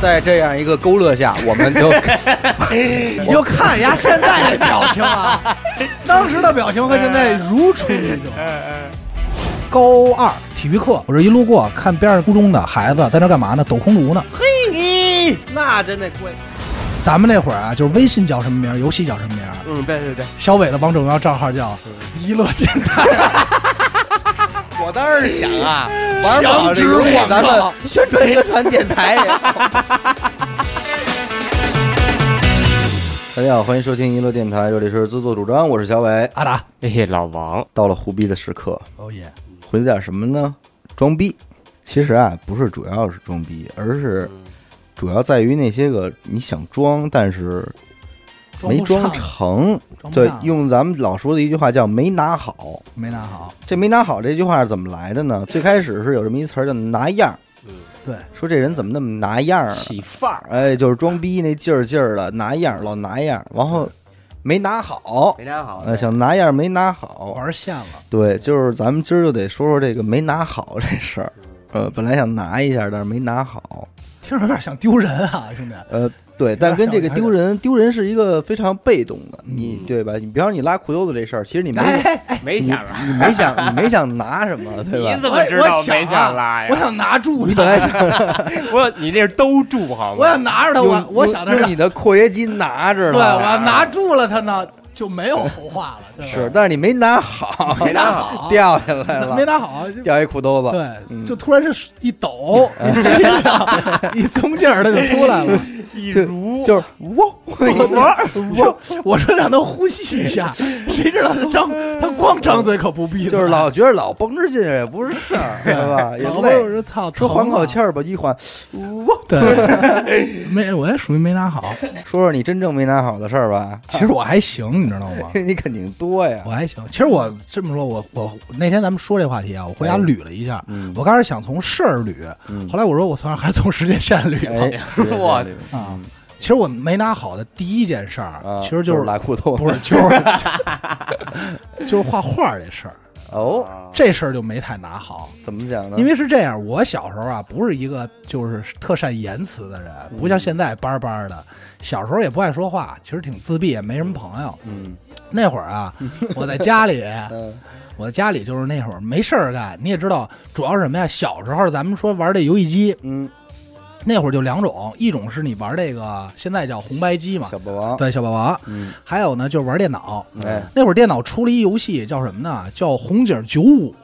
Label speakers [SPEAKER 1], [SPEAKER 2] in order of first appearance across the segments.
[SPEAKER 1] 在这样一个勾勒下，我们 都
[SPEAKER 2] 你就看人家现在这表情 啊，当时的表情和现
[SPEAKER 3] 嗯
[SPEAKER 2] 在如出一辙。高二体育课，我这一路过，看边上初中的孩子在那干嘛呢？抖空竹呢。
[SPEAKER 4] 嘿，那真得贵。
[SPEAKER 2] 咱们那会儿啊，就是微信叫什么名儿，游戏叫什么名儿，
[SPEAKER 4] 嗯，对对对，
[SPEAKER 2] 小伟的王者荣耀账号叫娱乐电台。
[SPEAKER 1] 我当时想啊，玩不好这游戏，咱们宣传宣传电台。大家好，欢迎收听娱乐电台，这里是自作主张，我是小伟。
[SPEAKER 2] 阿达，
[SPEAKER 3] 哎，老王，
[SPEAKER 1] 到了胡逼的时刻，
[SPEAKER 2] 哦耶，
[SPEAKER 1] 回了点什么呢？装逼。其实啊，不是主要是装逼，而是
[SPEAKER 2] 嗯
[SPEAKER 1] 主要在于那些个你想装，但是没装
[SPEAKER 2] 成，
[SPEAKER 1] 成。
[SPEAKER 2] 装不
[SPEAKER 1] 对，
[SPEAKER 2] 上
[SPEAKER 1] 用咱们老说的一句话叫“没拿好”。
[SPEAKER 2] 没拿好。
[SPEAKER 1] 这没拿好这句话是怎么来的呢？最开始是有这么一词儿叫拿样儿，
[SPEAKER 4] 嗯
[SPEAKER 2] 对，
[SPEAKER 1] 说这人怎么那么拿样儿啊？
[SPEAKER 3] 起范儿，
[SPEAKER 1] 哎，就是装逼那劲儿劲儿的，拿样儿老拿样儿，然后没拿好，
[SPEAKER 4] 没拿好。
[SPEAKER 1] 呃，想拿样儿没拿好。
[SPEAKER 2] 玩线了，
[SPEAKER 1] 对，就是咱们今儿就得说说这个没拿好这事儿。呃，本来想拿一下，但是没拿好。
[SPEAKER 2] 听着有点想丢人啊，兄弟。
[SPEAKER 1] 呃，对，但跟这个丢人丢人是一个非常被动的，
[SPEAKER 4] 嗯
[SPEAKER 1] 你对吧？你比方说你拉裤兜子这事儿，其实你没
[SPEAKER 3] 哎
[SPEAKER 4] 哎
[SPEAKER 2] 哎
[SPEAKER 3] 没
[SPEAKER 1] 你
[SPEAKER 3] 想拉，
[SPEAKER 1] 你没想你没想拿什么，对吧
[SPEAKER 3] 你？怎么知道
[SPEAKER 2] 我想啊
[SPEAKER 3] 没想拉呀？
[SPEAKER 2] 我想拿住它
[SPEAKER 1] 你本来想。
[SPEAKER 3] 我，你这是兜住好吗？
[SPEAKER 2] 我想拿着它，我
[SPEAKER 1] 用
[SPEAKER 2] 我
[SPEAKER 1] 用
[SPEAKER 2] 想着让
[SPEAKER 1] 用你的括约肌拿着
[SPEAKER 2] 对，
[SPEAKER 1] 呢
[SPEAKER 2] 我要拿住了它呢，就没有后话了，对吧？
[SPEAKER 1] 是，但是你没拿好，
[SPEAKER 2] 没拿好
[SPEAKER 1] 掉下来了，
[SPEAKER 2] 没拿好，就
[SPEAKER 1] 掉一裤兜子，
[SPEAKER 2] 对，
[SPEAKER 1] 嗯
[SPEAKER 2] 就突然是一抖，一激灵，一松劲儿，它就出来了。
[SPEAKER 3] 一
[SPEAKER 1] 就
[SPEAKER 3] 如
[SPEAKER 1] 就是 我哎我
[SPEAKER 2] 我我说让它呼吸一下，谁知道它 张它光张嘴可不闭
[SPEAKER 1] 我，
[SPEAKER 2] 嘴，
[SPEAKER 1] 就是老觉得老绷着劲儿也不是事儿，对 吧？也
[SPEAKER 2] 老
[SPEAKER 1] 累
[SPEAKER 2] 问我说操，
[SPEAKER 1] 说
[SPEAKER 2] 疼啊
[SPEAKER 1] 缓口气。儿吧，一缓。
[SPEAKER 2] 对，没我也属于没拿好。
[SPEAKER 1] 说说你真正没拿好的事儿吧，
[SPEAKER 2] 其实我还行，你知道吗？
[SPEAKER 1] 你肯定多呀
[SPEAKER 2] 我。还行。其实我这么说，我我那天咱们说这话题啊，我回家捋了一下。
[SPEAKER 1] 嗯
[SPEAKER 2] 我开始想从事儿捋，
[SPEAKER 1] 嗯
[SPEAKER 2] 后来我说我算了，还是从时间线捋吧。
[SPEAKER 1] 哎，
[SPEAKER 3] 我
[SPEAKER 2] 啊，其实我没拿好的第一件事儿，
[SPEAKER 1] 啊
[SPEAKER 2] 其实就是
[SPEAKER 1] 拉裤兜子
[SPEAKER 2] 不是就是就是 画画这事儿，
[SPEAKER 1] 哦，
[SPEAKER 2] 这事儿就没太拿好。
[SPEAKER 1] 怎么讲呢？
[SPEAKER 2] 因为是这样，我小时候啊，不是一个就是特善言辞的人，
[SPEAKER 1] 嗯
[SPEAKER 2] 不像现在巴巴的。小时候也不爱说话，其实挺自闭，也没什么朋友。
[SPEAKER 1] 嗯
[SPEAKER 2] 那会儿 啊，我在家里，
[SPEAKER 1] 嗯
[SPEAKER 2] 我在家里就是那会儿没事儿干。你也知道，主要是什么呀？小时候咱们说玩这游戏机，
[SPEAKER 1] 嗯，
[SPEAKER 2] 那会儿就两种，一种是你玩这个现在叫红白机嘛，
[SPEAKER 1] 小霸王，
[SPEAKER 2] 对，小霸王，
[SPEAKER 1] 嗯，
[SPEAKER 2] 还有呢就是玩电脑。
[SPEAKER 1] 哎
[SPEAKER 2] 那会儿电脑出了一游戏叫什么呢？叫《红警九五》。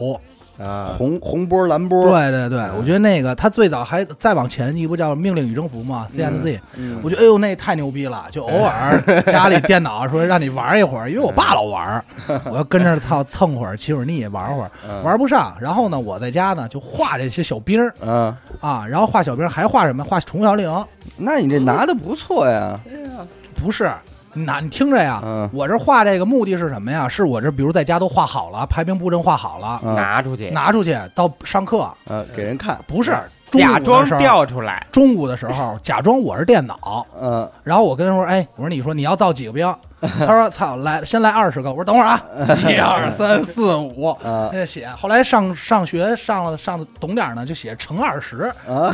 [SPEAKER 3] 啊，
[SPEAKER 1] 红红波蓝波，
[SPEAKER 2] 对对对，我觉得那个它最早还再往前一步叫《命令与征服》嘛，CMC。
[SPEAKER 1] 嗯
[SPEAKER 2] 我觉得哎呦那太牛逼了，就偶尔家里电脑说让你玩一会儿，因为我爸老玩儿， 我要跟着操蹭会儿起会儿腻玩会儿，玩不上。然后呢，我在家呢就画这些小兵儿
[SPEAKER 1] 嗯，
[SPEAKER 2] 啊，然后画小兵儿还画什么？画宠物小精灵。
[SPEAKER 1] 那你这拿的不错呀，
[SPEAKER 2] 不是，那你听着呀，
[SPEAKER 1] 嗯
[SPEAKER 2] 我这画这个目的是什么呀？是我这比如在家都画好了，排兵布阵画好了，
[SPEAKER 1] 嗯
[SPEAKER 3] 拿出去，
[SPEAKER 2] 拿出去到上课，
[SPEAKER 1] 呃，给人看，
[SPEAKER 2] 不是中午
[SPEAKER 3] 假
[SPEAKER 2] 的
[SPEAKER 3] 装
[SPEAKER 2] 时候。
[SPEAKER 3] 掉出来，
[SPEAKER 2] 中午的时候，假装我是电脑，
[SPEAKER 1] 嗯，
[SPEAKER 2] 然后我跟他说：“哎，我说你说你要造几 个兵？”他说：“操，来先来二十个。”我说：“等会儿啊，一 二三四五。”
[SPEAKER 1] 啊
[SPEAKER 2] 那写。后来上上学上了上的懂点儿呢，就写乘二十，
[SPEAKER 1] 啊，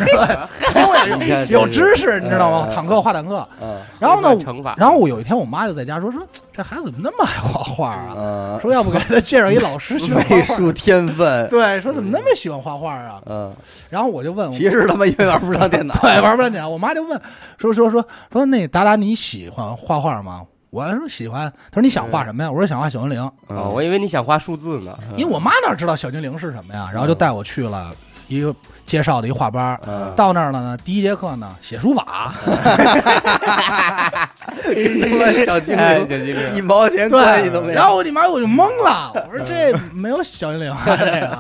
[SPEAKER 1] 你看
[SPEAKER 2] 对， 有知 识，你知道吗？
[SPEAKER 1] 嗯
[SPEAKER 2] 坦克画坦克。
[SPEAKER 1] 嗯
[SPEAKER 2] 然后
[SPEAKER 3] 计算乘哦
[SPEAKER 2] 呢
[SPEAKER 3] 法，
[SPEAKER 2] 然后我有一天我妈就在家说说这孩子怎么那么爱画画啊？
[SPEAKER 1] 嗯，
[SPEAKER 2] 说要不给他介绍一老师学画
[SPEAKER 1] 美
[SPEAKER 2] 画。
[SPEAKER 1] 术天分，
[SPEAKER 2] 对，说怎么那么喜欢画画啊？
[SPEAKER 1] 嗯，
[SPEAKER 2] 然后我就问我
[SPEAKER 1] 其实他妈因为玩不上电脑，
[SPEAKER 2] 对，玩不了鸟。我妈就问说说说说那达达你喜欢画画吗？我说喜欢。她说你想画什么呀？我说想画小精灵，
[SPEAKER 3] 哦，我以为你想画数字呢，
[SPEAKER 1] 嗯
[SPEAKER 2] 因为我妈哪知道小精灵是什么呀？然后就带我去了一个介绍的一画班儿。
[SPEAKER 1] 嗯
[SPEAKER 2] 到那儿了呢，第一节课呢写 书法，
[SPEAKER 1] 他妈小精
[SPEAKER 3] 哎
[SPEAKER 1] 灵，
[SPEAKER 3] 小精灵
[SPEAKER 1] 一毛钱关系都没有。嗯
[SPEAKER 2] 然后我你妈我就懵了，我说这没有小精灵啊，这 个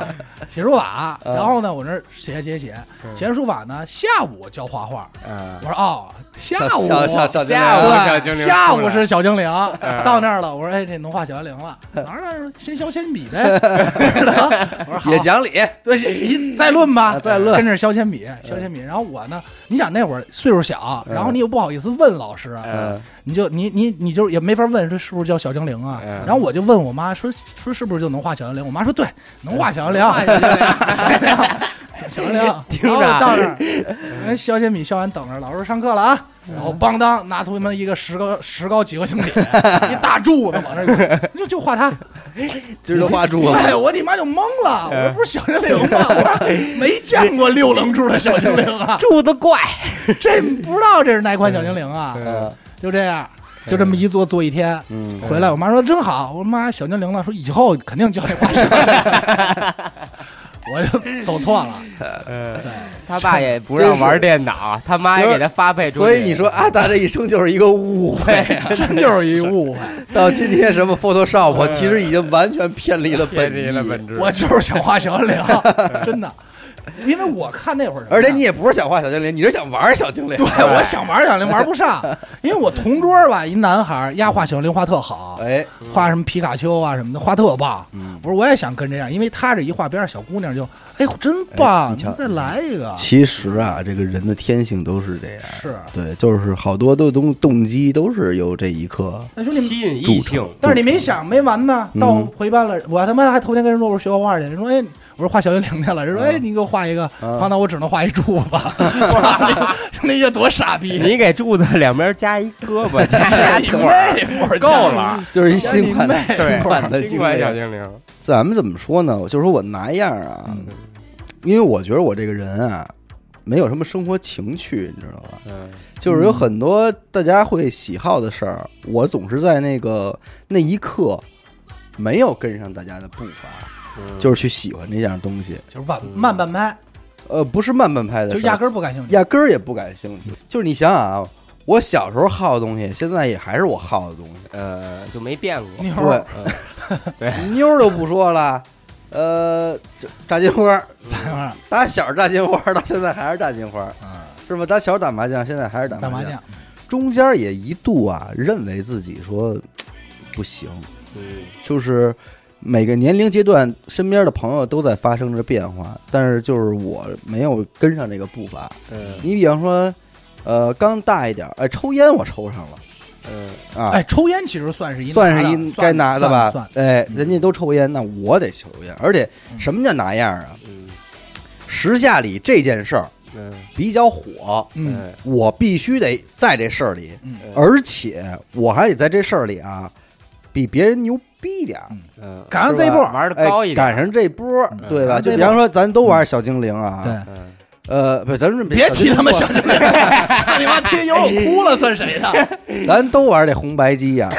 [SPEAKER 2] 写书法。然后呢，我那写写写写完书法呢，下午教画画。
[SPEAKER 1] 嗯，
[SPEAKER 2] 我说哦，下
[SPEAKER 1] 小
[SPEAKER 2] 午
[SPEAKER 1] 小小小精
[SPEAKER 3] 下午
[SPEAKER 1] 灵，啊
[SPEAKER 2] 对，
[SPEAKER 3] 小精灵出来嗯
[SPEAKER 2] 下午是小精灵，到那儿了，我说哎，这能画小精灵 了，哪来先削铅笔呗， 我说好
[SPEAKER 1] 也，讲理，
[SPEAKER 2] 对，一再论吧，
[SPEAKER 1] 再论嗯
[SPEAKER 2] 跟着削铅笔，削铅笔，然后我呢，你想那会儿岁数小，然后你又不好意思问老师，
[SPEAKER 3] 嗯，
[SPEAKER 2] 你就你你你就也没法问说是不是叫小精灵啊，
[SPEAKER 3] 嗯
[SPEAKER 2] 然后我就问
[SPEAKER 3] 哎
[SPEAKER 2] 我妈说说是不是就能画小精灵，我妈说对，能画小精灵，小 亮，
[SPEAKER 3] 听着
[SPEAKER 2] 然后到那儿，人消遣米笑完等着，老师上课了啊，然后邦当拿出他妈一个石膏石膏几何形体， 一大柱子往那儿一，就就画他，
[SPEAKER 1] 今儿就画 住
[SPEAKER 2] 哎，
[SPEAKER 1] 了。
[SPEAKER 2] 我你妈就懵了，我不是小精灵吗？我说没见过六棱柱的小精灵啊，
[SPEAKER 3] 住的怪，
[SPEAKER 2] 这不知道这是哪款小精灵啊？
[SPEAKER 1] 嗯
[SPEAKER 2] 就这样，就这么一坐坐一天，
[SPEAKER 1] 嗯，
[SPEAKER 2] 回来我妈说真好，我说妈小精灵了，说以后肯定叫这花型。 我就走错了，
[SPEAKER 3] 他爸也不让玩电脑，他妈也给他发配出去。
[SPEAKER 1] 所以你说啊，他这一生就是一个误会，
[SPEAKER 2] 真就是一误会。
[SPEAKER 1] 到今天什么 Photoshop，其实已经完全偏离了
[SPEAKER 3] 偏
[SPEAKER 1] 本
[SPEAKER 3] 离
[SPEAKER 1] 意
[SPEAKER 3] 了本质。
[SPEAKER 2] 我就是想画小精灵，真的，因为我看那会儿，
[SPEAKER 1] 而且你也不是想画小精灵，你是想玩小精灵。
[SPEAKER 2] 对哎我想玩小精灵玩不上，因为我同桌吧，一男孩压画小精灵画特好，
[SPEAKER 1] 哎，
[SPEAKER 2] 画什么皮卡丘啊什么的，画特棒。
[SPEAKER 1] 嗯
[SPEAKER 2] 我说我也想跟这样，因为他这一画边上小姑娘就，哎呦真棒，
[SPEAKER 1] 哎你
[SPEAKER 2] 你
[SPEAKER 1] 瞧
[SPEAKER 2] 再来一个，
[SPEAKER 1] 其实啊，这个人的天性都是这样。
[SPEAKER 2] 是。
[SPEAKER 1] 对，就是好多的东动机都是由这一刻。
[SPEAKER 2] 那兄弟们
[SPEAKER 3] 吸引 异性，
[SPEAKER 2] 但是你没想没完呢，
[SPEAKER 1] 嗯
[SPEAKER 2] 到回班了，我他妈还头天跟人说我是学画画去，人说哎，我说画小精灵去了，人说
[SPEAKER 1] 嗯
[SPEAKER 2] 哎，你给我画一个，啊，那我只能画一柱子， 兄弟这多傻逼，
[SPEAKER 3] 你给柱子两边加一胳膊，加俩腿儿，
[SPEAKER 2] 妹夫儿
[SPEAKER 3] 够了。
[SPEAKER 1] 就是一新款的
[SPEAKER 2] 哎呀你妹
[SPEAKER 1] 新款的
[SPEAKER 3] 新
[SPEAKER 1] 精
[SPEAKER 3] 款小
[SPEAKER 1] 灵，
[SPEAKER 3] 精灵，
[SPEAKER 1] 咱们怎么说呢？我就说我拿样儿啊，因为我觉得我这个人啊，没有什么生活情趣，你知道吧？
[SPEAKER 3] 嗯，
[SPEAKER 1] 就是有很多大家会喜好的事儿，我总是在那个那一刻没有跟上大家的步伐，就是去喜欢这样东西。
[SPEAKER 2] 就是慢慢半拍，
[SPEAKER 1] 呃，不是慢半拍的事
[SPEAKER 2] 就
[SPEAKER 1] 儿，
[SPEAKER 2] 压根儿不感兴趣。
[SPEAKER 1] 压根儿也不感兴趣。就是你想想啊，我小时候好的东西，现在也还是我好的东西。
[SPEAKER 3] 呃，就没变过。 嗯
[SPEAKER 2] 妞
[SPEAKER 1] 对
[SPEAKER 2] 儿，
[SPEAKER 1] 妞儿都不说了，呃，这炸金花儿，
[SPEAKER 2] 咋样？
[SPEAKER 1] 打小炸金花儿到现在还是炸金花儿，
[SPEAKER 2] 啊，
[SPEAKER 1] 是吧？打小打麻将，现在还是打
[SPEAKER 2] 打麻
[SPEAKER 1] 将
[SPEAKER 2] 将。，
[SPEAKER 1] 中间也一度啊，认为自己说不行，
[SPEAKER 3] 嗯，
[SPEAKER 1] 就是每个年龄阶段，身边的朋友都在发生着变化，但是就是我没有跟上这个步伐。
[SPEAKER 3] 嗯
[SPEAKER 1] 你比方说，呃，刚大一点儿，哎，抽烟我抽上了
[SPEAKER 3] 嗯
[SPEAKER 1] 啊，
[SPEAKER 2] 哎，抽烟其实算是一
[SPEAKER 1] 算是
[SPEAKER 2] 拿的
[SPEAKER 1] 一该拿的
[SPEAKER 2] 算
[SPEAKER 1] 吧？
[SPEAKER 2] 算嗯
[SPEAKER 1] 哎，人家都抽烟，那我得抽烟。而且什么叫拿样啊？
[SPEAKER 3] 嗯
[SPEAKER 1] 时下里这件事儿
[SPEAKER 3] 嗯
[SPEAKER 1] 比较火，
[SPEAKER 2] 嗯，
[SPEAKER 1] 我必须得在这事儿里，
[SPEAKER 2] 嗯
[SPEAKER 1] 而且我还得在这事儿里啊，比别人牛逼点儿。
[SPEAKER 3] 嗯，
[SPEAKER 2] 赶上这一波
[SPEAKER 1] 是吧
[SPEAKER 3] 玩的高一点，
[SPEAKER 1] 哎赶上这波，
[SPEAKER 2] 嗯
[SPEAKER 1] 对
[SPEAKER 2] 赶
[SPEAKER 1] 吧？
[SPEAKER 2] 上这
[SPEAKER 1] 就
[SPEAKER 2] 波
[SPEAKER 1] 比方说，咱都玩小精灵啊，
[SPEAKER 2] 对，
[SPEAKER 3] 嗯
[SPEAKER 1] 呃，不，咱们
[SPEAKER 2] 别提他妈小
[SPEAKER 1] 小
[SPEAKER 2] 精灵，看你妈听
[SPEAKER 1] 哎
[SPEAKER 2] 友我哭了，算 谁的？
[SPEAKER 1] 精灵，咱都玩这红白机呀、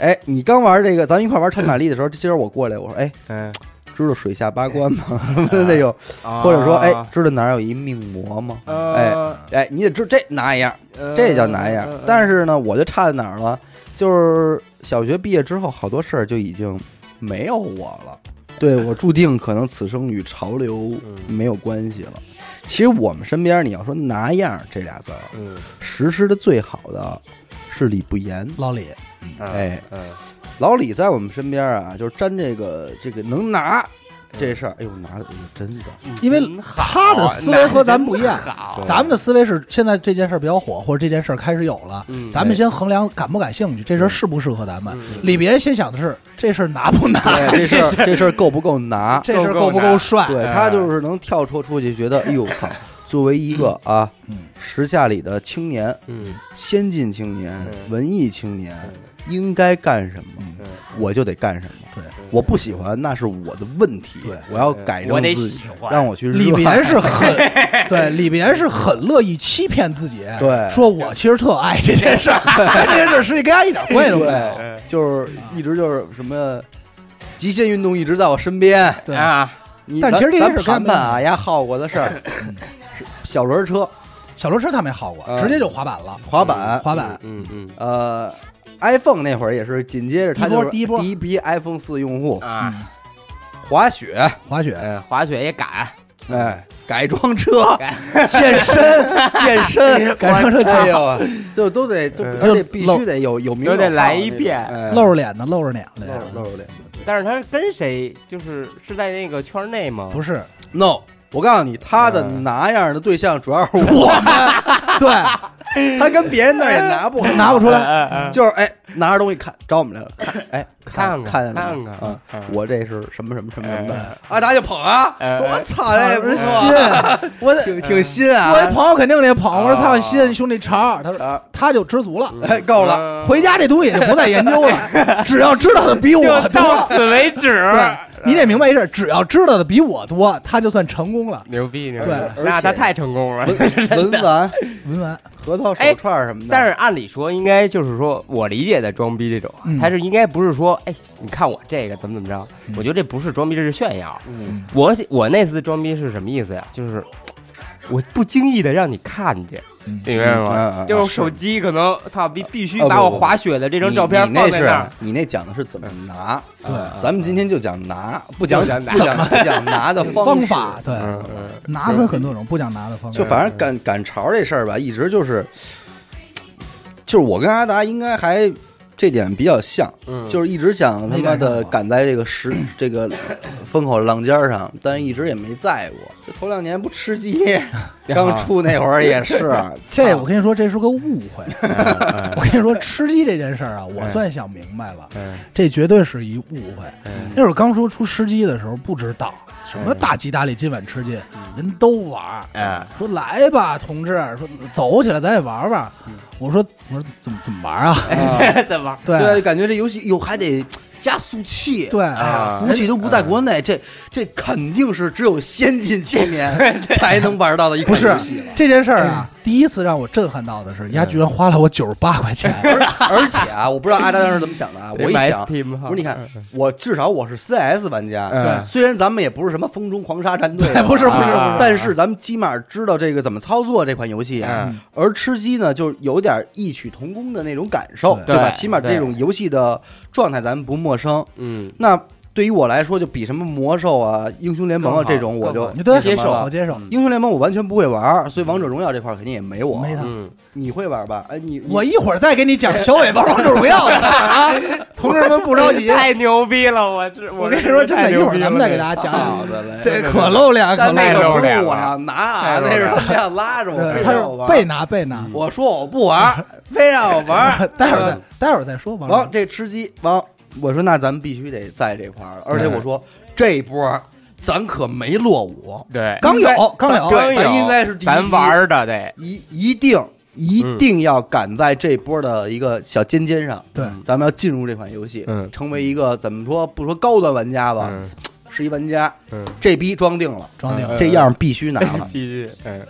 [SPEAKER 1] 哎，你刚玩这个，咱们一块玩超玛丽的时候，今儿我过来，我说，哎，
[SPEAKER 3] 嗯，
[SPEAKER 1] 知道水下八关吗？那种，
[SPEAKER 3] 啊
[SPEAKER 1] 或者说，哎，知道哪儿有一命魔吗？
[SPEAKER 3] 呃，
[SPEAKER 1] 哎，你得知这拿一样，
[SPEAKER 3] 呃
[SPEAKER 1] 这叫拿一样。
[SPEAKER 3] 呃
[SPEAKER 1] 但是呢，我就差在哪儿了？就是小学毕业之后，好多事儿就已经没有我了。对我注定可能此生与潮流
[SPEAKER 3] 嗯
[SPEAKER 1] 没有关系了。其实我们身边，你要说拿样儿这俩字儿，
[SPEAKER 3] 嗯，
[SPEAKER 1] 实施的最好的是李不言。
[SPEAKER 2] 老李，
[SPEAKER 1] 哎
[SPEAKER 3] 嗯，
[SPEAKER 1] 老李在我们身边啊，就是沾这个这个能拿这事儿，哎呦，拿的哎呦真 的
[SPEAKER 3] 嗯，
[SPEAKER 2] 因为
[SPEAKER 3] 真好
[SPEAKER 2] 他的思维和咱们不一样
[SPEAKER 3] 男人真好
[SPEAKER 2] 咱们的思维是现在这件事儿比较火，或者这件事儿开始有了，
[SPEAKER 3] 嗯
[SPEAKER 2] 咱们先衡量感不感兴趣，这
[SPEAKER 1] 嗯
[SPEAKER 2] 事儿适不适合咱们。李别先想的是这事儿拿不拿，
[SPEAKER 1] 哎对，这事儿这事儿够不够拿？
[SPEAKER 2] 这事儿够不够帅。
[SPEAKER 1] 对
[SPEAKER 3] 哎
[SPEAKER 1] 他就是能跳脱出去，觉得哎呦操，作为一个啊
[SPEAKER 2] 嗯，
[SPEAKER 1] 时下里的青年、
[SPEAKER 3] 嗯
[SPEAKER 1] 先进青年、
[SPEAKER 3] 嗯
[SPEAKER 1] 文艺青年，应该干什么
[SPEAKER 2] 嗯，
[SPEAKER 1] 我就得干什么。
[SPEAKER 2] 对，
[SPEAKER 1] 我不喜欢那是我的问题，
[SPEAKER 2] 对嗯
[SPEAKER 1] 我要改
[SPEAKER 3] 我
[SPEAKER 1] 正
[SPEAKER 3] 得
[SPEAKER 1] 自
[SPEAKER 3] 喜
[SPEAKER 1] 己，
[SPEAKER 3] 欢
[SPEAKER 1] 让我去
[SPEAKER 2] 李
[SPEAKER 1] 热
[SPEAKER 2] 别
[SPEAKER 1] 爱
[SPEAKER 2] 是 很对，李别是很乐意欺骗自己，
[SPEAKER 1] 对
[SPEAKER 2] 说我其实特爱这件事儿，但 这件事儿实际跟他一点关系都没有。
[SPEAKER 1] 对，就是
[SPEAKER 2] 嗯
[SPEAKER 1] 一直就是什么极限运动一直在我身边。
[SPEAKER 2] 对，
[SPEAKER 3] 啊，
[SPEAKER 1] 你
[SPEAKER 2] 但
[SPEAKER 1] 咱
[SPEAKER 2] 其实这
[SPEAKER 1] 咱
[SPEAKER 2] 件事
[SPEAKER 1] 盘
[SPEAKER 2] 根本
[SPEAKER 1] 盘啊，丫耗过的事儿，
[SPEAKER 2] 嗯
[SPEAKER 1] 是小轮车、
[SPEAKER 2] 小轮车他没好过，
[SPEAKER 1] 嗯
[SPEAKER 2] 直接就滑板了，
[SPEAKER 1] 滑板、
[SPEAKER 2] 滑板。
[SPEAKER 3] 嗯嗯
[SPEAKER 1] 呃，iPhone 那会儿也是紧接着他就是
[SPEAKER 2] 第一波
[SPEAKER 1] 第一批 iPhone 四用户，
[SPEAKER 3] 啊，
[SPEAKER 1] 滑雪，
[SPEAKER 2] 滑雪、
[SPEAKER 3] 呃，滑雪也敢，
[SPEAKER 1] 哎，改装车、
[SPEAKER 3] 改
[SPEAKER 1] 健身、健身、
[SPEAKER 2] 改装车
[SPEAKER 1] 哎呦，就都得就
[SPEAKER 3] 嗯
[SPEAKER 1] 而且必须得有有名有
[SPEAKER 3] 都得
[SPEAKER 1] 号
[SPEAKER 3] 来
[SPEAKER 1] 那
[SPEAKER 3] 一
[SPEAKER 1] 种
[SPEAKER 3] 遍
[SPEAKER 1] 哎
[SPEAKER 2] 露着脸的，露着脸
[SPEAKER 1] 露
[SPEAKER 2] 的呀
[SPEAKER 1] 着，露着脸。
[SPEAKER 3] 但是他是跟谁？就是是在那个圈内吗？
[SPEAKER 2] 不是
[SPEAKER 1] No，我告诉你，他的
[SPEAKER 3] 嗯
[SPEAKER 1] 拿样的对象主要是我，
[SPEAKER 2] 对，
[SPEAKER 1] 他跟别人那儿也拿不
[SPEAKER 2] 拿不出来。
[SPEAKER 3] 来，
[SPEAKER 1] 就是哎，拿着东西看，找我们来了，看，哎，
[SPEAKER 3] 看
[SPEAKER 1] 看
[SPEAKER 3] 看
[SPEAKER 1] 看
[SPEAKER 3] 看
[SPEAKER 1] 啊，
[SPEAKER 3] 看
[SPEAKER 1] 我这是什么什么什么什么
[SPEAKER 3] 哎
[SPEAKER 1] 的，阿达就捧啊，
[SPEAKER 3] 哎哎
[SPEAKER 1] 我操，这不是 新，
[SPEAKER 2] 我得
[SPEAKER 1] 挺挺新啊，
[SPEAKER 2] 我一朋友肯定得捧，我说
[SPEAKER 3] 啊
[SPEAKER 2] 操，新兄弟潮，他说
[SPEAKER 1] 啊
[SPEAKER 2] 他就知足了，
[SPEAKER 1] 哎，够了，
[SPEAKER 3] 嗯
[SPEAKER 2] 回家这东西也就不再研究 了，只要知道的比我
[SPEAKER 3] 就到
[SPEAKER 2] 多，
[SPEAKER 3] 此为止。
[SPEAKER 2] 对，你得明白一事，只要知道的比我多，他就算成功了。
[SPEAKER 3] 牛逼牛逼
[SPEAKER 2] 对，
[SPEAKER 1] 而
[SPEAKER 3] 那
[SPEAKER 1] 且
[SPEAKER 3] 他太成功了。
[SPEAKER 1] 文文玩
[SPEAKER 2] 文玩
[SPEAKER 1] 核桃手串什么的，
[SPEAKER 3] 哎但是按理说，应该就是说我理解的装逼这种啊
[SPEAKER 2] 嗯，
[SPEAKER 3] 他是应该不是说，哎，你看我这个怎么怎么着？我觉得这不是装逼，这是炫耀。啊
[SPEAKER 1] 嗯
[SPEAKER 3] 我我那次装逼是什么意思呀？就是我不经意的让你看见，
[SPEAKER 2] 嗯
[SPEAKER 3] 你明白
[SPEAKER 1] 嗯
[SPEAKER 3] 吗
[SPEAKER 1] 嗯？嗯
[SPEAKER 3] 就是手机可能操必必须
[SPEAKER 1] 哦
[SPEAKER 3] 把
[SPEAKER 1] 不
[SPEAKER 3] 我
[SPEAKER 1] 不
[SPEAKER 3] 滑雪的这张
[SPEAKER 1] 你
[SPEAKER 3] 照片
[SPEAKER 1] 哦你
[SPEAKER 3] 放
[SPEAKER 1] 那
[SPEAKER 3] 在
[SPEAKER 1] 是
[SPEAKER 3] 那儿。
[SPEAKER 1] 你那讲的是怎么拿，
[SPEAKER 2] 对
[SPEAKER 1] 啊咱们今天就讲拿，不讲
[SPEAKER 3] 就讲拿
[SPEAKER 1] 不讲不讲拿的方
[SPEAKER 2] 方
[SPEAKER 1] 式
[SPEAKER 2] 法，对，
[SPEAKER 3] 嗯嗯
[SPEAKER 2] 拿分很多种，不讲拿的方
[SPEAKER 1] 就
[SPEAKER 2] 法。
[SPEAKER 1] 反正赶赶潮这事儿吧，一直就是，就是我跟阿达应该还这点比较像，
[SPEAKER 3] 嗯
[SPEAKER 1] 就是一直想他
[SPEAKER 2] 没
[SPEAKER 1] 妈
[SPEAKER 2] 赶上
[SPEAKER 1] 的
[SPEAKER 2] 过
[SPEAKER 1] 赶在这个时这个风口浪尖儿上，但一直也没在过。这头两年不吃鸡，刚出那会儿也 是，
[SPEAKER 2] 这我
[SPEAKER 1] 操
[SPEAKER 2] 跟你说，这是个误 会。
[SPEAKER 1] 哎
[SPEAKER 2] 我跟你说，吃鸡这件事儿啊，我算想明白了，
[SPEAKER 1] 哎
[SPEAKER 2] 这绝对是一误会。那会儿刚说出吃鸡的时候，不知道什么大吉大利，今晚吃鸡，
[SPEAKER 1] 嗯
[SPEAKER 2] 人都玩儿。
[SPEAKER 3] 哎
[SPEAKER 2] 说来吧，同志，说走起来，咱也玩玩。
[SPEAKER 1] 嗯
[SPEAKER 2] 我说我说怎么怎么玩啊？
[SPEAKER 3] 这怎么？
[SPEAKER 1] 哎对，感觉这游戏哟还得。加速器，
[SPEAKER 2] 对
[SPEAKER 1] 哎呀服务器都不在国
[SPEAKER 2] 嗯
[SPEAKER 1] 内，这这肯定是只有先进青 年才能玩到的一
[SPEAKER 2] 不
[SPEAKER 1] 款
[SPEAKER 2] 是
[SPEAKER 1] 游戏了。嗯
[SPEAKER 2] 这件事儿啊，第一次让我震撼到的是，丫居然花了我九十八块钱。
[SPEAKER 1] 而且啊，我不知道阿达当时怎么想的 啊，我一
[SPEAKER 3] 买
[SPEAKER 1] 想，
[SPEAKER 3] Steam 哈
[SPEAKER 1] 不是你看，
[SPEAKER 2] 嗯，
[SPEAKER 1] 我至少我是 CS 玩家，
[SPEAKER 3] 嗯
[SPEAKER 1] 虽然咱们也不是什么风中狂沙战队
[SPEAKER 2] 不是不嗯是不是
[SPEAKER 1] 啊但是咱们起码知道这个怎么操作这款游戏啊。
[SPEAKER 3] 嗯
[SPEAKER 1] 而吃鸡呢，就有点异曲同工的那种感受，对
[SPEAKER 2] 对
[SPEAKER 1] 吧？
[SPEAKER 3] 对
[SPEAKER 1] 起码这种游戏的状态咱们不陌生。
[SPEAKER 3] 嗯，
[SPEAKER 1] 那对于我来说，就比什么魔兽啊、英雄联盟啊
[SPEAKER 3] 更好
[SPEAKER 1] 这种，我就
[SPEAKER 3] 更
[SPEAKER 2] 你对
[SPEAKER 1] 接受
[SPEAKER 2] 好接受。
[SPEAKER 3] 嗯
[SPEAKER 1] 英雄联盟我完全不会玩，所以王者荣耀这块肯定也没我。
[SPEAKER 2] 没他
[SPEAKER 3] 嗯，
[SPEAKER 1] 你会玩吧？哎，你
[SPEAKER 2] 我一会儿再给你讲小尾巴王者荣耀的事儿啊，同志们不着 急。
[SPEAKER 3] 太牛逼了！我这
[SPEAKER 2] 我跟你说，真的，一会儿咱们再给大家讲
[SPEAKER 1] 好
[SPEAKER 2] 讲。
[SPEAKER 1] 的嘞。
[SPEAKER 2] 这可露脸，可
[SPEAKER 1] 但
[SPEAKER 2] 露
[SPEAKER 1] 那
[SPEAKER 2] 脸
[SPEAKER 1] 个
[SPEAKER 3] 太
[SPEAKER 1] 不
[SPEAKER 3] 露脸
[SPEAKER 1] 是
[SPEAKER 3] 了
[SPEAKER 1] 我要拿啊，
[SPEAKER 3] 太露
[SPEAKER 1] 那
[SPEAKER 3] 脸
[SPEAKER 1] 是
[SPEAKER 3] 了
[SPEAKER 1] 他 们要拉着我，
[SPEAKER 2] 对
[SPEAKER 1] 非
[SPEAKER 2] 他
[SPEAKER 1] 让我
[SPEAKER 2] 是
[SPEAKER 1] 玩
[SPEAKER 2] 被拿被拿。。
[SPEAKER 1] 我说我不玩，非让我 玩
[SPEAKER 3] 嗯
[SPEAKER 2] 待会儿再，待会儿再说王者荣
[SPEAKER 1] 王
[SPEAKER 2] 耀。
[SPEAKER 1] 这吃鸡王，我说那咱们必须得在这块儿了，而且
[SPEAKER 3] 对
[SPEAKER 1] 我说这一波咱可没落伍，
[SPEAKER 3] 对，
[SPEAKER 2] 刚
[SPEAKER 1] 应该
[SPEAKER 2] 有刚有
[SPEAKER 1] 对
[SPEAKER 3] 有
[SPEAKER 1] 咱应该是第一
[SPEAKER 3] 咱玩儿嗯的得，
[SPEAKER 1] 一一定一定要赶在这波的一个小尖尖上，
[SPEAKER 2] 对，
[SPEAKER 1] 咱们要进入这款游戏，
[SPEAKER 3] 嗯
[SPEAKER 1] 成为一个怎么说不说高端玩家吧，
[SPEAKER 3] 嗯
[SPEAKER 1] 是一玩家，
[SPEAKER 3] 嗯，
[SPEAKER 1] 这逼装定了，
[SPEAKER 2] 装定
[SPEAKER 3] 嗯
[SPEAKER 1] 这样必须拿 了。
[SPEAKER 3] 必须，嗯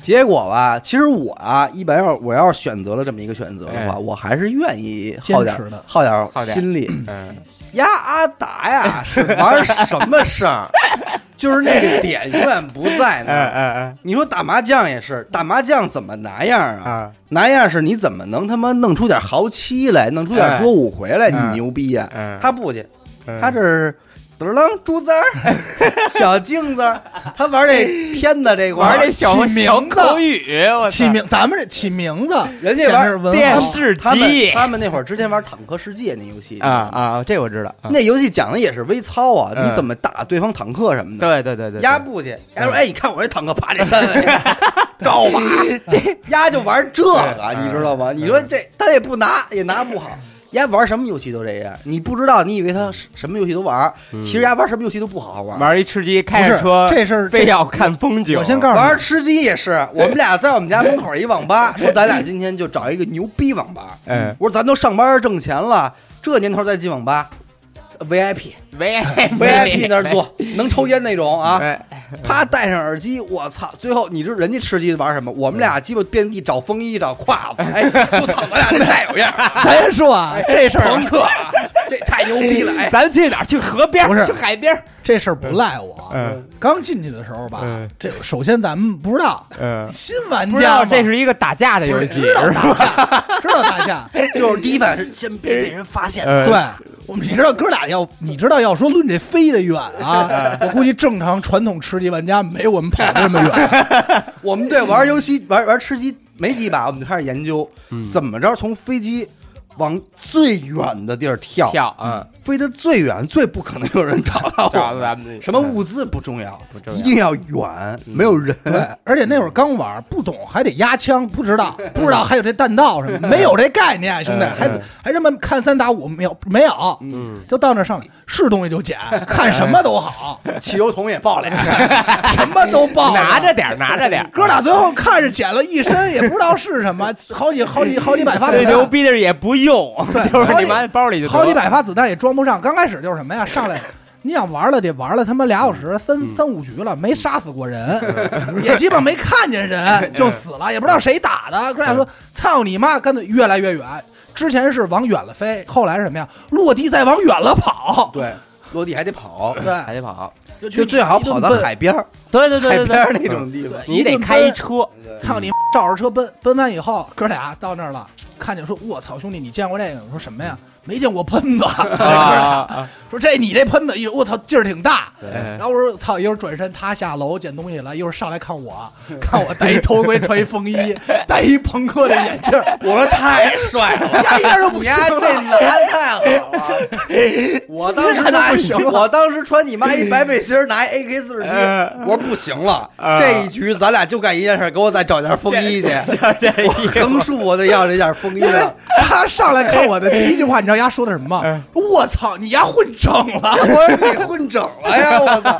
[SPEAKER 1] 结果吧，其实我啊，一般要我要是选择了这么一个选择的
[SPEAKER 3] 哎
[SPEAKER 1] 话，我还是愿意耗点
[SPEAKER 2] 坚持的
[SPEAKER 1] 耗点
[SPEAKER 3] 耗点
[SPEAKER 1] 心 力。
[SPEAKER 3] 嗯，
[SPEAKER 1] 呀，阿达呀，是玩什么事儿？ 就是那个点永远不在那儿。
[SPEAKER 3] 哎
[SPEAKER 1] 你说打麻将也是，打麻将怎么拿样啊？
[SPEAKER 3] 啊，
[SPEAKER 1] 拿样是你怎么能他妈弄出点豪七来，弄出点桌舞回来？
[SPEAKER 3] 嗯
[SPEAKER 1] 你牛逼呀、
[SPEAKER 3] 嗯
[SPEAKER 1] 他不去，
[SPEAKER 3] 嗯
[SPEAKER 1] 他这是嘚儿啷珠子儿、 小镜子儿，他玩这片子这块儿
[SPEAKER 3] 玩这小
[SPEAKER 2] 起名
[SPEAKER 3] 小
[SPEAKER 2] 字
[SPEAKER 3] 口语，我操
[SPEAKER 2] 起名，咱们这起名字，
[SPEAKER 1] 人家玩
[SPEAKER 2] 显示文
[SPEAKER 3] 电
[SPEAKER 2] 化。
[SPEAKER 3] 视
[SPEAKER 1] 哎他们
[SPEAKER 3] 机
[SPEAKER 1] 他们那会儿之前玩《坦克世界》那游戏
[SPEAKER 3] 啊，啊，这我知道，啊
[SPEAKER 1] 那游戏讲的也是微操啊，
[SPEAKER 3] 嗯
[SPEAKER 1] 你怎么打对方坦克什么的。
[SPEAKER 3] 对对对对，嗯
[SPEAKER 1] 压
[SPEAKER 3] 对
[SPEAKER 1] 不去，丫说：“哎，你看我这坦克爬这山来， 高吧？这丫就玩这个，
[SPEAKER 3] 嗯
[SPEAKER 1] 你知道吗？你说这他也不拿，也拿不好。丫玩什么游戏都这样，你不知道，你以为他是什么游戏都玩，其实丫玩什么游戏都不好好玩。
[SPEAKER 3] 嗯玩一吃鸡，
[SPEAKER 2] 不
[SPEAKER 3] 开
[SPEAKER 2] 是
[SPEAKER 3] 着车，
[SPEAKER 2] 这事儿，
[SPEAKER 3] 非
[SPEAKER 2] 这
[SPEAKER 3] 要看风景，
[SPEAKER 2] 我先告诉
[SPEAKER 1] 玩
[SPEAKER 2] 你，
[SPEAKER 1] 吃鸡也是，我们俩在我们家门口一网吧，说咱俩今天就找一个牛逼网吧。
[SPEAKER 3] 嗯
[SPEAKER 1] 我说咱都上班挣钱了，这年头再进网吧，VIP
[SPEAKER 3] 喂
[SPEAKER 1] VIP 那儿坐，能抽烟那种啊。
[SPEAKER 3] 啊，
[SPEAKER 1] 啪，戴上耳机，我操！最后你知道人家吃鸡玩什么？我们俩鸡巴遍地找风衣，找胯子。 哎，我操，咱俩这太有样了，
[SPEAKER 2] 咱说啊，
[SPEAKER 3] 哎
[SPEAKER 2] 这事
[SPEAKER 1] 朋
[SPEAKER 2] 儿
[SPEAKER 1] 克啊，这太牛逼了！哎，
[SPEAKER 3] 咱去哪儿？去河边儿
[SPEAKER 2] 不是
[SPEAKER 3] 去海边儿？
[SPEAKER 2] 这事儿不赖我。
[SPEAKER 3] 嗯
[SPEAKER 2] 刚进去的时候吧
[SPEAKER 3] 嗯，
[SPEAKER 2] 这首先咱们不知道
[SPEAKER 3] 嗯，
[SPEAKER 2] 新玩
[SPEAKER 3] 不知
[SPEAKER 2] 家
[SPEAKER 3] 道
[SPEAKER 2] 嘛，
[SPEAKER 3] 这是一个打架的
[SPEAKER 2] 不
[SPEAKER 3] 游
[SPEAKER 2] 是
[SPEAKER 3] 戏，
[SPEAKER 2] 知道打架，知道打架，
[SPEAKER 1] 哎 就是第一反应是先别被人发现。
[SPEAKER 3] 呃，
[SPEAKER 2] 对。我们你知道哥俩要，你知道要说论这飞得远
[SPEAKER 3] 哎
[SPEAKER 2] 啊，我估计正常传统吃鸡玩家没我们跑得这么远。
[SPEAKER 1] 我
[SPEAKER 2] 嗯
[SPEAKER 1] 们对玩游戏玩玩吃鸡没几把，我们就开始研究怎么着从飞机往最远的地儿跳，
[SPEAKER 3] 跳，嗯，
[SPEAKER 1] 飞得最远，最不可能有人找到我。
[SPEAKER 3] 找到咱们
[SPEAKER 1] 什么物资不重要，
[SPEAKER 3] 不重要
[SPEAKER 1] 一定要远，没有人。
[SPEAKER 2] 而且那会儿刚玩，不懂还得压枪，不知道不知道还有这弹道什么，没有这概念，兄弟，还还这么看三打五，没有没有，
[SPEAKER 3] 哎嗯，哎
[SPEAKER 2] 就到那上来是东西就捡，看什么都好，
[SPEAKER 1] 汽油桶也爆了，
[SPEAKER 2] 什么都抱，
[SPEAKER 3] 拿着点儿，拿着点儿，
[SPEAKER 2] 哥俩最后看着捡了一身，也不知道是什么，好几好几好几百发子
[SPEAKER 3] 最牛
[SPEAKER 2] 弹，
[SPEAKER 3] 逼的是也不用，
[SPEAKER 2] 对
[SPEAKER 3] 就是你往包里就得
[SPEAKER 2] 好几，百发子弹也装不上。刚开始就是什么呀，上来。你想玩了得玩了他妈俩小时，三
[SPEAKER 1] 嗯
[SPEAKER 2] 三五局了，没杀死过人， 也基本没看见
[SPEAKER 1] 嗯
[SPEAKER 2] 人就死了，也不知道谁打的。哥俩说：“操你妈！”干脆越来越远。之前是往远了飞，后来是什么呀？落地再往远了 跑。
[SPEAKER 1] 对，落地还得跑，
[SPEAKER 3] 还
[SPEAKER 2] 对，
[SPEAKER 3] 得跑，
[SPEAKER 2] 就
[SPEAKER 1] 就最好跑到海边儿，
[SPEAKER 3] 对对对
[SPEAKER 1] 海
[SPEAKER 3] 对
[SPEAKER 1] 边儿
[SPEAKER 3] 对，
[SPEAKER 1] 那种地方。
[SPEAKER 3] 你得开一车，
[SPEAKER 2] 操你妈！照着车奔，奔完以后，哥俩到那儿了，看见说：“我操，兄弟，你见过这个吗？”我说：“什么呀？没见过喷子。
[SPEAKER 3] 啊，
[SPEAKER 2] 说：“这你这喷子，一哎我操，劲儿挺大。”
[SPEAKER 3] 哎
[SPEAKER 2] 然后我说：“操！”一会儿转身，他下楼捡东西了，一会儿上来看我，看我戴一头盔，穿一风衣，戴一朋克的眼镜儿，
[SPEAKER 1] 我说太帅了，
[SPEAKER 2] 呀，一点都不行
[SPEAKER 1] 呀，这
[SPEAKER 2] 了。
[SPEAKER 1] 男太好了！我当时拿
[SPEAKER 2] 这还能不行吗
[SPEAKER 1] 我当时穿你妈一白背心儿，拿一 AK 四十七，我说不行了，这一局咱俩就干一件事儿，给我再找件风衣 去。
[SPEAKER 3] 哎
[SPEAKER 1] 我横竖我得要这件风衣
[SPEAKER 2] 因为
[SPEAKER 1] 了。
[SPEAKER 2] 他上来看我的第一句话，你知道丫说的什么吗？说我操，你丫混整了！
[SPEAKER 1] 我说你混整了呀！我操，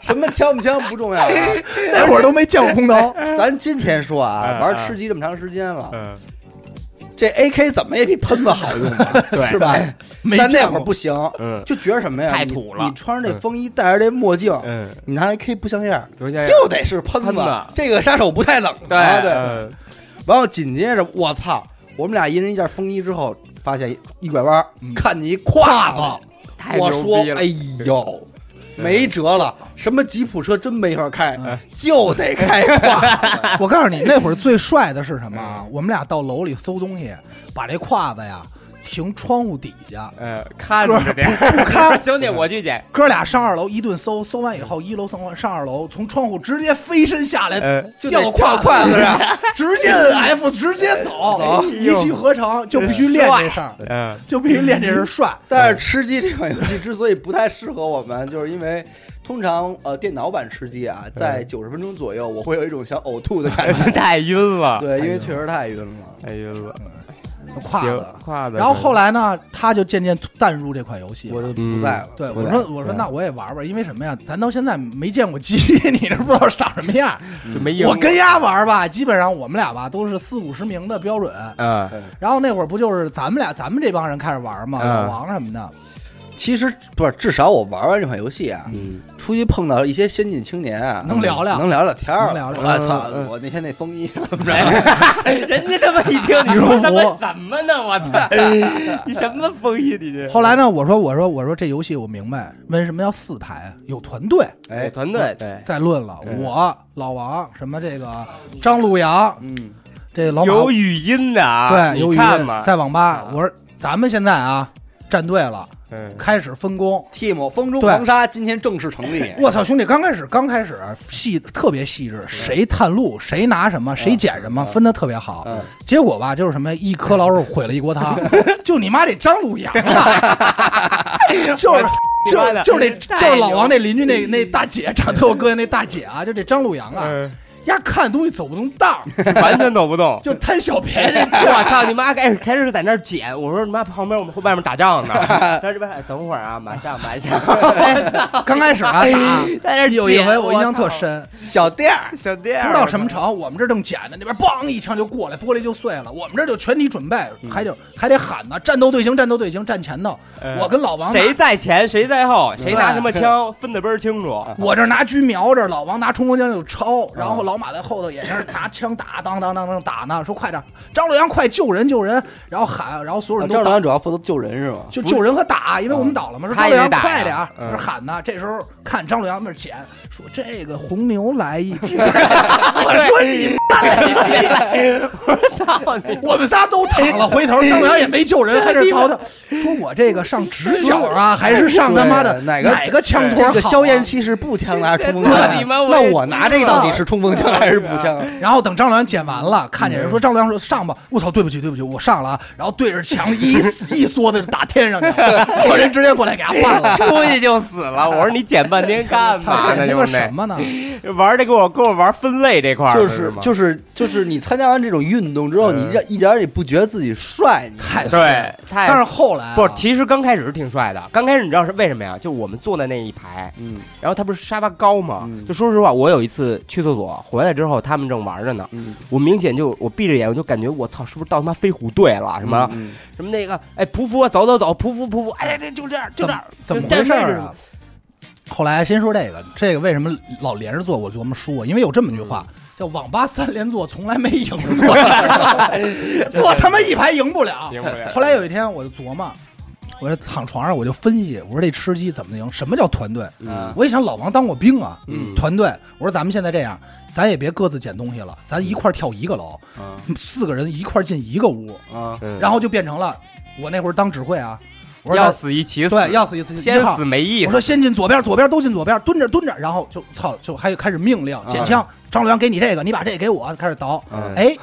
[SPEAKER 1] 什么枪不枪不重要、啊，
[SPEAKER 2] 哎那会儿都没见过空 投，
[SPEAKER 1] 咱今天说啊，
[SPEAKER 3] 嗯
[SPEAKER 1] 玩吃鸡这么长时间了，
[SPEAKER 3] 嗯，
[SPEAKER 1] 这 AK 怎么也比喷子好用吧？
[SPEAKER 3] 对哎
[SPEAKER 1] 是吧？
[SPEAKER 2] 没
[SPEAKER 1] 但
[SPEAKER 2] 见
[SPEAKER 1] 那
[SPEAKER 2] 过
[SPEAKER 1] 会儿不行，
[SPEAKER 3] 嗯
[SPEAKER 1] 就觉得什么呀？
[SPEAKER 3] 太
[SPEAKER 1] 你
[SPEAKER 3] 土了
[SPEAKER 1] 你穿着这风衣，戴着这墨镜，
[SPEAKER 3] 嗯
[SPEAKER 1] 你拿 AK 不像样儿，
[SPEAKER 3] 不像样儿
[SPEAKER 1] 就得是喷
[SPEAKER 3] 喷
[SPEAKER 1] 子
[SPEAKER 3] 子。
[SPEAKER 1] 这个杀手不太冷啊，
[SPEAKER 3] 对
[SPEAKER 1] 对。
[SPEAKER 3] 嗯
[SPEAKER 1] 然后紧接着，我操，我们俩一人一件风衣之后，发现一拐弯儿，看见一胯子，
[SPEAKER 3] 太
[SPEAKER 1] 我
[SPEAKER 3] 牛
[SPEAKER 1] 说
[SPEAKER 3] 逼：“了
[SPEAKER 1] 哎呦，没辙了，什么吉普车真没法开，就得开胯子。
[SPEAKER 2] 我告诉你，那会儿最帅的是什么啊？我们俩到楼里搜东西，把这胯子呀停窗户底下，
[SPEAKER 3] 呃，看着点儿，
[SPEAKER 2] 看
[SPEAKER 3] 兄弟，我去捡，
[SPEAKER 2] 哥俩上二楼一顿搜，搜完以后一楼上上二楼，从窗户直接飞身下来
[SPEAKER 3] 呃，
[SPEAKER 1] 就
[SPEAKER 2] 掉
[SPEAKER 1] 得
[SPEAKER 2] 胯
[SPEAKER 1] 跳胯子上，
[SPEAKER 2] 直接摁 F，直接走，
[SPEAKER 1] 走
[SPEAKER 2] 一气呵成，就必须练这事儿，
[SPEAKER 3] 嗯，
[SPEAKER 2] 就必须练这事儿帅。
[SPEAKER 1] 但是吃鸡这款游戏之所以不太适合我们，就是因为通常呃电脑版吃鸡啊，在九十分钟左右，我会有一种想呕吐的感 觉。
[SPEAKER 3] 太晕了，
[SPEAKER 1] 对，因为确实太晕了。
[SPEAKER 3] 太晕了，
[SPEAKER 2] 胯
[SPEAKER 3] 行
[SPEAKER 2] 子。
[SPEAKER 3] 胯子。
[SPEAKER 2] 然后后来呢，他就渐渐淡入这款游戏了。
[SPEAKER 1] 我就
[SPEAKER 3] 嗯
[SPEAKER 1] 不在了。
[SPEAKER 2] 对
[SPEAKER 1] 不
[SPEAKER 2] 我
[SPEAKER 1] 在
[SPEAKER 2] 说
[SPEAKER 1] 了，
[SPEAKER 2] 我说
[SPEAKER 1] 对
[SPEAKER 2] 那我也玩玩，因为什么呀？咱到现在没见过鸡，你这不知道长什么样。
[SPEAKER 3] 就没赢过，
[SPEAKER 2] 我跟丫玩吧，基本上我们俩吧都是四五十名的标准。
[SPEAKER 3] 嗯
[SPEAKER 2] 然后那会儿不就是咱们俩咱们这帮人开始玩嘛，
[SPEAKER 3] 嗯
[SPEAKER 2] 老王什么的，
[SPEAKER 1] 其实不是，至少我玩完这款游戏啊，
[SPEAKER 3] 嗯，
[SPEAKER 1] 出去碰到一些先进青年啊，
[SPEAKER 2] 能聊聊
[SPEAKER 1] 能聊聊天儿。
[SPEAKER 2] 能聊聊
[SPEAKER 1] 我操
[SPEAKER 3] 嗯嗯！
[SPEAKER 1] 我那天那风 衣，
[SPEAKER 3] 人家他妈一听你
[SPEAKER 2] 说
[SPEAKER 3] 说
[SPEAKER 2] 他
[SPEAKER 3] 他
[SPEAKER 2] 妈
[SPEAKER 3] 妈什么呢？我操！你什么风衣？你这
[SPEAKER 2] 后来呢，我说我说我说这游戏我明白为什么要四排，啊有团队
[SPEAKER 1] 哎，
[SPEAKER 3] 团队对
[SPEAKER 2] 在论了。
[SPEAKER 3] 嗯
[SPEAKER 2] 我老王什么这个张路阳，
[SPEAKER 1] 嗯，
[SPEAKER 2] 这老马
[SPEAKER 3] 有语音的啊，
[SPEAKER 2] 对有
[SPEAKER 3] 你
[SPEAKER 2] 语
[SPEAKER 3] 看啊
[SPEAKER 2] 音
[SPEAKER 3] 嘛，
[SPEAKER 2] 在网吧，我说咱们现在啊站队了，
[SPEAKER 3] 嗯
[SPEAKER 2] 开始分工。
[SPEAKER 1] team 风中
[SPEAKER 2] 对
[SPEAKER 1] 狂沙今天正式成立。
[SPEAKER 3] 哎
[SPEAKER 2] 我操，兄弟，刚开始刚开始细特别细
[SPEAKER 3] 嗯
[SPEAKER 2] 致，谁探路谁拿什么谁捡什么，分的特别好。
[SPEAKER 1] 嗯
[SPEAKER 2] 结果吧，就是什么一颗老鼠毁了一锅 汤，就你妈这张鲁阳啊，就是。就
[SPEAKER 3] 妈的
[SPEAKER 2] 就是那，
[SPEAKER 3] 太
[SPEAKER 2] 就是
[SPEAKER 3] 牛
[SPEAKER 2] 老王那邻居那那大姐，长得我哥那大姐啊，就这张鲁阳啊，
[SPEAKER 3] 嗯
[SPEAKER 2] 丫看东西走不动道儿，
[SPEAKER 3] 完全走 不动。
[SPEAKER 2] 就贪小便 宜。
[SPEAKER 3] 我操！你妈哎开始开始在那儿捡，我说你妈旁边我们外面打仗 呢，在这边哎等会儿啊，马上马上，
[SPEAKER 2] 哎刚开始啊打，
[SPEAKER 3] 在那儿捡
[SPEAKER 2] 有一回我印象特，深，
[SPEAKER 1] 小店儿，
[SPEAKER 3] 小店
[SPEAKER 2] 不知道什么城，我们这正捡呢，那边梆一枪就过来，玻璃就碎了。我们这就全体准备，还得还得喊呢，战斗队形，战斗队形，站前头。
[SPEAKER 3] 嗯
[SPEAKER 2] 我跟老王拿
[SPEAKER 3] 谁在前谁在后，谁拿
[SPEAKER 2] 对
[SPEAKER 3] 什么枪分得倍儿清楚。
[SPEAKER 2] 我这拿狙瞄着，老王拿冲锋枪就抄，然后老马在后头也是拿枪打，当当当当打呢，说快点，张洛阳快救人救人，然后喊，然后所有人
[SPEAKER 1] 张老
[SPEAKER 2] 都打
[SPEAKER 1] 板，啊主要负责救人是吗？
[SPEAKER 2] 就救人和打，因为我们倒了嘛，说
[SPEAKER 3] 他
[SPEAKER 2] 张
[SPEAKER 3] 也
[SPEAKER 2] 洛阳
[SPEAKER 3] 得打呀
[SPEAKER 2] 快点儿，
[SPEAKER 3] 嗯
[SPEAKER 2] 这喊呢。这时候看张洛阳那儿捡，说这个红牛来一瓶，我说你妈了你
[SPEAKER 3] 操
[SPEAKER 1] 哎
[SPEAKER 3] 你！
[SPEAKER 2] 我们仨都躺了，回头张良也没救人，还是逃的。说我这个上直角啊，还是上他妈的
[SPEAKER 1] 对哪
[SPEAKER 2] 个
[SPEAKER 1] 个
[SPEAKER 2] 枪托
[SPEAKER 1] 这
[SPEAKER 2] 好啊？
[SPEAKER 1] 个硝烟气是不枪拿冲锋
[SPEAKER 3] 对
[SPEAKER 1] 枪
[SPEAKER 3] 你
[SPEAKER 1] 的，
[SPEAKER 3] 妈我
[SPEAKER 1] 那
[SPEAKER 3] 也
[SPEAKER 1] 我
[SPEAKER 3] 记
[SPEAKER 1] 拿
[SPEAKER 3] 住
[SPEAKER 1] 这到底
[SPEAKER 3] 了
[SPEAKER 1] 是冲锋枪还是步枪？啊
[SPEAKER 2] 然后等张良剪完了，看见人说张良说上吧，我操，对不起对不起，我上了啊，然后对着墙一一梭子就打天上去了，我人直接过来给他换 了。
[SPEAKER 3] 出去就死了。我说你捡半天干
[SPEAKER 2] 操，
[SPEAKER 3] 嘛
[SPEAKER 2] 剪
[SPEAKER 3] 呢，
[SPEAKER 2] 他
[SPEAKER 3] 兄
[SPEAKER 2] 妈
[SPEAKER 3] 弟
[SPEAKER 2] 什？么呢？
[SPEAKER 3] 玩这给我跟我玩分类这块儿
[SPEAKER 1] 就
[SPEAKER 3] 呢
[SPEAKER 1] 是
[SPEAKER 3] 吗？
[SPEAKER 1] 就是就是你参加完这种运动之后，你
[SPEAKER 3] 嗯
[SPEAKER 1] 让一点儿也不觉得自己帅，你
[SPEAKER 2] 太
[SPEAKER 3] 对
[SPEAKER 2] 损了，
[SPEAKER 3] 太
[SPEAKER 2] 但是后来啊
[SPEAKER 3] 不，其实刚开始是挺帅的。刚开始你知道是为什么呀？就我们坐在那一排，
[SPEAKER 1] 嗯
[SPEAKER 3] 然后他不是沙发高吗？
[SPEAKER 1] 嗯
[SPEAKER 3] 就说实话，我有一次去厕所回来之后，他们正玩着呢，
[SPEAKER 1] 嗯，
[SPEAKER 3] 我明显就我闭着眼，我就感觉我操，是不是到他妈飞虎队了？什么、
[SPEAKER 1] 嗯
[SPEAKER 3] 什么那个哎匍匐啊走走走匍匐匍匐，哎这就这样就这样，
[SPEAKER 2] 怎么
[SPEAKER 3] 就
[SPEAKER 2] 回事
[SPEAKER 3] 站位
[SPEAKER 2] 儿
[SPEAKER 3] 置
[SPEAKER 2] 啊？后来先说这个，这个为什么老连着做？我琢磨输啊，因为有这么句话叫“网吧三连坐从来没赢过”，坐他妈一排赢不了。
[SPEAKER 3] 赢不了
[SPEAKER 2] 后来有一天我就琢磨，我就躺床上我就分析，我说这吃鸡怎么能赢？什么叫团队？
[SPEAKER 3] 嗯
[SPEAKER 2] 我一想老王当过兵啊，
[SPEAKER 3] 嗯
[SPEAKER 2] 团队。我说咱们现在这样，咱也别各自捡东西了，咱一块儿跳一个楼，
[SPEAKER 1] 啊
[SPEAKER 2] 四个人一块儿进一个屋，
[SPEAKER 1] 啊，
[SPEAKER 3] 嗯
[SPEAKER 2] 然后就变成了我那会儿当指挥啊，我说
[SPEAKER 3] 要
[SPEAKER 2] 咱
[SPEAKER 3] 死一起死，
[SPEAKER 2] 对要死一次性一
[SPEAKER 3] 先
[SPEAKER 2] 号
[SPEAKER 3] 死没意
[SPEAKER 2] 我
[SPEAKER 3] 思。
[SPEAKER 2] 说先进左边，左边都进左边，蹲着蹲着，然后就操，就还有开始命
[SPEAKER 3] 啊
[SPEAKER 2] 令捡枪，张良给你这个，你把这个给我，开始倒，
[SPEAKER 1] 嗯
[SPEAKER 2] 哎，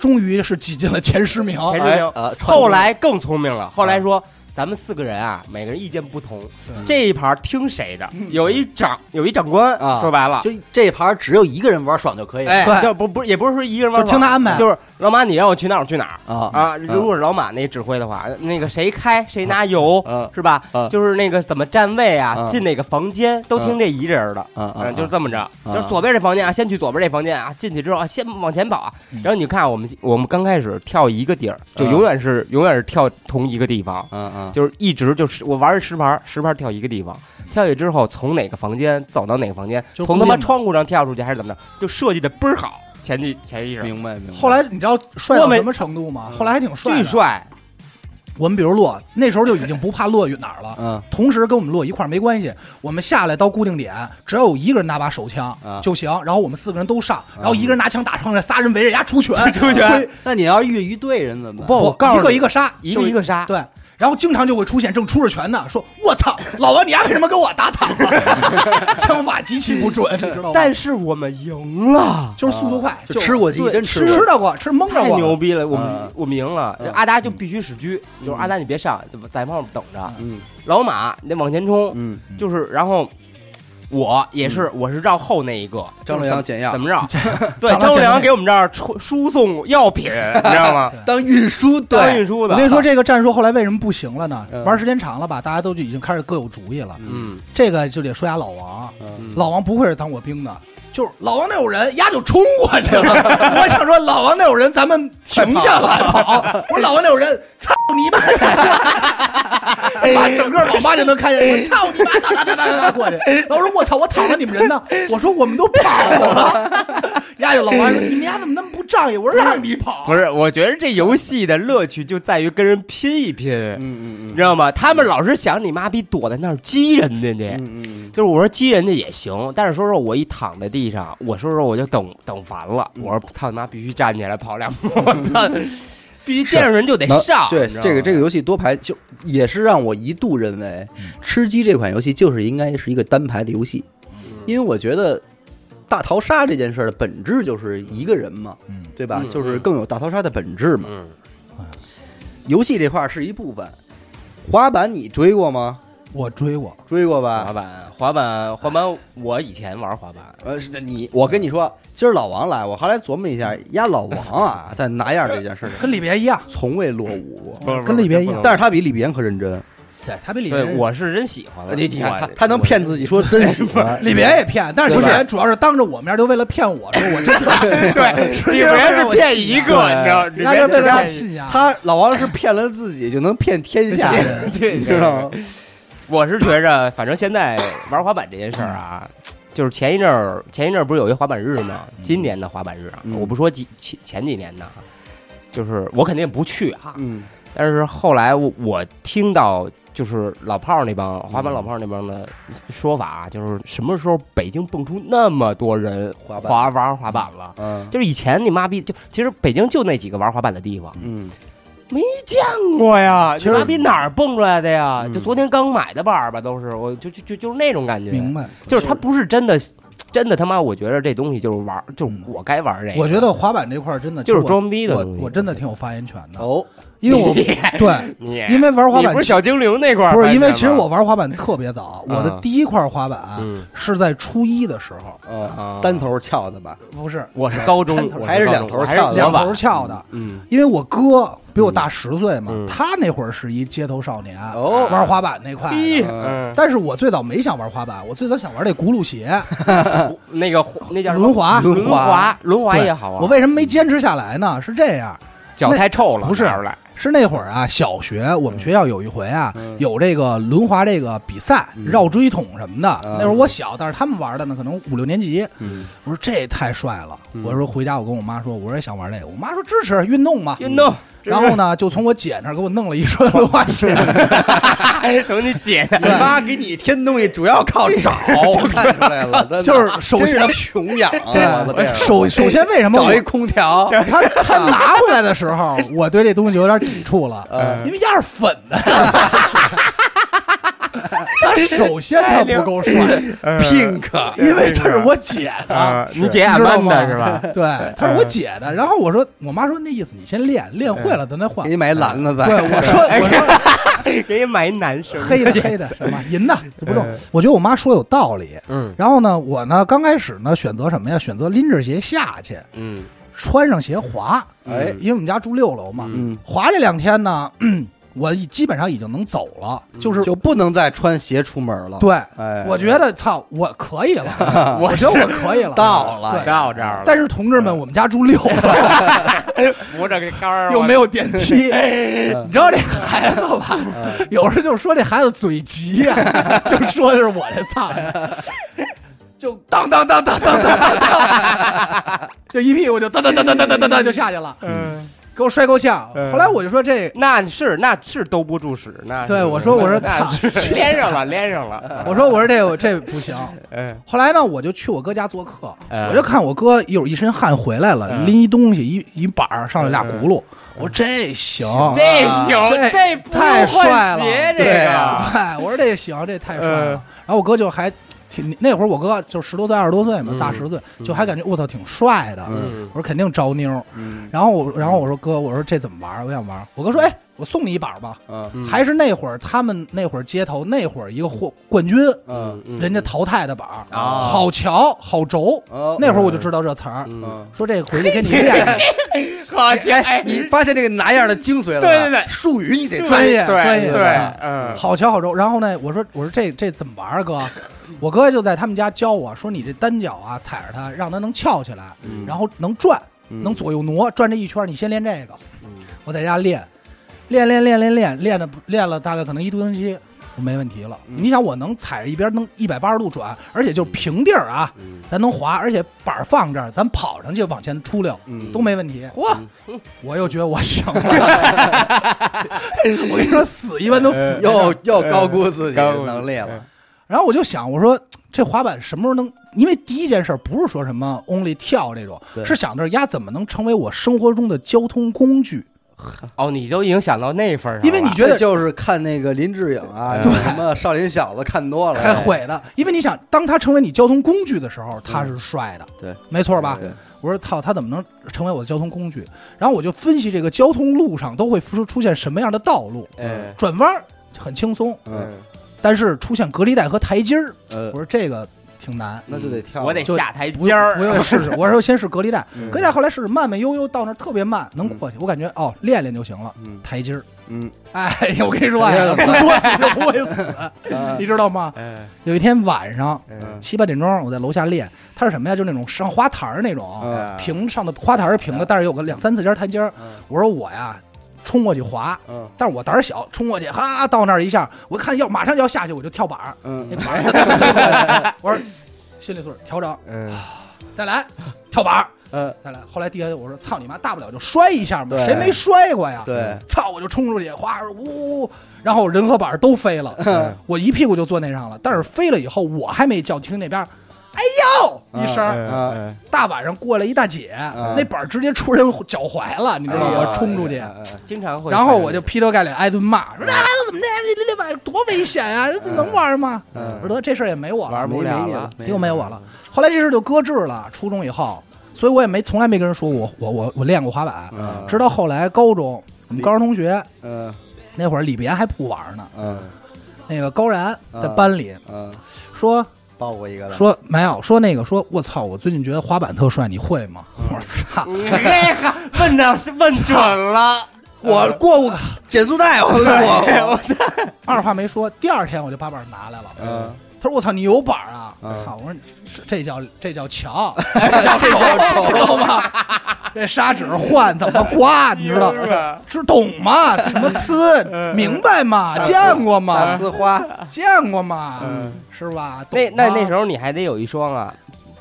[SPEAKER 2] 终于是挤进了前十名。
[SPEAKER 3] 前
[SPEAKER 1] 哎
[SPEAKER 3] 十名
[SPEAKER 1] 啊，传
[SPEAKER 3] 后来更聪明了，后来说。咱们四个人啊，每个人意见不同，这一盘听谁的？有一长有一长官
[SPEAKER 4] 啊，
[SPEAKER 3] 说白了，
[SPEAKER 4] 就这盘只有一个人玩爽就可以了。
[SPEAKER 3] 哎，
[SPEAKER 2] 对
[SPEAKER 3] 就不不也不是说一个人玩，
[SPEAKER 2] 就听他安排
[SPEAKER 3] 就是老马你让我去哪儿我去哪儿
[SPEAKER 1] 嗯
[SPEAKER 4] 啊
[SPEAKER 3] 啊。如果是老马那指挥的话，那个谁开谁拿油
[SPEAKER 4] 嗯
[SPEAKER 3] 是吧
[SPEAKER 4] 嗯？
[SPEAKER 3] 就是那个怎么站位啊
[SPEAKER 4] 嗯，
[SPEAKER 3] 进哪个房间都听这一人的，
[SPEAKER 1] 啊
[SPEAKER 4] 嗯嗯
[SPEAKER 3] 嗯，就是
[SPEAKER 4] 嗯
[SPEAKER 3] 这么着，
[SPEAKER 4] 嗯
[SPEAKER 3] 就是左边这房间啊，先去左边这房间啊，进去之后啊，先往前跑啊。然后你看我们我们刚开始跳一个地儿，就
[SPEAKER 4] 嗯
[SPEAKER 3] 永远是永远是跳同一个地方，
[SPEAKER 1] 啊
[SPEAKER 4] 嗯嗯，
[SPEAKER 3] 就是一直就是我玩十盘，十盘跳一个地方，跳下去之后从哪个房间走到哪个房间，
[SPEAKER 2] 就是
[SPEAKER 3] 从他
[SPEAKER 2] 固
[SPEAKER 3] 妈
[SPEAKER 2] 定的
[SPEAKER 3] 窗户上跳出去还是怎么着，就设计的倍儿好，前提前一阵
[SPEAKER 4] 明白明白。
[SPEAKER 2] 后来你知道帅到
[SPEAKER 3] 我们
[SPEAKER 2] 什么程度吗？后来还挺帅的。
[SPEAKER 3] 巨帅，
[SPEAKER 2] 我们比如落那时候就已经不怕落于哪儿 了，
[SPEAKER 4] 嗯
[SPEAKER 2] 同时跟我们落一块儿没关系。我们下来到固定点，只要有一个人拿把手枪
[SPEAKER 4] 啊
[SPEAKER 2] 就行，然后我们四个人都上，然后一个人拿枪打上来，仨人围着人家出拳，
[SPEAKER 3] 啊出拳
[SPEAKER 2] 推，
[SPEAKER 4] 那你要是遇一队人怎么办？
[SPEAKER 3] 不我告诉
[SPEAKER 2] 一个
[SPEAKER 3] 你
[SPEAKER 2] 一个杀，
[SPEAKER 3] 一
[SPEAKER 2] 就
[SPEAKER 3] 个一个杀。
[SPEAKER 2] 对，然后经常就会出现正出着拳呢，说“我操，老王你丫为什么跟我打躺了？” 枪法极其不准，你知道吗？
[SPEAKER 3] 但是啊我们赢了，
[SPEAKER 2] 就是速度快，
[SPEAKER 1] 就吃过鸡
[SPEAKER 2] 对
[SPEAKER 1] 真吃
[SPEAKER 2] 吃
[SPEAKER 1] 过
[SPEAKER 2] 到过，吃蒙着
[SPEAKER 3] 太牛
[SPEAKER 2] 过。
[SPEAKER 3] 逼了，我们
[SPEAKER 4] 嗯
[SPEAKER 3] 我们赢了。这阿达就必须使狙，就是阿达你别上，在旁边等着。
[SPEAKER 1] 嗯
[SPEAKER 3] 老马你得往前冲，
[SPEAKER 1] 嗯，
[SPEAKER 3] 就是然后。我也是，我是绕后那一个。
[SPEAKER 1] 张
[SPEAKER 3] 就是
[SPEAKER 1] 良
[SPEAKER 3] 怎
[SPEAKER 1] 捡药
[SPEAKER 3] 怎么绕？对，
[SPEAKER 2] 张良
[SPEAKER 3] 张
[SPEAKER 2] 捡
[SPEAKER 3] 良
[SPEAKER 2] 药
[SPEAKER 3] 给我们这儿出输送药品，你知道吗？
[SPEAKER 1] 当运输
[SPEAKER 3] 当
[SPEAKER 1] 队
[SPEAKER 3] 运输
[SPEAKER 2] 我
[SPEAKER 3] 的。
[SPEAKER 2] 跟你 说，这个战术后来为什么不行了呢？
[SPEAKER 4] 嗯
[SPEAKER 2] 玩时间长了吧，大家都就已经开始各有主意了。
[SPEAKER 3] 嗯，
[SPEAKER 2] 这个就得说下老王，
[SPEAKER 4] 嗯
[SPEAKER 2] 老王不愧是当过兵的，就是老王那种人，丫就冲过去了。 我想说，老王那种人，咱们停下来跑。我说老王那种人，操你妈的！ 把整个网吧就能看见，我操你妈！哒哒哒哒哒过去。然后我说我操，我躺着你们人呢。我说我们都跑了。 丫就老王说你们丫怎么那么不仗义？我说让你跑
[SPEAKER 3] 不。是，我觉得这游戏的乐趣就在于跟人拼一拼，
[SPEAKER 1] 嗯
[SPEAKER 3] 你知道吗？他们老是想你妈逼躲在那儿激人家去，
[SPEAKER 1] 嗯嗯
[SPEAKER 3] 就是我说激人家也行，但是说说我一躺在地上，我说说我就等等烦了，
[SPEAKER 1] 嗯
[SPEAKER 3] 我说操你妈必须站起来跑两步，我 操，必须见着人就得
[SPEAKER 1] 能
[SPEAKER 3] 上。
[SPEAKER 1] 对
[SPEAKER 3] 你知道吗
[SPEAKER 1] 这个这个游戏多排就也是让我一度认为
[SPEAKER 3] 嗯
[SPEAKER 1] 吃鸡这款游戏就是应该是一个单排的游戏，因为我觉得大逃杀这件事儿的本质就是一个人嘛，
[SPEAKER 2] 嗯
[SPEAKER 1] 对吧？
[SPEAKER 3] 嗯
[SPEAKER 1] 就是更有大逃杀的本质嘛。
[SPEAKER 3] 嗯，
[SPEAKER 1] 游戏这块儿是一部分，滑板你追过吗？
[SPEAKER 2] 我追我，
[SPEAKER 1] 追过吧
[SPEAKER 3] 滑？板滑板滑板，我以前玩滑板，
[SPEAKER 1] 呃，是的，你我跟你说，今儿老王来，我后来琢磨一下，压老王啊，在拿样这件事情，
[SPEAKER 2] 跟李别一样，
[SPEAKER 1] 从未落伍过。
[SPEAKER 2] 不是跟李别一样
[SPEAKER 1] 但
[SPEAKER 3] 但
[SPEAKER 1] 是
[SPEAKER 3] 是
[SPEAKER 1] 他比李岩可认真，
[SPEAKER 2] 对他比李
[SPEAKER 3] 对我是真喜欢了，
[SPEAKER 1] 呃你你看
[SPEAKER 3] 我
[SPEAKER 1] 他他能骗自己说真喜欢，
[SPEAKER 2] 李别也骗，但是李别主要是当着我面就为了骗我，说我真的
[SPEAKER 3] 对，李别是骗一个，你知
[SPEAKER 1] 对
[SPEAKER 3] 道，里
[SPEAKER 2] 那
[SPEAKER 3] 边
[SPEAKER 2] 就被
[SPEAKER 3] 是
[SPEAKER 2] 他
[SPEAKER 3] 骗一
[SPEAKER 2] 信呀。
[SPEAKER 1] 他老王是骗了自己，就能骗天下人，
[SPEAKER 3] 对，
[SPEAKER 1] 你
[SPEAKER 3] 你
[SPEAKER 1] 知道吗？？
[SPEAKER 3] 我是觉着，反正现在玩滑板这件事儿啊，就是前一阵儿，前一阵儿不是有一滑板日吗？今年的滑板日啊，
[SPEAKER 1] 嗯
[SPEAKER 3] 我不说几前前几年的啊，就是我肯定不去啊。
[SPEAKER 1] 嗯
[SPEAKER 3] 但是后来我我听到就是老炮儿那帮滑板老炮儿那帮的说法啊，就是什么时候北京蹦出那么多人
[SPEAKER 1] 滑板
[SPEAKER 3] 滑玩滑板了？
[SPEAKER 1] 嗯
[SPEAKER 3] 就是以前你妈逼，就其实北京就那几个玩滑板的地方，
[SPEAKER 1] 嗯，
[SPEAKER 3] 没见过呀，你
[SPEAKER 1] 实
[SPEAKER 3] 妈逼哪儿蹦出来的呀？
[SPEAKER 1] 嗯
[SPEAKER 3] 就昨天刚买的板儿吧，都是，我就就就就是那种感觉，
[SPEAKER 2] 明白，
[SPEAKER 3] 就是它不是真的真的他妈，我觉得这东西就是玩儿，就是我该玩儿这个。
[SPEAKER 2] 嗯我觉得滑板这块儿真的
[SPEAKER 3] 就是
[SPEAKER 2] 其实我
[SPEAKER 3] 装逼的
[SPEAKER 2] 我
[SPEAKER 3] 东西
[SPEAKER 2] 我真的挺有发言权的，
[SPEAKER 1] 哦，
[SPEAKER 2] 因 为我对，
[SPEAKER 3] 你
[SPEAKER 2] 因为玩滑
[SPEAKER 3] 你
[SPEAKER 2] 板
[SPEAKER 3] 不是小精灵那块儿
[SPEAKER 2] 不是因为
[SPEAKER 3] 发现
[SPEAKER 2] 其实
[SPEAKER 3] 吗
[SPEAKER 2] 我玩滑板特别早，我的
[SPEAKER 3] 嗯
[SPEAKER 2] 第一块滑板
[SPEAKER 3] 嗯
[SPEAKER 2] 是在初一的时候，
[SPEAKER 1] 呃，单头翘的吧？
[SPEAKER 2] 不是
[SPEAKER 3] 我是高 中，我
[SPEAKER 1] 还是
[SPEAKER 3] 高
[SPEAKER 1] 两
[SPEAKER 3] 中
[SPEAKER 1] 头
[SPEAKER 3] 我还是
[SPEAKER 1] 翘的
[SPEAKER 3] 两
[SPEAKER 2] 两
[SPEAKER 3] 晚
[SPEAKER 2] 头翘的，
[SPEAKER 3] 嗯
[SPEAKER 2] 因为我哥比我大十岁嘛
[SPEAKER 3] 嗯，
[SPEAKER 2] 他那会儿是一街头少年，
[SPEAKER 1] 哦
[SPEAKER 2] 玩滑板那块的。
[SPEAKER 3] 嗯，
[SPEAKER 2] 但是我最早没想玩滑板，我最早想玩这轱辘鞋、
[SPEAKER 3] 嗯那个那叫什么啊
[SPEAKER 2] 轮滑。
[SPEAKER 3] 轮滑轮滑
[SPEAKER 2] 对
[SPEAKER 3] 也好啊，
[SPEAKER 2] 我为什么没坚持下来呢？是这样，
[SPEAKER 3] 脚太臭了，
[SPEAKER 2] 不是
[SPEAKER 3] 哪儿来
[SPEAKER 2] 是那会儿啊，小学我们学校有一回啊，
[SPEAKER 1] 嗯
[SPEAKER 2] 有这个轮滑这个比赛，绕锥桶什么
[SPEAKER 1] 啊
[SPEAKER 2] 的。那会儿我小，但是他们玩的呢，可能五六年级。
[SPEAKER 1] 嗯
[SPEAKER 2] 我说这也太帅了！我说回家我跟我妈说，我说也想玩这个。我妈说支持运动嘛，
[SPEAKER 3] 运动。
[SPEAKER 2] 然后呢，就从我姐那儿给我弄了一双轮滑 鞋。
[SPEAKER 3] 哎，等你姐
[SPEAKER 1] 你妈给你添东西主要靠 找，看出来 了，真的
[SPEAKER 2] 就是首先
[SPEAKER 1] 真是穷养啊，我的天
[SPEAKER 2] 首首先为什么
[SPEAKER 1] 找
[SPEAKER 2] 我
[SPEAKER 1] 一空调，
[SPEAKER 2] 他他拿回来的时候，我对这东西有点抵触了，
[SPEAKER 3] 嗯
[SPEAKER 2] 因为压是粉的。他首先他不够帅，
[SPEAKER 1] pink，
[SPEAKER 2] 因为他是我姐的，
[SPEAKER 3] 啊，你姐俺
[SPEAKER 2] 知道
[SPEAKER 3] 班
[SPEAKER 2] 吗？
[SPEAKER 3] 的是吧？？嗯
[SPEAKER 2] 对，他是我姐的。然后我说，我妈说那意思你先练，练
[SPEAKER 3] 嗯
[SPEAKER 2] 会了咱再换
[SPEAKER 1] 给。你买篮子
[SPEAKER 2] 对，
[SPEAKER 1] 在，
[SPEAKER 2] 我说我说
[SPEAKER 3] 哎 给你买一男生
[SPEAKER 2] 黑的黑的什么银的这不重
[SPEAKER 3] 嗯，
[SPEAKER 2] 我觉得我妈说有道理。
[SPEAKER 3] 嗯
[SPEAKER 2] 然后呢，我呢刚开始呢选择什么呀？选择拎着鞋下去，
[SPEAKER 3] 嗯
[SPEAKER 2] 穿上鞋滑。嗯
[SPEAKER 1] 哎
[SPEAKER 2] 因为我们家住六楼嘛，
[SPEAKER 1] 嗯
[SPEAKER 2] 滑这两天呢， 我已基本上已经能走了，就是
[SPEAKER 1] 嗯就不能再穿鞋出门了。
[SPEAKER 2] 对，
[SPEAKER 1] 哎
[SPEAKER 2] 我觉得操，我可以 了，啊我觉得我可以了，
[SPEAKER 1] 到了嗯
[SPEAKER 2] 对
[SPEAKER 3] 到这儿了，
[SPEAKER 2] 但是同志们，我们家住六楼，
[SPEAKER 3] 扶着个杆儿
[SPEAKER 2] 又没
[SPEAKER 3] 有
[SPEAKER 2] 有电 梯，哎
[SPEAKER 3] 嗯
[SPEAKER 2] 你知道这孩子吧？ 有时候就说这孩子嘴急呀，就说的是我这操，就当当当当当当当当， 就一屁股就当当当当当当当就下去了，
[SPEAKER 3] 嗯，
[SPEAKER 2] 给我摔够呛。后来我就说这
[SPEAKER 3] 那是那是兜不住屎，那是
[SPEAKER 2] 对我说我说
[SPEAKER 3] 那
[SPEAKER 2] 操
[SPEAKER 3] 是连上了连上了，
[SPEAKER 2] 我说我说这我这不 行。
[SPEAKER 3] 嗯
[SPEAKER 2] 后来呢，我就去我哥家做客，
[SPEAKER 3] 嗯
[SPEAKER 2] 我就看我哥一会儿一身汗回来了，
[SPEAKER 3] 嗯
[SPEAKER 2] 拎一东西一一板儿上来俩轱辘，我说这行，啊
[SPEAKER 3] 这行
[SPEAKER 2] 这
[SPEAKER 3] 不用
[SPEAKER 2] 太帅了，
[SPEAKER 3] 换鞋这
[SPEAKER 2] 对
[SPEAKER 3] 个
[SPEAKER 2] 啊，对，我说这行，这太帅了
[SPEAKER 3] 嗯。
[SPEAKER 2] 然后我哥就还挺那会儿我哥就十多岁二十多岁嘛，
[SPEAKER 3] 嗯
[SPEAKER 2] 大十岁，就还感觉我操挺帅的，我说肯定招妞儿。
[SPEAKER 1] 嗯
[SPEAKER 2] 然后我然后我说哥，我说这怎么玩儿？我想玩儿。我哥说哎，我送你一板儿吧。
[SPEAKER 1] 嗯
[SPEAKER 2] 还是那会儿，他们那会儿街头那会儿一个获冠军，
[SPEAKER 1] 嗯
[SPEAKER 2] 人家淘汰的板儿，
[SPEAKER 3] 啊
[SPEAKER 2] 好瞧好轴。
[SPEAKER 1] 哦
[SPEAKER 2] 那会儿我就知道这词儿，
[SPEAKER 1] 嗯
[SPEAKER 2] 说这回去给你练练，
[SPEAKER 3] 好鞋哎
[SPEAKER 1] 你发现这个拿样的精髓了吧？
[SPEAKER 3] 对对对
[SPEAKER 1] 术语你得
[SPEAKER 2] 专业专
[SPEAKER 3] 对
[SPEAKER 2] 业
[SPEAKER 3] 对
[SPEAKER 2] 的
[SPEAKER 3] 嗯
[SPEAKER 2] 好瞧好轴。然后呢，我说我说这这怎么玩啊，哥？我哥就在他们家教我说，你这单脚啊踩着它，让它能翘起来，然后能转，能左右挪，转这一圈儿。你先练这个，我在家练，练练练练练练的练了大概可能一多星期，我没问题了。你想我能踩着一边能一百八十度转，而且就是平地儿啊，咱能滑，而且板儿放这儿，咱跑上去往前出溜，都没问题。嚯，我又觉得我行了。 我跟你说，死一般都死。
[SPEAKER 1] 又又高估自己
[SPEAKER 3] 高
[SPEAKER 1] 的
[SPEAKER 3] 估
[SPEAKER 1] 能力了。
[SPEAKER 2] 然后我就想，我说这滑板什么时候能？因为第一件事儿不是说什么 only 跳这种，是想着丫怎么能成为我生活中的交通工具。
[SPEAKER 3] 哦，你都已经想到那份儿上了，
[SPEAKER 2] 因为你觉
[SPEAKER 1] 这
[SPEAKER 2] 得
[SPEAKER 1] 就是看那个林志颖啊，
[SPEAKER 3] 对
[SPEAKER 1] 什么少林小子看多了，
[SPEAKER 2] 太毁了，因为你想，当他成为你交通工具的时候，他是帅的，
[SPEAKER 1] 嗯对，
[SPEAKER 2] 没错吧
[SPEAKER 1] 对？
[SPEAKER 2] 我说操，他怎么能成为我的交通工具？然后我就分析这个交通路上都会出出现什么样的道路，
[SPEAKER 3] 嗯
[SPEAKER 2] 转弯儿很轻松，
[SPEAKER 1] 嗯
[SPEAKER 2] 但是出现隔离带和台阶儿，我
[SPEAKER 1] 呃，
[SPEAKER 2] 说这个挺难。
[SPEAKER 1] 那就得跳了，
[SPEAKER 3] 我得
[SPEAKER 2] 就
[SPEAKER 3] 下台
[SPEAKER 2] 不
[SPEAKER 3] 阶
[SPEAKER 2] 用
[SPEAKER 3] 儿，
[SPEAKER 2] 不用试试。我说先试隔离带，
[SPEAKER 1] 嗯
[SPEAKER 2] 隔离带后来试试，慢慢悠悠到那儿特别慢，能过去。我感觉哦，练练就行了。
[SPEAKER 1] 嗯
[SPEAKER 2] 台阶儿，
[SPEAKER 1] 嗯，
[SPEAKER 2] 哎， 我跟你说呀，不作死就不会死，你知道吗？
[SPEAKER 3] 嗯
[SPEAKER 2] 有一天晚上
[SPEAKER 1] 嗯
[SPEAKER 2] 七八点钟，我在楼下练，它是什么呀？就那种上花坛儿那种，
[SPEAKER 1] 嗯
[SPEAKER 2] 平上的花坛儿是平的，但是有个两三次阶台阶儿。我说我呀，冲过去滑，
[SPEAKER 1] 嗯
[SPEAKER 2] 但是我胆儿小，冲过去哈到那儿一下，我看要马上就要下去，我就跳板儿，那
[SPEAKER 1] 嗯，
[SPEAKER 2] 板儿， 我说心里头调整，
[SPEAKER 3] 嗯，
[SPEAKER 2] 再来跳板儿，
[SPEAKER 1] 呃，
[SPEAKER 2] 再来。后来第二我说操你妈，大不了就摔一下嘛，
[SPEAKER 1] 对
[SPEAKER 2] 谁没摔过呀？
[SPEAKER 1] 对，
[SPEAKER 2] 操我就冲出去，哗呜呜呜，然后人和板儿都飞了，我一屁股就坐那上了。但是飞了以后，我还没叫听那边儿，哎呦一声儿，
[SPEAKER 1] 啊
[SPEAKER 3] 嗯
[SPEAKER 2] 大晚上过来一大姐，那板儿直接冲人脚踝了，你知道
[SPEAKER 1] 嗯哎
[SPEAKER 2] 吗？
[SPEAKER 1] 呀嗯
[SPEAKER 2] 我冲出去，
[SPEAKER 3] 经常会。
[SPEAKER 2] 然后我就劈头盖脸挨顿骂，说这孩子怎么这样？这这玩意儿多危险呀！这能玩吗？
[SPEAKER 1] 嗯
[SPEAKER 2] 我说得这事儿也没我了，
[SPEAKER 3] 玩不了了，
[SPEAKER 2] 又没有我了。后来这事儿就搁置了。初中以后，所以我也没从来没跟人说过我我我我练过滑板，直到后来高中，我们高中同学
[SPEAKER 1] 嗯
[SPEAKER 2] 那会儿李别还不玩呢，
[SPEAKER 1] 嗯
[SPEAKER 2] 那个高然在班里
[SPEAKER 1] 嗯，
[SPEAKER 2] 说
[SPEAKER 1] 抱过一个了，
[SPEAKER 2] 说没有说那个说我操，我最近觉得滑板特帅，你会吗？
[SPEAKER 1] 嗯
[SPEAKER 2] 我说操，
[SPEAKER 3] 哎呀，问到是问准了，
[SPEAKER 1] 我过过减速带，我我我，
[SPEAKER 2] 二话没说，第二天我就把板拿来了。
[SPEAKER 1] 嗯，
[SPEAKER 2] 他说：“我操，你有板儿啊！”
[SPEAKER 1] 嗯
[SPEAKER 2] 操，我说这这叫这 叫强，
[SPEAKER 1] 这叫
[SPEAKER 2] 知道吗？这砂纸换怎么刮，你知道？
[SPEAKER 1] 嗯
[SPEAKER 3] 吧？
[SPEAKER 2] 是 懂吗？什么呲，明白吗？见过
[SPEAKER 1] 大
[SPEAKER 2] 吗？
[SPEAKER 1] 嗯呲花，
[SPEAKER 2] 见过吗？
[SPEAKER 3] 嗯
[SPEAKER 2] 是吧？
[SPEAKER 3] 那
[SPEAKER 2] 懂
[SPEAKER 3] 那
[SPEAKER 2] 吗
[SPEAKER 3] 那时候你还得有一双啊，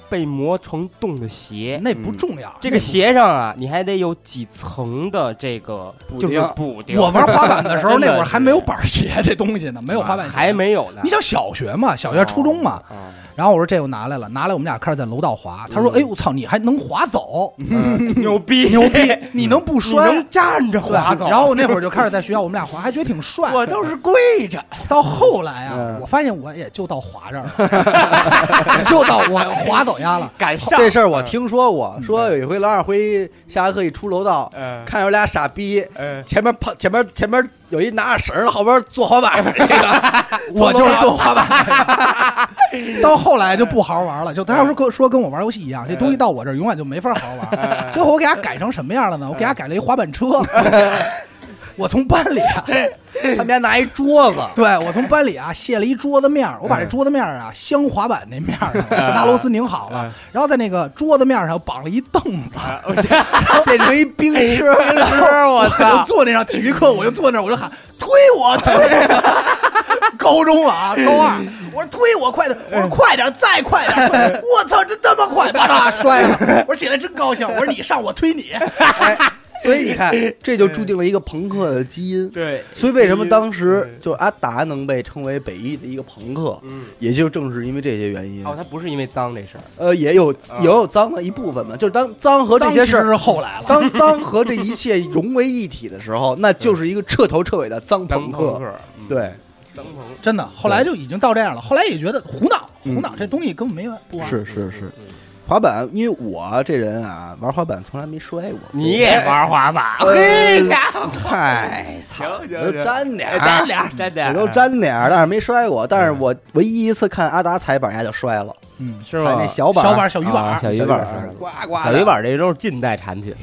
[SPEAKER 3] 被磨成洞的鞋。
[SPEAKER 2] 那不重要。
[SPEAKER 3] 嗯这个鞋上啊，你还得有几层的这个
[SPEAKER 1] 补
[SPEAKER 3] 就是
[SPEAKER 1] 丁
[SPEAKER 3] 补丁。
[SPEAKER 2] 我玩滑板的时候，
[SPEAKER 3] 真的
[SPEAKER 2] 那
[SPEAKER 3] 是
[SPEAKER 2] 会儿还没有板鞋这东西呢，没有滑板鞋，
[SPEAKER 3] 啊还。没有呢。
[SPEAKER 2] 你想小学嘛，小学初中嘛，
[SPEAKER 3] 啊
[SPEAKER 2] 然后我说这我拿来了，拿来我们俩开始在楼道滑。
[SPEAKER 3] 嗯
[SPEAKER 2] 他说：“哎呦，我操，你还能滑走，
[SPEAKER 3] 牛逼
[SPEAKER 2] 牛逼！你能不
[SPEAKER 3] 嗯你
[SPEAKER 2] 摔？
[SPEAKER 3] 能站着滑
[SPEAKER 2] 对
[SPEAKER 3] 走，
[SPEAKER 2] 然后那会儿就开始在学校，我们俩滑，还觉得挺帅。
[SPEAKER 3] 我嗯都是跪着。
[SPEAKER 2] 到后来啊，我发现我也就到滑这儿了，也 就到我滑走丫了。
[SPEAKER 3] 敢上 嗯
[SPEAKER 1] 这事儿我听说过，说有一回郎二辉下课一出楼道，
[SPEAKER 3] 嗯
[SPEAKER 1] 看有俩傻逼，
[SPEAKER 3] 嗯
[SPEAKER 1] 前面跑前面前面有一拿着绳儿的，后边坐滑 板那个，
[SPEAKER 2] 我就是
[SPEAKER 1] 坐滑板，
[SPEAKER 2] 到后来就不好好玩了，就他要是跟说跟我玩游戏一样，这东西到我这儿永远就没法好好玩。最后我给他改成什么样了呢？我给他改了一滑板车。哎 我从班里啊，
[SPEAKER 1] 他们家拿一桌 子，
[SPEAKER 2] 对我从班里啊卸了一桌子面儿，我把这桌子面儿啊镶滑板那面儿啊，把大螺丝拧好了，然后在那个桌子面上绑了一凳子，
[SPEAKER 1] 变成一冰
[SPEAKER 3] 哎
[SPEAKER 1] 车，
[SPEAKER 2] 我就坐那上体育课，我就坐那儿，我就喊推我推我。 高中了啊，高二，我说推我快点，
[SPEAKER 1] 嗯
[SPEAKER 2] 我说快点，再快点，快点我操，真他妈快，把他摔了。我说起来真高兴，我说你上，我推你。
[SPEAKER 1] 哎，所以你看，这就注定了一个朋克的基因。
[SPEAKER 3] 嗯对，
[SPEAKER 1] 所以为什么当时就阿达能被称为北艺的一个朋克，也就正是因为这些原因
[SPEAKER 3] 嗯哦，。他嗯不是因为脏这事儿，
[SPEAKER 1] 呃，也有也有脏的一部分嘛，就是当脏和这些事
[SPEAKER 2] 脏其实是
[SPEAKER 1] 儿，
[SPEAKER 2] 后来了，
[SPEAKER 1] 当脏和这一切融为一体的时候， 那就是一个彻头彻尾的脏朋克。，
[SPEAKER 3] 嗯
[SPEAKER 1] 对，
[SPEAKER 3] 脏朋克，
[SPEAKER 2] 真的，后来就已经到这样了。后来也觉得胡闹，胡闹，这东西根本没完不完。
[SPEAKER 1] 嗯是是是。滑板，因为我这人啊，玩滑板从来没摔过。
[SPEAKER 3] 你也玩滑板？
[SPEAKER 1] 哎
[SPEAKER 3] 嘿呀，
[SPEAKER 1] 嗨，操，
[SPEAKER 3] 行行
[SPEAKER 1] 我都
[SPEAKER 3] 行
[SPEAKER 1] 沾点儿，
[SPEAKER 3] 沾点儿沾点
[SPEAKER 1] 我
[SPEAKER 3] 儿，
[SPEAKER 1] 都沾点儿，但是没摔过。但是我唯一一次看阿达踩板，人家就摔了，
[SPEAKER 2] 嗯，
[SPEAKER 3] 是
[SPEAKER 1] 踩
[SPEAKER 3] 吗
[SPEAKER 1] 那？小板，
[SPEAKER 2] 小板儿小鱼板
[SPEAKER 3] 啊
[SPEAKER 2] 儿，
[SPEAKER 3] 小鱼
[SPEAKER 1] 小鱼
[SPEAKER 3] 板
[SPEAKER 1] 板
[SPEAKER 3] 儿
[SPEAKER 1] 儿
[SPEAKER 3] 是吧，小鱼板儿这都是近代产品，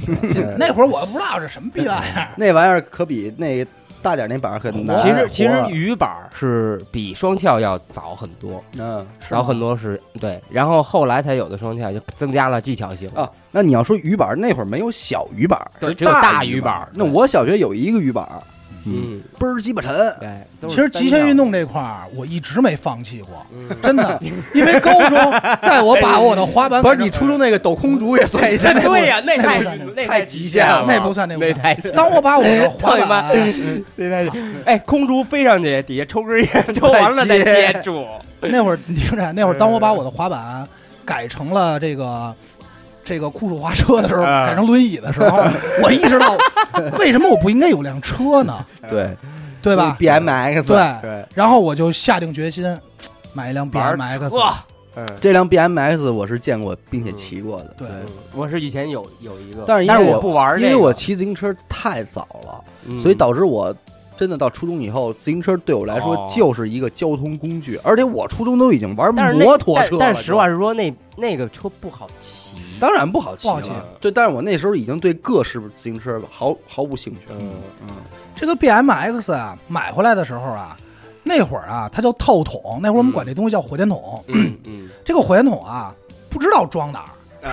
[SPEAKER 2] 那会儿我不知道是什么逼玩意 儿。
[SPEAKER 1] 那玩意儿可比那大点儿那板儿可难。
[SPEAKER 3] 其实其实
[SPEAKER 1] 活
[SPEAKER 3] 鱼板儿是比双翘要早很多，
[SPEAKER 1] 嗯
[SPEAKER 3] 早很多是对，然后后来才有的双翘啊就增加了技巧性
[SPEAKER 1] 啊，那你要说鱼板儿，那会儿没有小鱼板儿，
[SPEAKER 3] 对
[SPEAKER 1] 是
[SPEAKER 3] 只有
[SPEAKER 1] 大
[SPEAKER 3] 大鱼板儿
[SPEAKER 1] 那我小学有一个鱼板儿，
[SPEAKER 3] 嗯，
[SPEAKER 1] 倍儿鸡巴沉。
[SPEAKER 3] 对。都
[SPEAKER 2] 其
[SPEAKER 3] 是
[SPEAKER 2] 实极限运动这块儿，我一直没放弃过，
[SPEAKER 1] 嗯
[SPEAKER 2] 真 的，因为高中在我把我的滑板
[SPEAKER 1] 不是你初中那个抖空竹也算一下
[SPEAKER 3] 单，挑的，对呀，那
[SPEAKER 2] 那
[SPEAKER 3] 太
[SPEAKER 2] 不算
[SPEAKER 3] 那
[SPEAKER 1] 太极限了
[SPEAKER 2] 那不算那
[SPEAKER 3] 那
[SPEAKER 2] 不
[SPEAKER 3] 太
[SPEAKER 2] 算
[SPEAKER 3] 极。
[SPEAKER 2] 当我把我的滑
[SPEAKER 3] 太他妈
[SPEAKER 2] 板，
[SPEAKER 3] 对对对， 哎，空竹飞上去，底下抽根烟，抽完了再
[SPEAKER 1] 再接
[SPEAKER 3] 接住。
[SPEAKER 2] 那会儿你听着，那会儿当我把我的滑板改成了这个。这个酷暑滑车的时候，
[SPEAKER 3] 嗯
[SPEAKER 2] 改成轮椅的时候，我意识到为什么我不应该有辆车呢？
[SPEAKER 1] 对
[SPEAKER 2] 对吧？
[SPEAKER 1] ？B M X，
[SPEAKER 2] 对
[SPEAKER 3] 对，
[SPEAKER 2] 然后我就下定决心买一辆 B M X。
[SPEAKER 3] 哇，嗯，
[SPEAKER 1] 这辆 B M X 我是见过并且骑过的。
[SPEAKER 2] 对
[SPEAKER 3] 我是以前有有一个，
[SPEAKER 1] 但是因为
[SPEAKER 3] 但是
[SPEAKER 1] 我
[SPEAKER 3] 不玩这个，
[SPEAKER 1] 因为我骑自行车太早了，
[SPEAKER 3] 嗯
[SPEAKER 1] 所以导致我真的到初中以后，自行车对我来说
[SPEAKER 3] 哦
[SPEAKER 1] 就是一个交通工具，而且我初中都已经玩
[SPEAKER 3] 但是那
[SPEAKER 1] 摩托车了。
[SPEAKER 3] 但但实
[SPEAKER 1] 就
[SPEAKER 3] 话实说，那那个车不好骑。
[SPEAKER 1] 当然不好骑
[SPEAKER 2] 不好
[SPEAKER 1] 了，
[SPEAKER 2] 骑
[SPEAKER 1] 对，但是我那时候已经对各式自行车毫毫无兴趣。
[SPEAKER 3] 嗯
[SPEAKER 2] 这个 B M X 啊，买回来的时候啊，那会儿啊，它叫套筒，那会儿我们管这东西叫火箭筒。
[SPEAKER 3] 嗯嗯
[SPEAKER 2] 这个火箭筒啊，不知道装哪儿，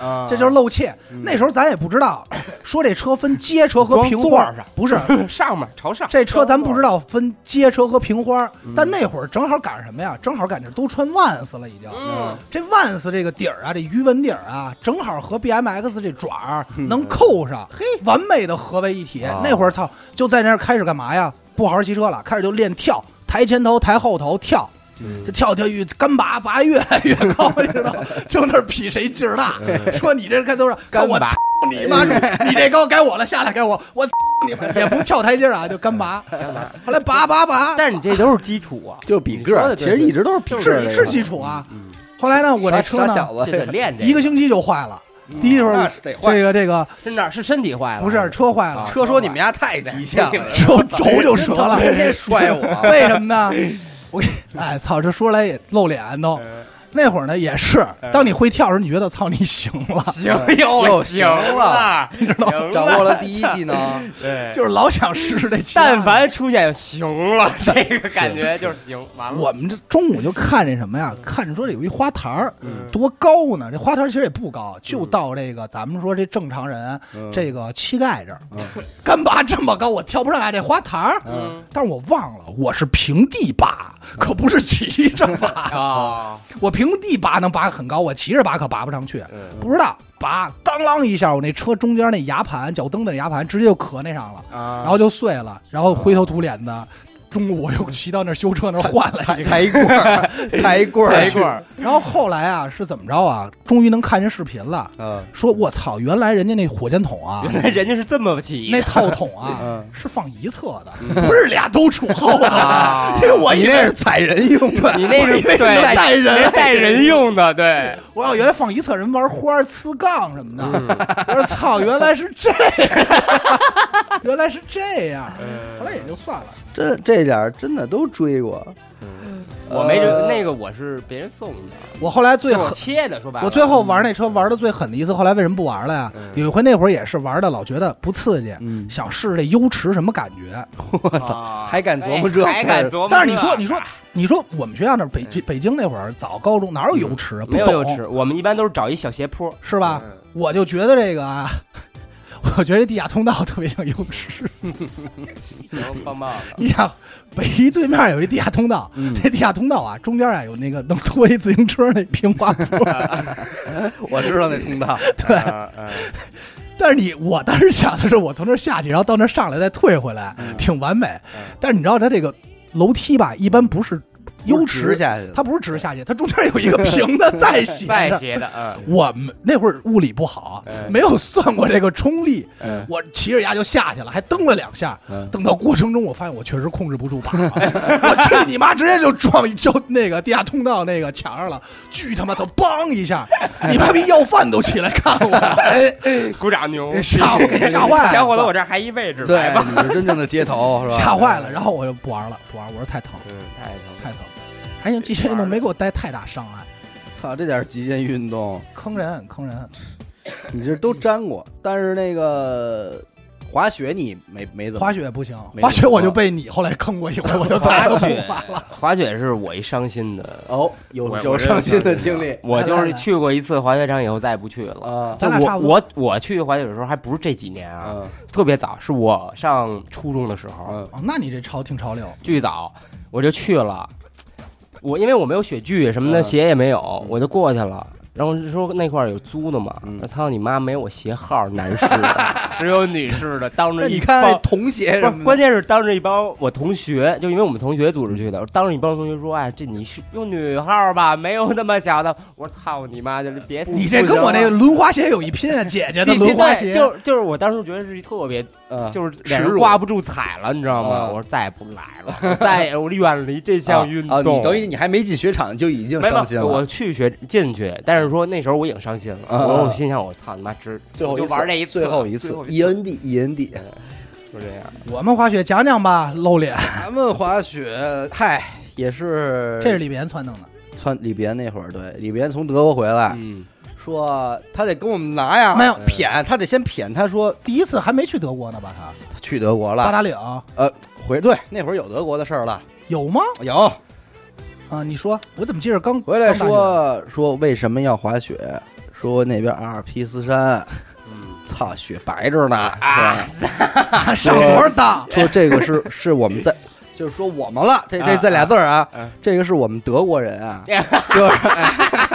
[SPEAKER 3] 啊
[SPEAKER 2] 这就是漏气。那时候咱也不知道，说这车分街车和平
[SPEAKER 3] 装座
[SPEAKER 2] 花
[SPEAKER 3] 儿上，
[SPEAKER 2] 不是
[SPEAKER 3] 上面朝上，
[SPEAKER 2] 这车咱不知
[SPEAKER 3] 道。
[SPEAKER 2] 道分街车和平花，但那会儿正好赶上什么呀？正好赶上都穿万斯了，已经。
[SPEAKER 3] 嗯，
[SPEAKER 2] 这万斯这个底儿啊，这鱼纹底儿啊，正好和 B M X 这爪儿能扣上，嘿，完美的合为一体。
[SPEAKER 1] 啊
[SPEAKER 2] 那会儿操，就在那儿开始干嘛呀？不好好骑车了，开始就练跳，抬前头，抬后头，跳，就跳跳越干拔拔越 来越高，你知道吗，就那儿比谁劲儿大。说你这该多少？看我
[SPEAKER 3] 干拔
[SPEAKER 2] 操你
[SPEAKER 1] 哎
[SPEAKER 2] 妈！说你这高该我了，下来该我，我操你们也不跳台阶儿啊，就干拔干拔。后来拔拔拔，
[SPEAKER 3] 但是你这都是基础啊，
[SPEAKER 1] 就是比
[SPEAKER 3] 你
[SPEAKER 1] 个
[SPEAKER 3] 说
[SPEAKER 1] 儿，
[SPEAKER 3] 的
[SPEAKER 1] 其
[SPEAKER 3] 对
[SPEAKER 1] 实一直都是比个儿
[SPEAKER 2] 是
[SPEAKER 1] 的
[SPEAKER 2] 是基础啊。后来呢，我这车
[SPEAKER 1] 傻
[SPEAKER 2] 呢
[SPEAKER 1] 小，
[SPEAKER 3] 这得
[SPEAKER 1] 子，嗯
[SPEAKER 3] 练这
[SPEAKER 2] 一个星期就坏了。第一时候
[SPEAKER 1] 那是得坏啊
[SPEAKER 2] 这个这个
[SPEAKER 3] 是哪儿是身体坏了？
[SPEAKER 2] 不是车坏了，
[SPEAKER 1] 车说你们家太极限了，
[SPEAKER 2] 轴轴就折 了，
[SPEAKER 1] 天天摔我，
[SPEAKER 2] 为什么呢？我给哎操，这说出来也露脸都。
[SPEAKER 1] 嗯
[SPEAKER 2] 那会儿呢也是，当你会跳的时，候，你觉得操你行了，
[SPEAKER 3] 行哎又行了，你知道
[SPEAKER 1] 掌握了第一技 能，
[SPEAKER 3] 对，
[SPEAKER 2] 就是老想试试这气。
[SPEAKER 3] 但凡出现行了，这个感觉就是行完了。嗯
[SPEAKER 2] 我们这中午就看见什么呀？看着说这有一花坛儿，多高呢？这花坛儿其实也不
[SPEAKER 3] 嗯
[SPEAKER 2] 高，就到这个咱们说这正常人这个膝盖这儿，
[SPEAKER 3] 嗯
[SPEAKER 2] 干拔这么高，我跳不上来这花坛儿。但是我忘了，我是平地拔，可不是骑着拔。
[SPEAKER 3] 嗯 啊，嗯
[SPEAKER 2] 我平地拔能拔很高，我骑着拔可拔不上去，不知道拔，当啷一下，我那车中间那牙盘，脚蹬的那牙盘直接就磕那上了，
[SPEAKER 3] 啊
[SPEAKER 1] 啊
[SPEAKER 2] 然后就碎了，然后灰头土脸的。中午我又骑到那儿修车那儿换了一个，
[SPEAKER 1] 才一棍儿， 才一棍儿，
[SPEAKER 3] 才一棍儿，
[SPEAKER 2] 然后后来啊是怎么着啊？终于能看见视频了，
[SPEAKER 1] 嗯，
[SPEAKER 2] 说我操，原来人家那火箭筒啊，
[SPEAKER 3] 原来人家是这么起
[SPEAKER 2] 那套筒 啊
[SPEAKER 1] 嗯
[SPEAKER 2] 是放一侧的，不是俩都杵后的， 因为我
[SPEAKER 1] 啊你
[SPEAKER 2] 以为
[SPEAKER 1] 那是踩人用的，
[SPEAKER 3] 你那是对带人带 人用的，对，
[SPEAKER 2] 我要原来放一侧人玩花儿、呲杠什么
[SPEAKER 1] 嗯
[SPEAKER 2] 的，我说操，原来是这样，原来是这样，后来也就算了。
[SPEAKER 1] 这这点儿真的都追过，
[SPEAKER 3] 我没这
[SPEAKER 1] 呃
[SPEAKER 3] 那个，我是别人送的，
[SPEAKER 2] 我后来最
[SPEAKER 3] 就是我
[SPEAKER 2] 狠，
[SPEAKER 3] 切的，说白了，
[SPEAKER 2] 我最后
[SPEAKER 3] 嗯
[SPEAKER 2] 玩那车玩的最狠的一次，后来为什么不玩了呀？有一回那会儿也是玩的，老觉得不刺激，
[SPEAKER 1] 嗯
[SPEAKER 2] 想试试这优驰什么感觉。
[SPEAKER 3] 我操
[SPEAKER 1] 哎还敢琢磨这事儿
[SPEAKER 3] 啊哎还敢琢磨这，
[SPEAKER 2] 但是你说，你说，你说我们学校那北京北京那会儿早高中哪有优驰啊？不
[SPEAKER 3] 嗯没有
[SPEAKER 2] 懂
[SPEAKER 3] 有吃，我们一般都是找一小斜坡，
[SPEAKER 2] 是吧？
[SPEAKER 3] 嗯
[SPEAKER 2] 我就觉得这个啊，我觉得地下通道特别像优驰。
[SPEAKER 3] 行，棒棒的，
[SPEAKER 2] 你想，北一对面有一地下通道，
[SPEAKER 3] 嗯
[SPEAKER 2] 那地下通道啊，中间啊有那个能拖一自行车那平滑坡。
[SPEAKER 1] 我知道那通 道，
[SPEAKER 2] 对，但是你我当时想的是，我从那儿下去，然后到那儿上来再退回来，挺完美。但是你知道它这个楼梯吧，一般不是优
[SPEAKER 1] 不是
[SPEAKER 2] 驰
[SPEAKER 1] 直下去的
[SPEAKER 2] 它不是直下去，它中间有一个平的再 斜
[SPEAKER 3] 再
[SPEAKER 2] 的。
[SPEAKER 3] 斜的，嗯，
[SPEAKER 2] 我们那会儿物理不好，没有算过这个冲力，我骑着牙就下去了，还蹬了两下。蹬到过程中，我发现我确实控制不住把 了，我去你妈，直接就撞一就那个地下通道那个墙上了，巨他妈疼，梆一下，你妈逼要饭都起来看 我，哎，
[SPEAKER 3] 鼓掌牛
[SPEAKER 2] 给，吓我给吓坏了
[SPEAKER 3] 小伙子，我这儿还一位置，
[SPEAKER 1] 对
[SPEAKER 3] 来吧，，
[SPEAKER 1] 你是真正的街头，是吧？嗯
[SPEAKER 2] 吓坏了，然后我就不玩了，不玩，我说太疼
[SPEAKER 3] 嗯，太疼
[SPEAKER 2] 太疼，还行，这些运动没给我带太大伤害，
[SPEAKER 1] 操，这点儿极限运动，
[SPEAKER 2] 坑人坑人，
[SPEAKER 1] 你这都沾过，但是那个滑雪你没没怎么
[SPEAKER 2] 滑雪不行，
[SPEAKER 1] 没
[SPEAKER 2] 滑雪我就
[SPEAKER 1] 有
[SPEAKER 2] 被你后来坑过一回，我就再也不玩了。
[SPEAKER 3] 滑雪是我一伤心的，
[SPEAKER 1] 哦，有
[SPEAKER 3] 我
[SPEAKER 1] 有
[SPEAKER 3] 我这
[SPEAKER 1] 伤心的经历
[SPEAKER 3] 我就是去过一次滑雪场以后再也不去了。嗯
[SPEAKER 1] 啊，
[SPEAKER 2] 咱俩差
[SPEAKER 3] 我
[SPEAKER 2] 不多
[SPEAKER 3] 我我去滑雪的时候还不是这几年啊，
[SPEAKER 1] 嗯
[SPEAKER 3] 特别早，是我上初中的时候，
[SPEAKER 1] 嗯
[SPEAKER 2] 哦，那你这潮挺潮流，
[SPEAKER 3] 巨早我就去了，我因为我没有雪具什么
[SPEAKER 2] 嗯
[SPEAKER 3] 的，鞋也没有，我就过去了。然后说那块儿有租的嘛，
[SPEAKER 2] 嗯
[SPEAKER 3] 我操你妈，没有我鞋号，男士 的，只有女士的。当
[SPEAKER 1] 那
[SPEAKER 3] 着
[SPEAKER 1] 你
[SPEAKER 3] 一
[SPEAKER 1] 看那
[SPEAKER 3] 帮，
[SPEAKER 1] 童鞋
[SPEAKER 3] 不
[SPEAKER 1] 什
[SPEAKER 3] 是
[SPEAKER 1] 么的，
[SPEAKER 3] 关键是当着一帮我同学，就因为我们同学组织去的，当着一帮同学说，哎，这你是用女号吧，没有那么小的。我说操你妈的，别啊
[SPEAKER 2] 你这跟我
[SPEAKER 1] 啊
[SPEAKER 2] 那个轮滑鞋有一拼啊，姐
[SPEAKER 1] 哎
[SPEAKER 2] 姐的轮滑鞋，
[SPEAKER 3] 就就是我当时觉得是一特别
[SPEAKER 1] 嗯
[SPEAKER 3] 就是
[SPEAKER 1] 耻
[SPEAKER 3] 脸上
[SPEAKER 1] 辱
[SPEAKER 3] 挂不住彩了，你知道吗？
[SPEAKER 1] 啊
[SPEAKER 3] 我说再也不来了，我再也我远离这项运
[SPEAKER 1] 啊，啊
[SPEAKER 3] 动。
[SPEAKER 1] 你等于你还没进雪场就已经
[SPEAKER 3] 没
[SPEAKER 1] 伤心
[SPEAKER 3] 有，我
[SPEAKER 1] 了，
[SPEAKER 3] 去学进去，但是说那时候我已经伤心了，
[SPEAKER 1] 啊
[SPEAKER 3] 我我心想我操你妈值，
[SPEAKER 1] 最后
[SPEAKER 3] 我就
[SPEAKER 1] 一次
[SPEAKER 3] 玩这一次，
[SPEAKER 1] 最后一次 E N D E N D，
[SPEAKER 3] 就这样。
[SPEAKER 2] 我们滑雪讲讲吧，露脸，
[SPEAKER 1] 咱们滑雪，嗨，也是
[SPEAKER 2] 这是李岩撺弄的，
[SPEAKER 1] 穿里边那会儿，对，里边从德国回来，
[SPEAKER 3] 嗯，
[SPEAKER 1] 说他得跟我们拿呀，
[SPEAKER 2] 没有
[SPEAKER 1] 谝，他得先谝，他说
[SPEAKER 2] 第一次还没去德国呢吧？他
[SPEAKER 1] 他去德国
[SPEAKER 2] 八
[SPEAKER 1] 了，
[SPEAKER 2] 达岭
[SPEAKER 1] 呃，回对那会儿有德国的事儿了，
[SPEAKER 2] 有吗？
[SPEAKER 1] 有
[SPEAKER 2] 啊，你说我怎么记着刚
[SPEAKER 1] 回来
[SPEAKER 2] 刚大学
[SPEAKER 1] 说说为什么要滑雪，说那边阿尔卑斯山，
[SPEAKER 3] 嗯
[SPEAKER 1] 操，雪白着呢，啊，
[SPEAKER 2] 啊 上多少当？
[SPEAKER 1] 说这个是是我们在。就是说我们了，这这
[SPEAKER 3] 啊
[SPEAKER 1] 这俩字儿啊
[SPEAKER 3] 啊，
[SPEAKER 1] 这个是我们德国人 啊，就是哎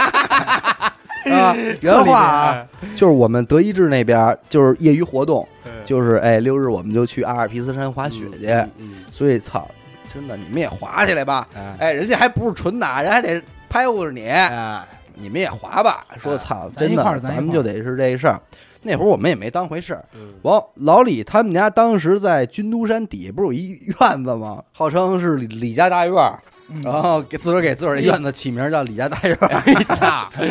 [SPEAKER 1] 啊，原话啊， 就是我们德意志那边儿就是业余活动，就是哎六日我们就去阿尔卑斯山滑雪去，
[SPEAKER 3] 嗯，
[SPEAKER 1] 所以操，真的，你们也滑起来吧。
[SPEAKER 3] 哎
[SPEAKER 1] 哎，人家还不是纯打，人还得拍护着你，
[SPEAKER 3] 哎，
[SPEAKER 1] 你们也滑吧。说
[SPEAKER 3] 哎
[SPEAKER 1] 操，
[SPEAKER 2] 咱
[SPEAKER 1] 真
[SPEAKER 2] 一
[SPEAKER 1] 的
[SPEAKER 2] 块儿，咱一
[SPEAKER 1] 咱们
[SPEAKER 2] 块
[SPEAKER 1] 就
[SPEAKER 2] 儿
[SPEAKER 1] 得是这事儿。那会儿我们也没当回事儿。
[SPEAKER 3] 嗯
[SPEAKER 1] 王老李他们家当时在军都山底下不是有一院子吗？号称是李李家大院儿，
[SPEAKER 2] 嗯
[SPEAKER 1] 然后给自个儿给自个儿的院子起名叫李家大院
[SPEAKER 2] 哎
[SPEAKER 1] 儿，啊
[SPEAKER 3] 操，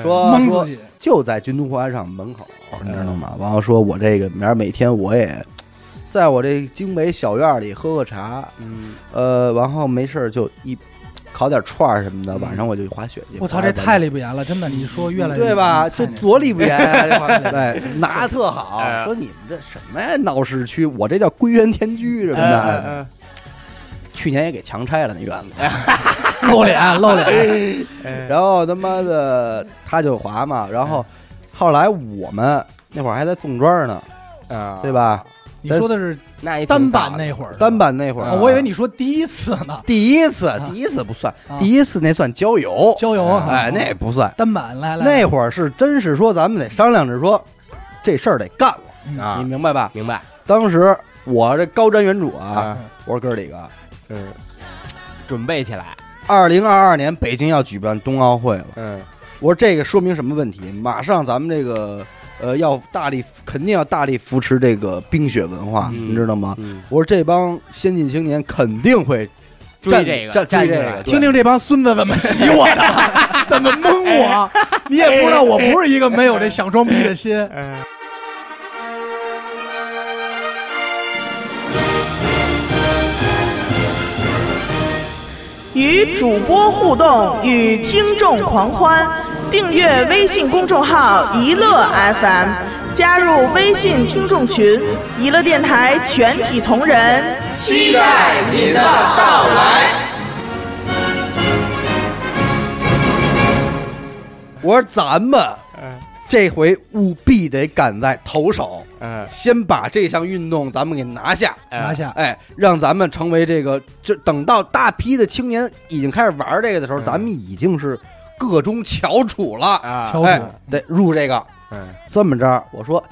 [SPEAKER 1] 说
[SPEAKER 2] 嗯蒙
[SPEAKER 1] 说
[SPEAKER 2] 自己，
[SPEAKER 1] 就在军都广场门口，你知道吗？然后说我这个明儿每天我也在我这京北小院里喝喝茶，
[SPEAKER 4] 嗯，
[SPEAKER 1] 呃，然后没事儿就一烤点串儿什么的，
[SPEAKER 2] 嗯
[SPEAKER 1] 晚上我就滑雪去。
[SPEAKER 2] 我操，这太离不严了，真的，你说越来
[SPEAKER 1] 嗯
[SPEAKER 2] 越
[SPEAKER 1] 对吧？就
[SPEAKER 2] 太那
[SPEAKER 1] 多厉不严 啊，这话对，拿得特好
[SPEAKER 3] 哎。呀
[SPEAKER 1] 说你们这什么呀，闹市区，我这叫归园田居什么的。
[SPEAKER 3] 嗯
[SPEAKER 1] 去年也给强拆了那院子，
[SPEAKER 2] 露脸露脸，哎
[SPEAKER 1] 然后他妈的他就滑嘛，然后
[SPEAKER 2] 哎
[SPEAKER 1] 后来我们那会儿还在宋庄呢，
[SPEAKER 2] 啊
[SPEAKER 3] 嗯，
[SPEAKER 1] 对？吧？
[SPEAKER 2] 你说的是
[SPEAKER 3] 那也挺
[SPEAKER 2] 单
[SPEAKER 3] 早
[SPEAKER 2] 板
[SPEAKER 3] 的
[SPEAKER 2] 那会儿，
[SPEAKER 1] 单板那会
[SPEAKER 2] 啊，
[SPEAKER 1] 儿，
[SPEAKER 2] 我以为你说第一次呢，
[SPEAKER 1] 第一次，第一次不算，
[SPEAKER 2] 啊
[SPEAKER 1] 第一次那算郊游，
[SPEAKER 2] 郊游啊，
[SPEAKER 1] 哎，那不算。
[SPEAKER 2] 单板来来，
[SPEAKER 1] 那会儿是真是说咱们得商量着说，这事儿得干了，
[SPEAKER 3] 啊
[SPEAKER 1] 你，明白吧？
[SPEAKER 3] 明白？
[SPEAKER 1] 当时我这高瞻远瞩啊，
[SPEAKER 3] 啊，
[SPEAKER 1] 我说哥儿几个，
[SPEAKER 3] 嗯，准备起来，
[SPEAKER 1] 二零二二年北京要举办冬奥会了，
[SPEAKER 3] 嗯
[SPEAKER 1] 我说这个说明什么问题？马上咱们这个呃要大力肯定要大力扶持这个冰雪文化，
[SPEAKER 3] 嗯
[SPEAKER 1] 你知道吗？
[SPEAKER 3] 嗯，
[SPEAKER 1] 我说这帮先进青年肯定会
[SPEAKER 3] 追
[SPEAKER 1] 站
[SPEAKER 3] 这个，
[SPEAKER 1] 站
[SPEAKER 3] 站
[SPEAKER 1] 追这
[SPEAKER 3] 起来
[SPEAKER 1] 个
[SPEAKER 2] 听听这帮孙子怎么洗我 的，怎么蒙我，你也
[SPEAKER 1] 哎
[SPEAKER 2] 不知道我不是一个没有这想装逼的心。
[SPEAKER 5] 与主播互动，与听众狂欢。订阅微信公众号“一乐 FM”，加入微信听众群，一乐电台全体同仁期待您的到来。
[SPEAKER 1] 我说咱们这回务必得赶在头手，
[SPEAKER 3] 嗯
[SPEAKER 1] 先把这项运动咱们给拿下。
[SPEAKER 2] 拿下，
[SPEAKER 1] 哎，让咱们成为这个，就等到大批的青年已经开始玩这个
[SPEAKER 3] 嗯
[SPEAKER 1] 的时候，咱们已经是各中翘楚了。
[SPEAKER 3] 啊，
[SPEAKER 2] 乔
[SPEAKER 1] 哎
[SPEAKER 2] 楚，
[SPEAKER 1] 得入这个。
[SPEAKER 3] 嗯
[SPEAKER 1] 这么着，我说，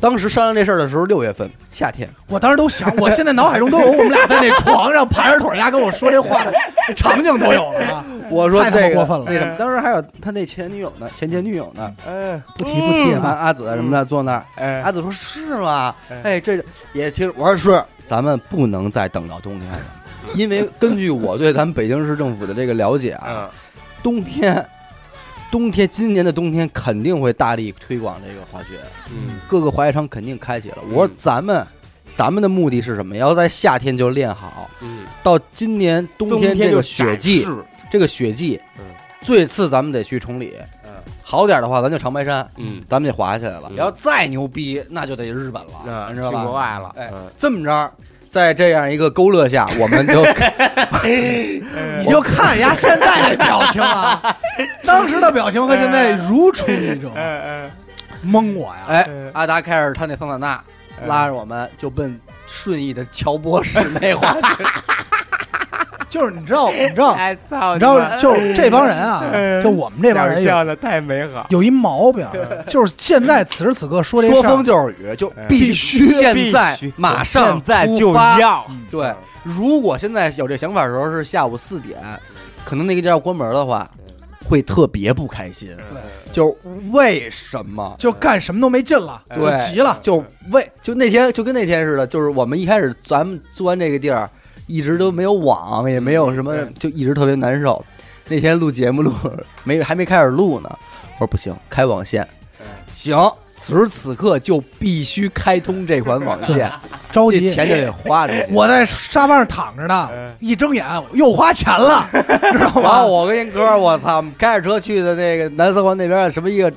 [SPEAKER 1] 当时商量这事儿的时候，六月份，夏天，
[SPEAKER 2] 我当时都想，我现在脑海中都有我们俩在那床上盘着腿，丫跟我说这话的场景都有了啊。
[SPEAKER 1] 我说
[SPEAKER 2] 太他妈
[SPEAKER 1] 这个
[SPEAKER 2] 过分了
[SPEAKER 1] 那什
[SPEAKER 3] 哎
[SPEAKER 1] 么，当时还有他那前女友呢，前前女友呢，
[SPEAKER 3] 嗯，
[SPEAKER 2] 不提不提
[SPEAKER 1] 啊
[SPEAKER 2] 啊，
[SPEAKER 1] 阿紫什么的坐那儿，
[SPEAKER 3] 哎
[SPEAKER 1] 阿紫说是吗
[SPEAKER 3] 哎？
[SPEAKER 1] 哎，这也听我说是，咱们不能再等到冬天了，因为根据我对咱们北京市政府的这个了解啊，
[SPEAKER 3] 嗯
[SPEAKER 1] 冬天，冬天今年的冬天肯定会大力推广这个滑雪，
[SPEAKER 3] 嗯
[SPEAKER 1] 各个滑雪场肯定开启了。我说咱们，咱们的目的是什么？要在夏天就练好，
[SPEAKER 3] 嗯，
[SPEAKER 1] 到今年冬天这
[SPEAKER 3] 就
[SPEAKER 1] 个雪季，这个雪季，
[SPEAKER 3] 嗯
[SPEAKER 1] 最次咱们得去崇礼，
[SPEAKER 3] 嗯
[SPEAKER 1] 好点的话咱就长白山，
[SPEAKER 3] 嗯
[SPEAKER 1] 咱们就滑下来了。
[SPEAKER 3] 嗯
[SPEAKER 1] 要再牛逼，那就得日本了，你
[SPEAKER 3] 嗯，去
[SPEAKER 1] 知道吧？
[SPEAKER 3] 国外了，
[SPEAKER 1] 哎
[SPEAKER 3] 嗯，
[SPEAKER 1] 这么着，在这样一个勾勒 下，我们就哎
[SPEAKER 2] 你就看人家现在这表情啊，当时的表情和现在如出一辙，蒙我呀！
[SPEAKER 1] 哎，阿达开着他那桑塔纳，拉着我们就奔顺义的乔波室内 滑雪。
[SPEAKER 2] 就是你知道，你知道，
[SPEAKER 3] 哎
[SPEAKER 1] 啊
[SPEAKER 3] 操，
[SPEAKER 2] 你知道，就是这帮人啊，就我们这帮人有
[SPEAKER 3] 嗯笑的太美好，
[SPEAKER 2] 有一毛病，就是现在此时此刻说这
[SPEAKER 1] 说
[SPEAKER 2] 事儿
[SPEAKER 1] 风就是雨，就
[SPEAKER 3] 哎
[SPEAKER 1] 必须现在
[SPEAKER 3] 必须
[SPEAKER 1] 马上
[SPEAKER 3] 现在
[SPEAKER 1] 出
[SPEAKER 3] 就
[SPEAKER 1] 发。
[SPEAKER 3] 要，
[SPEAKER 1] 对，如果现在有这想法的时候是下午四点，可能那个店要关门的话，会特别不开心。
[SPEAKER 3] 对，
[SPEAKER 1] 就是为什么？
[SPEAKER 2] 就干什么都没劲了，就
[SPEAKER 1] 哎对，
[SPEAKER 2] 急了。
[SPEAKER 1] 就为就那天就跟那天似的，就是我们一开始咱们租完这个地儿，一直都没有网，也没有什么，就一直特别难受。那天录节目录 没还没开始录呢，我说不行，开网线
[SPEAKER 3] 嗯，
[SPEAKER 1] 行，此时此刻就必须开通这款网线，
[SPEAKER 2] 着
[SPEAKER 1] 这
[SPEAKER 2] 急，
[SPEAKER 1] 钱就得花出去。
[SPEAKER 2] 我在沙发上躺着呢
[SPEAKER 3] 嗯，
[SPEAKER 2] 一睁眼又花 钱了，知道
[SPEAKER 1] 然
[SPEAKER 2] 吗？
[SPEAKER 1] 后我跟哥，我操，开着车去的那个南三环那边的什么一个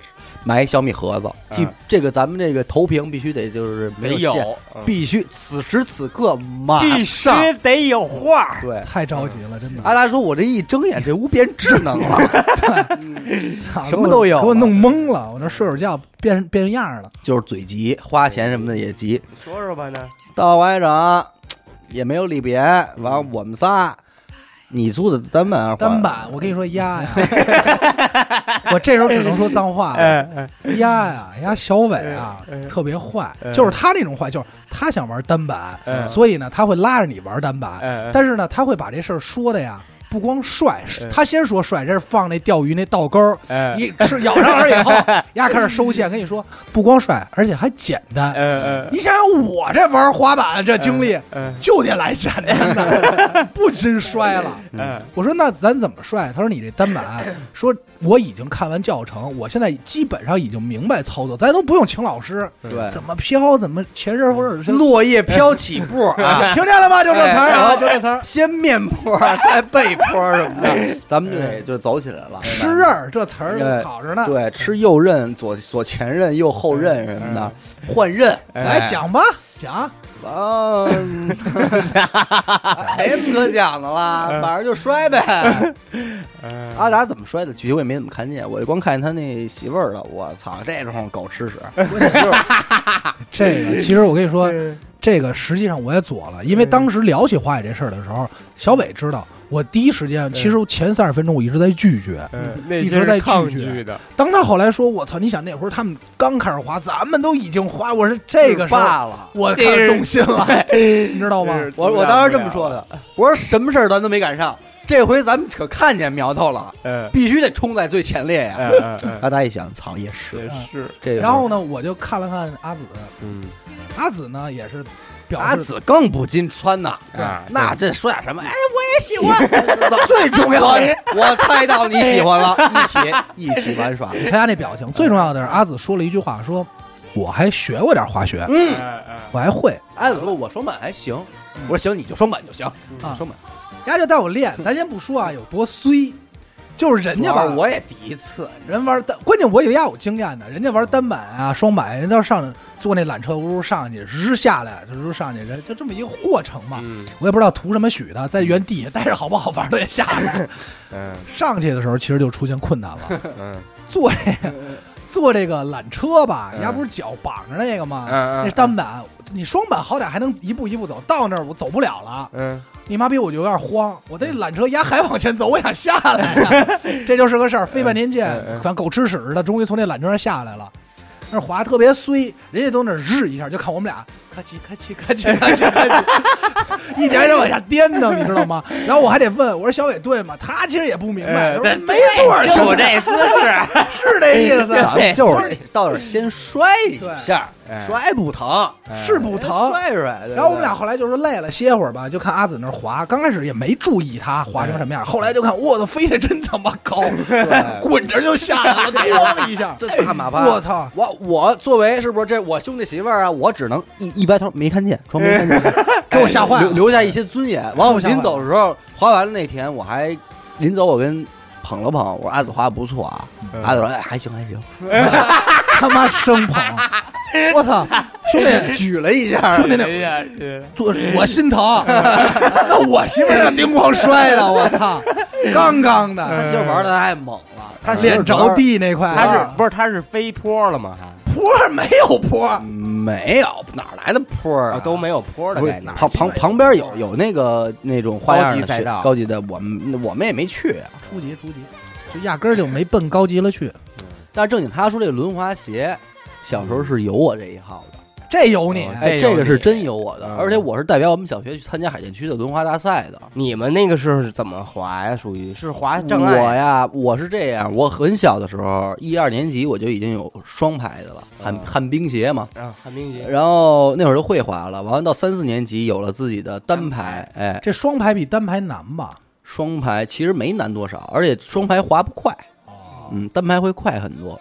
[SPEAKER 1] 买一小米盒子，记
[SPEAKER 3] 嗯
[SPEAKER 1] 这个咱们这个投屏必须得就是没有线，必须此时此刻马
[SPEAKER 3] 必须
[SPEAKER 1] 上
[SPEAKER 3] 得有话，
[SPEAKER 1] 对。
[SPEAKER 2] 太着急了，真的。
[SPEAKER 1] 阿达说：“我这一睁眼，这屋变智能了，
[SPEAKER 2] 操
[SPEAKER 1] 什么都有啊
[SPEAKER 2] 给我弄懵了。我那睡会儿觉变变样儿了，
[SPEAKER 1] 就是嘴急，花钱什么的也急。
[SPEAKER 3] 说说吧呢，
[SPEAKER 1] 到王院长也没有李别，完我们仨你租的单板二环
[SPEAKER 2] 单板，我跟你 说鸭呀， 我这时候只能说脏话
[SPEAKER 3] 哎
[SPEAKER 2] 了。鸭呀，鸭小伟啊，特别坏，就是他那种坏，就是他想玩单板，所以呢，他会拉着你玩单
[SPEAKER 3] 哎
[SPEAKER 2] 板，但是呢，他会把这事儿说的呀。不光帅，他先说帅，这是放那钓鱼那倒钩儿，
[SPEAKER 3] 哎
[SPEAKER 2] 一吃咬上饵以后，丫开始收线。跟你说，不光帅，而且还简单。
[SPEAKER 3] 哎
[SPEAKER 2] 你想想我这玩滑板这经历，
[SPEAKER 3] 哎
[SPEAKER 2] 就得来简单的，不真摔了。
[SPEAKER 3] 嗯
[SPEAKER 2] 我说那咱怎么摔？他说你这单板，说我已经看完教程，我现在基本上已经明白操作，咱都不用请老师，
[SPEAKER 1] 对
[SPEAKER 2] 怎么飘，怎么前身或者是
[SPEAKER 4] 落叶飘起步啊，
[SPEAKER 2] 听见了吗？就这词儿啊，就
[SPEAKER 3] 哎
[SPEAKER 2] 这词儿。
[SPEAKER 4] 先面坡再背坡什么的，
[SPEAKER 1] 咱们就得就走起来了。
[SPEAKER 2] 哎吃刃这词儿好着呢，
[SPEAKER 1] 对，吃右刃、左左前刃、右后刃什么的，
[SPEAKER 2] 哎
[SPEAKER 1] 换刃。
[SPEAKER 2] 来讲吧，讲。
[SPEAKER 1] 啊， 没什么可讲的
[SPEAKER 3] 嗯
[SPEAKER 1] 啦，反正就摔 呗。阿达怎么摔的？具体我也没怎么看见，我就光看见他那媳妇儿了。我操，这种狗吃 屎！我那媳妇儿
[SPEAKER 2] 这个其实我跟你说，
[SPEAKER 3] 嗯
[SPEAKER 2] 这个实际上我也左了，因为当时聊起花海这事儿的时候，小伟知道，我第一时间其实前三十分钟我一直在拒绝。
[SPEAKER 3] 那
[SPEAKER 2] 一
[SPEAKER 3] 些
[SPEAKER 2] 直在
[SPEAKER 3] 是抗
[SPEAKER 2] 拒绝
[SPEAKER 3] 拒的，
[SPEAKER 2] 当他后来说：“我操，你想那会儿他们刚开始滑，咱们都已经滑，我是这个时候
[SPEAKER 1] 罢了。
[SPEAKER 2] 我开始动心了， 你知道吗？
[SPEAKER 3] 是
[SPEAKER 1] 我我当时这么说，的，我说什么事儿咱都没赶上，这回咱们可看见苗头了，
[SPEAKER 3] 嗯
[SPEAKER 1] 必须得冲在最前列呀。
[SPEAKER 3] 嗯嗯，
[SPEAKER 1] 阿达一想，操，也是
[SPEAKER 3] 也是，
[SPEAKER 1] 这个。
[SPEAKER 2] 然后呢，我就看了看阿紫，
[SPEAKER 3] 嗯
[SPEAKER 2] 阿紫呢也是表示
[SPEAKER 1] 阿紫更不禁穿呐，
[SPEAKER 3] 啊，
[SPEAKER 1] 那这说点什么？哎，我也喜欢。最重要的，我猜到你喜欢了，一起一起玩耍。
[SPEAKER 2] 他家那表情。最重要的是，阿紫说了一句话，说我还学过点滑雪，
[SPEAKER 3] 嗯
[SPEAKER 1] 嗯，
[SPEAKER 3] 嗯
[SPEAKER 2] 我还会。
[SPEAKER 1] 阿紫说：“我双板还行。”我说：“行，你就双板就行。
[SPEAKER 2] 啊
[SPEAKER 1] 双板，
[SPEAKER 2] 人家就带 我练，咱先不说啊有多衰，就是人家玩
[SPEAKER 1] 我也第一次，
[SPEAKER 2] 人玩单，关键我有家有经验的，人家玩单板啊、双板，人家上坐那缆车屋上去，直下来，直上去，人就这么一个过程嘛。
[SPEAKER 3] 嗯
[SPEAKER 2] 我也不知道图什么许的，在原地但是好不好玩都得下来。
[SPEAKER 3] 嗯
[SPEAKER 2] 上去的时候其实就出现困难了，
[SPEAKER 3] 嗯
[SPEAKER 2] 坐这个 坐这个缆车吧，人家不是脚绑着那个吗？
[SPEAKER 3] 嗯嗯
[SPEAKER 2] 那单板，你双板好歹还能一步一步走，到那儿我走不了了，
[SPEAKER 3] 嗯
[SPEAKER 2] 你妈逼我就有点慌，我这缆车压还往前走，我想下来 呀，这就是个事儿，飞半天见
[SPEAKER 3] 嗯，嗯
[SPEAKER 2] 像狗吃屎似的，终于从那缆车上下来了。那儿滑特别衰，人家都那儿日一下，就看我 们俩咔叽咔叽咔叽咔叽咔叽，一点一点往下颠呢，你知道吗？然后我还得问，我说小伟对吗？他其实也不明
[SPEAKER 3] 呃
[SPEAKER 2] 白，他说没错儿，
[SPEAKER 3] 就
[SPEAKER 2] 小
[SPEAKER 3] 我
[SPEAKER 2] 伟
[SPEAKER 3] 这姿 势，
[SPEAKER 2] 是这意思，
[SPEAKER 1] 咱们啊就是到这儿先摔几下
[SPEAKER 3] 对，
[SPEAKER 1] 摔不疼，
[SPEAKER 2] 是不疼。
[SPEAKER 1] 摔摔。对
[SPEAKER 2] 然后我们俩后来就是累了，歇会儿吧，就看阿紫那儿滑。刚开始也没注意他滑成什么样，后来就看，我操，飞得真他妈高，滚着就下来了，咣一下，
[SPEAKER 1] 这大马趴，
[SPEAKER 2] 我操！
[SPEAKER 1] 我我作为是不是这我兄弟媳妇儿啊？我只能一一歪头没看见，装没看 见，
[SPEAKER 2] 给我吓坏了
[SPEAKER 1] 留留下一些尊严。完
[SPEAKER 2] 给
[SPEAKER 1] 后
[SPEAKER 2] 我吓坏了
[SPEAKER 1] 临走的时候，滑完了那天，我还临走我跟捧了捧，我说阿紫滑得不错啊，
[SPEAKER 2] 嗯
[SPEAKER 1] 阿紫说哎还行还行，
[SPEAKER 2] 他妈生捧，我操，兄弟
[SPEAKER 1] 举了一下，
[SPEAKER 2] 兄弟那
[SPEAKER 3] 哎呀是，
[SPEAKER 2] 坐，我心 疼，那我媳妇儿那叮咣摔的，我操，杠杠
[SPEAKER 1] 他
[SPEAKER 2] 的，
[SPEAKER 1] 媳妇玩的太猛了，他媳妇
[SPEAKER 2] 嗯脸着地那块，啊
[SPEAKER 3] 他是不是他是飞坡了吗？还
[SPEAKER 2] 坡没有坡，
[SPEAKER 1] 没有哪来的坡儿
[SPEAKER 3] 啊都没有坡的
[SPEAKER 1] 不是
[SPEAKER 3] 概念，
[SPEAKER 1] 旁旁旁边有有那个那种花样
[SPEAKER 3] 高
[SPEAKER 1] 的
[SPEAKER 3] 级赛道
[SPEAKER 1] 雪高级的我们我们也没去啊。
[SPEAKER 2] 初级初级，就压根儿就没奔高级了去，
[SPEAKER 1] 但是正经他说这个轮滑鞋，小时候是有我这一号的。
[SPEAKER 2] 这有你。
[SPEAKER 3] 哦
[SPEAKER 1] 哎，
[SPEAKER 3] 这有
[SPEAKER 1] 这个
[SPEAKER 3] 你
[SPEAKER 1] 是真有我的，
[SPEAKER 3] 嗯
[SPEAKER 1] 而且我是代表我们小学去参加海淀区的轮滑大赛的。
[SPEAKER 3] 你们那个是怎么滑呀？属于是滑哎障
[SPEAKER 1] 我
[SPEAKER 3] 碍
[SPEAKER 1] 呀，我是这样，我很小的时候，一二年级我就已经有双排的了，旱
[SPEAKER 3] 嗯
[SPEAKER 1] 旱冰鞋嘛。
[SPEAKER 3] 啊？旱冰鞋
[SPEAKER 1] 然后那会儿就会滑了，完了到三四年级有了自己的单排，哎，
[SPEAKER 2] 这双排比单排难吧？
[SPEAKER 1] 双排其实没难多少，而且双排滑不快，
[SPEAKER 3] 哦
[SPEAKER 1] 嗯，单排会快很多。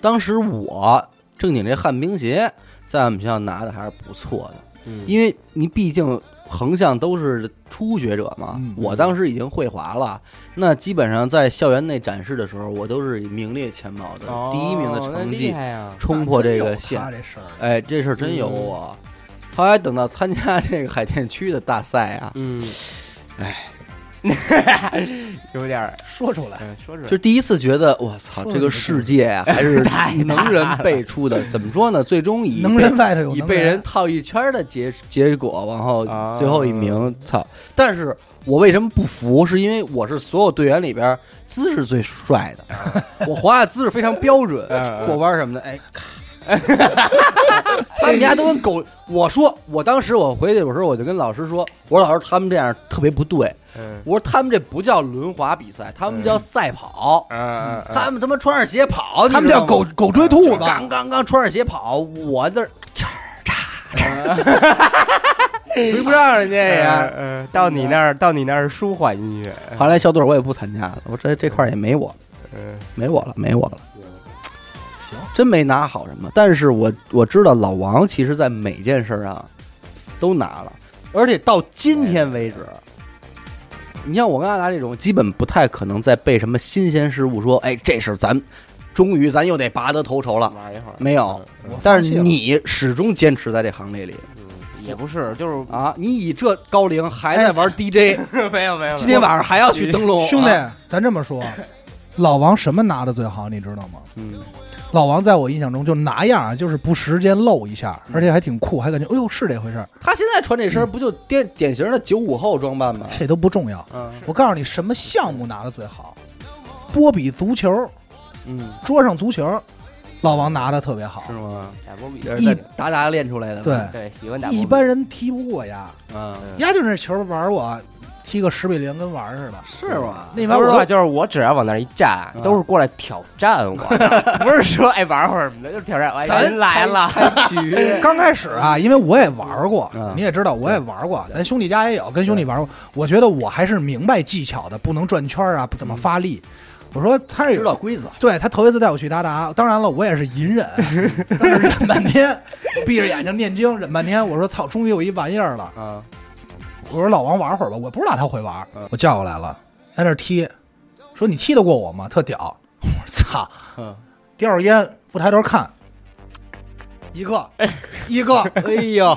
[SPEAKER 1] 当时我正经这旱冰鞋在我们学校拿的还是不错的，
[SPEAKER 3] 嗯
[SPEAKER 1] 因为你毕竟横向都是初学者嘛，
[SPEAKER 2] 嗯
[SPEAKER 1] 我当时已经会滑了，那基本上在校园内展示的时候，我都是名列前茅的、
[SPEAKER 3] 哦
[SPEAKER 1] 第一名的成
[SPEAKER 3] 那厉
[SPEAKER 1] 绩，
[SPEAKER 3] 害呀！
[SPEAKER 1] 冲
[SPEAKER 2] 哎
[SPEAKER 1] 破这个
[SPEAKER 2] 真有他
[SPEAKER 3] 啊
[SPEAKER 1] 线。
[SPEAKER 2] 这事儿，
[SPEAKER 1] 哎，这事儿真有我。
[SPEAKER 3] 嗯
[SPEAKER 1] 后来等到参加这个海淀区的大赛啊，
[SPEAKER 3] 嗯，哎， 有点儿，
[SPEAKER 2] 说出来
[SPEAKER 3] 嗯，说是
[SPEAKER 1] 就第一次觉得我操，
[SPEAKER 2] 说
[SPEAKER 1] 这个世界 啊，还是能人辈出的。怎么说呢？最终以
[SPEAKER 2] 能
[SPEAKER 1] 被
[SPEAKER 2] 人外头有
[SPEAKER 1] 以
[SPEAKER 2] 能
[SPEAKER 1] 被人套一圈儿的结结果，然后
[SPEAKER 3] 啊
[SPEAKER 1] 最后一名，操！但是我为什么不服？是因为我是所有队员里边姿势最帅 的，我滑的姿势非常标准，
[SPEAKER 2] 嗯
[SPEAKER 1] 过弯什么的，哎，咔，他们家都跟狗。我说，我当时我回去，我说我就跟老师说，我说老师他们这样特别不对，
[SPEAKER 3] 嗯
[SPEAKER 1] 我说他们这不叫轮滑比赛，他们叫赛跑，
[SPEAKER 3] 嗯
[SPEAKER 1] 他们他妈穿上鞋跑，
[SPEAKER 2] 他们叫狗狗追兔
[SPEAKER 1] 兔
[SPEAKER 2] 子
[SPEAKER 1] 子，，刚刚刚穿上鞋跑，我这叉 叉叉，追不上人家哎呀。
[SPEAKER 3] 嗯，到你那儿，到你那儿舒缓音乐，
[SPEAKER 1] 后来校队我也不参加了，我这这块儿也没我，
[SPEAKER 3] 嗯
[SPEAKER 1] 没我了，没我了。
[SPEAKER 2] 嗯
[SPEAKER 1] 行，真没拿好什么。但是我我知道老王其实在每件事儿上都拿了，而且到今天为止，你像我跟阿达这种，基本不太可能再被什么新鲜事物说，哎，这事儿咱终于咱又得拔得头筹了。
[SPEAKER 3] 玩一会儿
[SPEAKER 1] 啊没有，
[SPEAKER 2] 我
[SPEAKER 1] 但
[SPEAKER 2] 放
[SPEAKER 1] 是
[SPEAKER 2] 弃了嗯
[SPEAKER 1] 你始终坚持在这行列里
[SPEAKER 3] 嗯也不是，就是
[SPEAKER 1] 啊！你以这高龄还在玩 DJ，、
[SPEAKER 3] 没有没有
[SPEAKER 1] 今天晚上还要去灯笼，
[SPEAKER 2] 哎兄弟
[SPEAKER 1] 啊，
[SPEAKER 2] 咱这 么说，老王什么拿的最好，你知道吗？
[SPEAKER 1] 嗯，
[SPEAKER 2] 老王在我印象中就拿样啊，就是不时间露一下，
[SPEAKER 1] 嗯
[SPEAKER 2] 而且还挺酷，还感觉哎呦是这回事儿，
[SPEAKER 1] 他现在穿这身儿不就典典型的九五后装扮吗？
[SPEAKER 2] 这都不重要。
[SPEAKER 1] 嗯
[SPEAKER 2] 我告诉你，什么项目拿的最好？波比足球，
[SPEAKER 1] 嗯，
[SPEAKER 2] 桌上足球，老王拿的特别好
[SPEAKER 1] 是。吗？
[SPEAKER 3] 打波比，
[SPEAKER 1] 也是在达达练出来的。
[SPEAKER 2] 对，，
[SPEAKER 3] 对，喜欢打波比
[SPEAKER 2] 一般人踢不过呀，
[SPEAKER 1] 嗯，
[SPEAKER 2] 呀就是那球玩我，踢个十比零跟玩儿似的。
[SPEAKER 1] 是吗？
[SPEAKER 2] 那
[SPEAKER 3] 你们
[SPEAKER 2] 玩
[SPEAKER 3] 不
[SPEAKER 2] 意
[SPEAKER 3] 知
[SPEAKER 2] 儿我都
[SPEAKER 3] 道，就是我只要往那儿一站，
[SPEAKER 1] 嗯
[SPEAKER 3] 都是过来挑战我，不是说哎玩会儿什么的，就是挑战。哎，
[SPEAKER 1] 咱
[SPEAKER 3] 人来了，
[SPEAKER 1] 局
[SPEAKER 2] 刚开始啊，因为我也玩过
[SPEAKER 1] 嗯，
[SPEAKER 2] 你也知道我也玩过，咱兄弟家也有跟兄弟玩过。我觉得我还是明白技巧的，不能转圈儿啊，不怎么发力。我说他是
[SPEAKER 1] 嗯知道规则，
[SPEAKER 2] 对他头一次带我去达达，当然了，我也是 隐忍，在那儿忍半天，闭着眼睛念经，忍半天。我说操，终于有一玩意儿了。
[SPEAKER 3] 嗯
[SPEAKER 1] 啊，
[SPEAKER 2] 我说老王玩会儿吧，我不知道他会玩
[SPEAKER 1] 嗯，
[SPEAKER 2] 我叫过来了，在那儿踢，说你踢得过我吗？特屌， 我说操，
[SPEAKER 1] 嗯
[SPEAKER 2] 叼着烟不抬头看，一个 一个，
[SPEAKER 1] 哎呦，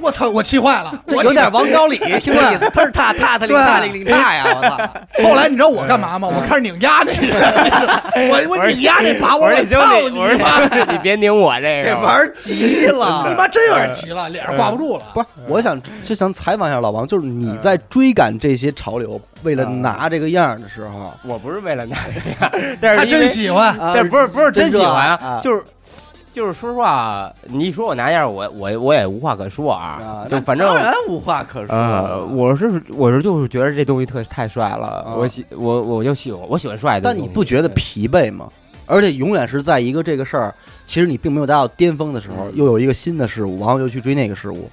[SPEAKER 2] 我操，我气坏了，
[SPEAKER 1] 这
[SPEAKER 2] 我
[SPEAKER 1] 有点王高 李，听这意思，他是踏踏踏
[SPEAKER 2] 对
[SPEAKER 1] 令踏令令踏呀！我 操，
[SPEAKER 2] 后来你知道我干嘛
[SPEAKER 3] 哎
[SPEAKER 2] 吗？我开始拧压那人，我我拧压那
[SPEAKER 1] 啊
[SPEAKER 2] 把，我
[SPEAKER 3] 我说
[SPEAKER 2] 我操
[SPEAKER 3] 你兄弟，我说
[SPEAKER 2] 你妈！
[SPEAKER 3] 兄弟，你别拧我这
[SPEAKER 1] 这
[SPEAKER 3] 个，
[SPEAKER 1] 玩儿急
[SPEAKER 2] 你
[SPEAKER 3] 哎
[SPEAKER 1] 了。
[SPEAKER 2] 妈真有点急了，脸上挂不住了。
[SPEAKER 1] 不是，我想就想采访一下老王，就是你在追赶这些潮流，为了拿这个样儿的时候，
[SPEAKER 3] 我不是为了那个，但
[SPEAKER 2] 他
[SPEAKER 3] 是因
[SPEAKER 2] 真
[SPEAKER 3] 为，
[SPEAKER 2] 喜欢，
[SPEAKER 1] 啊
[SPEAKER 3] 但不是不是真喜
[SPEAKER 1] 真
[SPEAKER 3] 欢
[SPEAKER 1] 热啊
[SPEAKER 3] 就是。就是说实话，啊你一说我拿样儿，我我我也无话可说啊
[SPEAKER 1] 啊。
[SPEAKER 3] 就
[SPEAKER 1] 那
[SPEAKER 3] 反正
[SPEAKER 1] 当然无话可说
[SPEAKER 3] 呃，
[SPEAKER 1] 了。
[SPEAKER 3] 我是我是就是觉得这东西特太帅了，
[SPEAKER 1] 啊
[SPEAKER 3] 我喜我我就喜欢我喜欢帅的东
[SPEAKER 1] 但
[SPEAKER 3] 西。
[SPEAKER 1] 你不觉得疲惫吗？而且永远是在一个这个事儿，其实你并没有达到巅峰的时候，又有一个新的事物，然后又去追那个事物。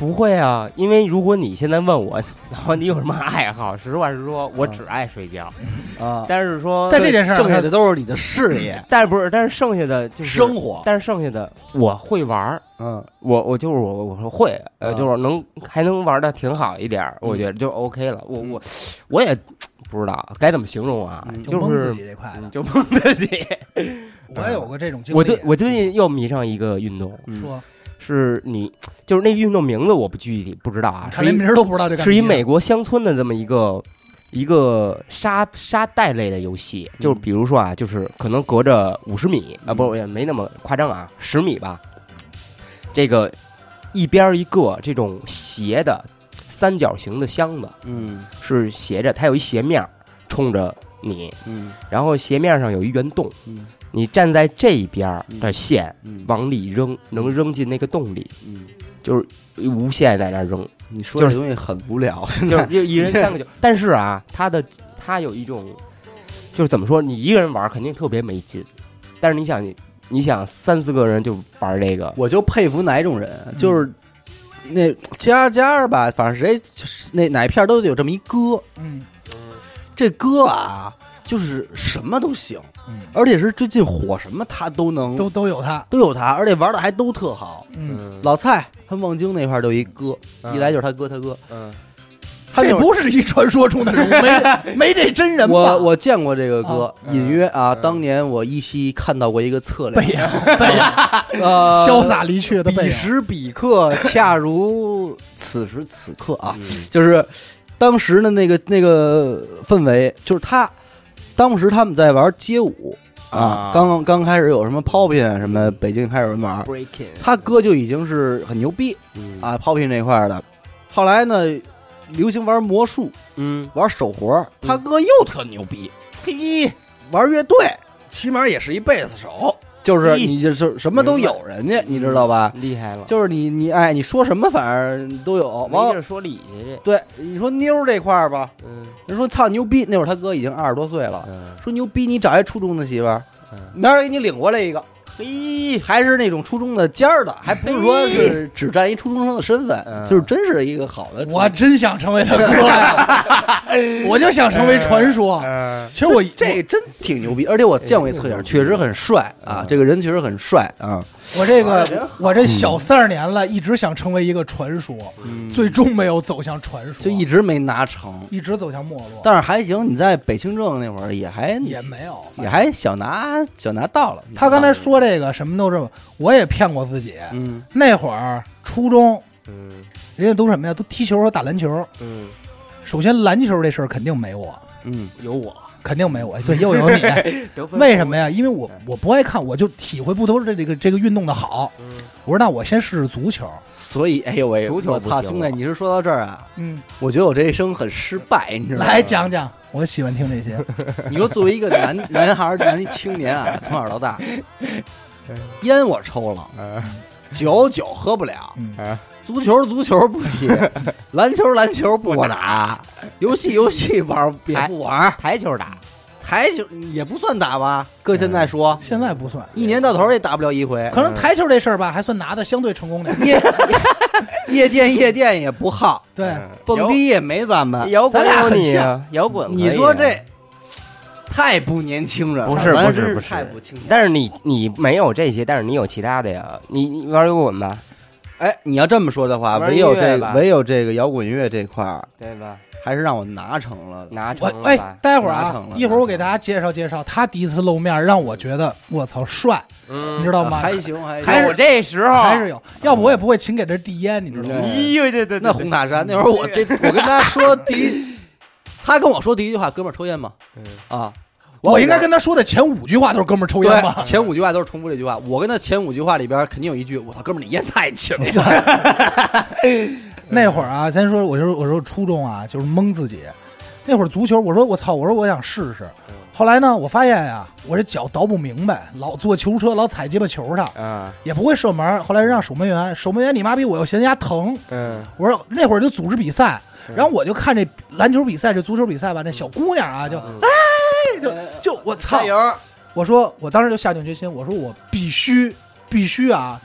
[SPEAKER 3] 不会啊？因为如果你现在问我，然后你有什么爱好，实话实说，我只爱睡觉。
[SPEAKER 1] 啊，
[SPEAKER 3] 但是说，
[SPEAKER 2] 在这件事儿上
[SPEAKER 1] 剩下的都是
[SPEAKER 3] 哎
[SPEAKER 1] 你的事业、
[SPEAKER 3] 但是不是，但是剩下的就是
[SPEAKER 1] 生，活。
[SPEAKER 3] 但是剩下的我会玩儿，
[SPEAKER 1] 嗯
[SPEAKER 3] 我我就是我我说会，呃，
[SPEAKER 1] 啊
[SPEAKER 3] 就是能还能玩的挺好一点儿，我觉得就 OK 了。我我我也不知道该怎么形容啊，
[SPEAKER 1] 嗯
[SPEAKER 2] 就
[SPEAKER 3] 就
[SPEAKER 2] 蒙
[SPEAKER 3] 是
[SPEAKER 2] 自己这块的
[SPEAKER 3] 嗯就蒙自己。
[SPEAKER 2] 我也有过这种经历。啊
[SPEAKER 3] 我最我最近又迷上一个运动，
[SPEAKER 1] 嗯
[SPEAKER 2] 说，
[SPEAKER 3] 是你就是那个运动名字我不具体不知道啊，
[SPEAKER 2] 看
[SPEAKER 3] 是
[SPEAKER 2] 连
[SPEAKER 3] 一
[SPEAKER 2] 名儿都不知道这干啊嘛
[SPEAKER 3] 是一美国乡村的这么一个一个沙沙袋类的游戏，
[SPEAKER 1] 嗯
[SPEAKER 3] 就是比如说啊，就是可能隔着五十米啊，不也没那么夸张啊，十米吧，这个一边儿一个这种斜的三角形的箱子
[SPEAKER 1] 嗯
[SPEAKER 3] 是斜着，它有一斜面儿冲着你，
[SPEAKER 1] 嗯
[SPEAKER 3] 然后斜面上有一圆洞，
[SPEAKER 1] 嗯
[SPEAKER 3] 你站在这一边儿的线
[SPEAKER 1] 嗯
[SPEAKER 3] 往里扔，能扔进那个洞里，
[SPEAKER 1] 嗯，
[SPEAKER 3] 就是无限在那儿扔。
[SPEAKER 1] 你说
[SPEAKER 3] 就
[SPEAKER 1] 这
[SPEAKER 3] 是
[SPEAKER 1] 东西很无聊， 现
[SPEAKER 3] 就是
[SPEAKER 1] 在
[SPEAKER 3] 就一人三个球。但是啊，他的他有一种，就是怎么说，你一个人玩肯定特别没劲，但是你想，你想三四个人就玩这个，
[SPEAKER 1] 我就佩服哪种人，就是那家家吧，反正谁就是那哪一片都得有这么一哥，
[SPEAKER 2] 嗯
[SPEAKER 1] 这哥啊就是什么都行，
[SPEAKER 2] 嗯，
[SPEAKER 1] 而且是最近火什么他都能
[SPEAKER 2] 都都有他，
[SPEAKER 1] 都有他，而且玩的还都特好。
[SPEAKER 2] 嗯，
[SPEAKER 1] 老蔡他望京那块儿就一哥，
[SPEAKER 3] 嗯
[SPEAKER 1] 一来就是他哥他哥，
[SPEAKER 3] 嗯，
[SPEAKER 1] 他那
[SPEAKER 2] 这
[SPEAKER 1] 种
[SPEAKER 2] 不是一传说中的 人物，没没这真人吧？哦
[SPEAKER 1] 我我见过这个歌，
[SPEAKER 3] 嗯
[SPEAKER 1] 隐约啊，
[SPEAKER 3] 嗯
[SPEAKER 1] 当年我依稀看到过一个侧
[SPEAKER 2] 背
[SPEAKER 1] 脸，
[SPEAKER 2] 影，
[SPEAKER 1] 呃，
[SPEAKER 2] 潇洒离去的背
[SPEAKER 1] 彼
[SPEAKER 2] 影，
[SPEAKER 1] 时彼刻，恰如此时此刻啊，
[SPEAKER 3] 嗯
[SPEAKER 1] 就是当时的那个那个氛围，就是他当时他们在玩街舞啊
[SPEAKER 3] 啊，
[SPEAKER 1] 刚刚开始有什么 popping 什么，北京开始有人玩，
[SPEAKER 3] breaking，
[SPEAKER 1] 他哥就已经是很牛逼
[SPEAKER 3] 嗯
[SPEAKER 1] 啊，popping 这块儿的。后来呢，流行玩魔术，
[SPEAKER 3] 嗯，
[SPEAKER 1] 玩手活儿，
[SPEAKER 4] 他哥又特牛逼，
[SPEAKER 3] 嘿，
[SPEAKER 4] 玩乐队，起码也是一贝斯手。
[SPEAKER 1] 就是
[SPEAKER 3] 咦
[SPEAKER 1] 你就是什么都有人家，你知道吧？
[SPEAKER 4] 嗯
[SPEAKER 3] 厉害了，
[SPEAKER 1] 就是你你哎，你说什么反正都有。
[SPEAKER 3] 没
[SPEAKER 1] 完
[SPEAKER 3] 地儿说理去这，
[SPEAKER 1] 对你说妞儿这块儿吧，
[SPEAKER 3] 嗯
[SPEAKER 1] 人说操牛逼，那会儿他哥已经二十多岁了，
[SPEAKER 3] 嗯
[SPEAKER 1] 说牛逼，你找一初中的媳妇儿，
[SPEAKER 3] 嗯，
[SPEAKER 1] 明儿给你领过来一个，
[SPEAKER 3] 嘿，
[SPEAKER 1] 还是那种初中的尖儿的，还不是说是只占一初中生的身份，
[SPEAKER 3] 嗯
[SPEAKER 1] 就是真是一个好的初中。
[SPEAKER 2] 我真想成为他哥呀， 我就想成为传说。
[SPEAKER 3] 嗯
[SPEAKER 2] 其实我
[SPEAKER 1] 这真挺牛逼，而且我见过一
[SPEAKER 3] 哎
[SPEAKER 1] 侧影，确实很帅啊，
[SPEAKER 3] 嗯
[SPEAKER 1] 这个人确实很帅啊。
[SPEAKER 2] 我这个我
[SPEAKER 1] 嗯
[SPEAKER 2] 这小三十年了，一直想成为一个传说，
[SPEAKER 3] 嗯
[SPEAKER 2] 最终没有走向传说，
[SPEAKER 1] 就一直没拿成，
[SPEAKER 2] 一直走向没落，
[SPEAKER 1] 但是还行。你在北清政那会儿也还
[SPEAKER 2] 也没有。反正
[SPEAKER 1] 也还小拿小拿到了。
[SPEAKER 2] 他刚才说这个什么都这么，我也骗过自己。
[SPEAKER 1] 嗯
[SPEAKER 2] 那会儿初中，
[SPEAKER 3] 嗯
[SPEAKER 2] 人家都什么呀？都踢球和打篮球。
[SPEAKER 3] 嗯，
[SPEAKER 2] 首先，篮球这事儿肯定没我，
[SPEAKER 1] 嗯
[SPEAKER 3] 有我，
[SPEAKER 2] 肯定没我。对，又有 你，啊
[SPEAKER 3] 得分
[SPEAKER 2] 为什么呀？因为我我不爱看，我就体会不都是这个这个运动的好。
[SPEAKER 3] 嗯
[SPEAKER 2] 我说那我先试试足球。
[SPEAKER 1] 所以哎呦喂，
[SPEAKER 3] 足球
[SPEAKER 1] 我
[SPEAKER 3] 不
[SPEAKER 1] 操，
[SPEAKER 3] 行
[SPEAKER 1] 兄弟，
[SPEAKER 3] 了
[SPEAKER 1] 你是说到这儿啊？
[SPEAKER 2] 嗯，
[SPEAKER 1] 我觉得我这一生很失败，你知道吗？
[SPEAKER 2] 来讲讲，我喜欢听这 些。
[SPEAKER 1] 你说作为一个男男孩儿、男青年啊，从小到 大，烟我抽了，
[SPEAKER 3] 啊
[SPEAKER 1] 酒酒喝不了，
[SPEAKER 2] 嗯，
[SPEAKER 1] 足球足球不踢，篮球篮球不打，游戏游戏玩也不玩，
[SPEAKER 3] 台球打，嗯
[SPEAKER 1] 台球也不算打吧？搁现在说，
[SPEAKER 2] 现在不算，
[SPEAKER 1] 一年到头也打不了一回。
[SPEAKER 2] 可能台球这事儿吧，还算拿的相对成功点。
[SPEAKER 1] 夜夜店夜店也不好，
[SPEAKER 2] 对，
[SPEAKER 1] 蹦迪也没咱们。
[SPEAKER 3] 摇滚
[SPEAKER 1] 咱俩
[SPEAKER 3] 有
[SPEAKER 1] 很
[SPEAKER 3] 你
[SPEAKER 1] 像，
[SPEAKER 3] 啊，摇滚可以
[SPEAKER 1] 你
[SPEAKER 3] 啊，
[SPEAKER 1] 说这太不年轻人了，
[SPEAKER 3] 不是
[SPEAKER 1] 咱
[SPEAKER 3] 不
[SPEAKER 1] 真
[SPEAKER 3] 是
[SPEAKER 1] 是
[SPEAKER 3] 不是
[SPEAKER 1] 太不青年。
[SPEAKER 3] 但是你你没有这些，但是你有其他的呀。你你玩摇滚吧，
[SPEAKER 1] 哎，你要这么说的话，
[SPEAKER 3] 玩
[SPEAKER 1] 唯
[SPEAKER 3] 音
[SPEAKER 1] 有
[SPEAKER 3] 乐
[SPEAKER 1] 这
[SPEAKER 3] 吧
[SPEAKER 1] 唯有这个摇滚乐这块儿，
[SPEAKER 3] 对吧？
[SPEAKER 1] 还是让我拿成了的。
[SPEAKER 3] 拿
[SPEAKER 2] 我
[SPEAKER 3] 成了
[SPEAKER 2] 哎
[SPEAKER 3] 吧，，
[SPEAKER 2] 待会儿
[SPEAKER 1] 拿
[SPEAKER 2] 啊
[SPEAKER 1] 成，了
[SPEAKER 2] 一会儿我给大家介绍介绍他第一次露面，让我觉得我操帅，你
[SPEAKER 3] 嗯
[SPEAKER 2] 知道吗？
[SPEAKER 1] 呃还行，嗯还
[SPEAKER 2] 还
[SPEAKER 1] 行
[SPEAKER 2] 是
[SPEAKER 3] 有这时候
[SPEAKER 2] 还是有，要不我也不会勤给这递烟，你知道吗？
[SPEAKER 1] 对
[SPEAKER 3] 咦呦，对对，
[SPEAKER 1] 那红塔山那会儿，我这我跟他说第一，他跟我说第一句话：“哥们儿抽烟吗？”啊，
[SPEAKER 2] 我应该跟他说的前五句话都是哥们儿抽烟
[SPEAKER 1] 对
[SPEAKER 2] 吧？
[SPEAKER 1] 前五句话都是重复这句话。我跟他前五句话里边肯定有一句：“我操，哥们儿你烟太轻了。
[SPEAKER 2] 那会儿啊，先说，我就说我说初中啊，就是蒙自己。那会儿足球，我说我操，我说我想试试。
[SPEAKER 1] 嗯
[SPEAKER 2] 后来呢，我发现呀、我这脚倒不明白，老坐球车，老踩鸡巴球上，
[SPEAKER 3] 啊，
[SPEAKER 2] 也不会射门。后来让守门员，守门员你妈逼我又嫌人家疼。
[SPEAKER 3] 嗯
[SPEAKER 2] 我说那会儿就组织比赛，
[SPEAKER 1] 嗯
[SPEAKER 2] 然后我就看这篮球比赛、这足球比赛吧，那小姑娘啊，就
[SPEAKER 1] 嗯
[SPEAKER 2] 哎，就 就我”操
[SPEAKER 1] 加！油！
[SPEAKER 2] 我说我当时就下定决心，我说我必须必须啊，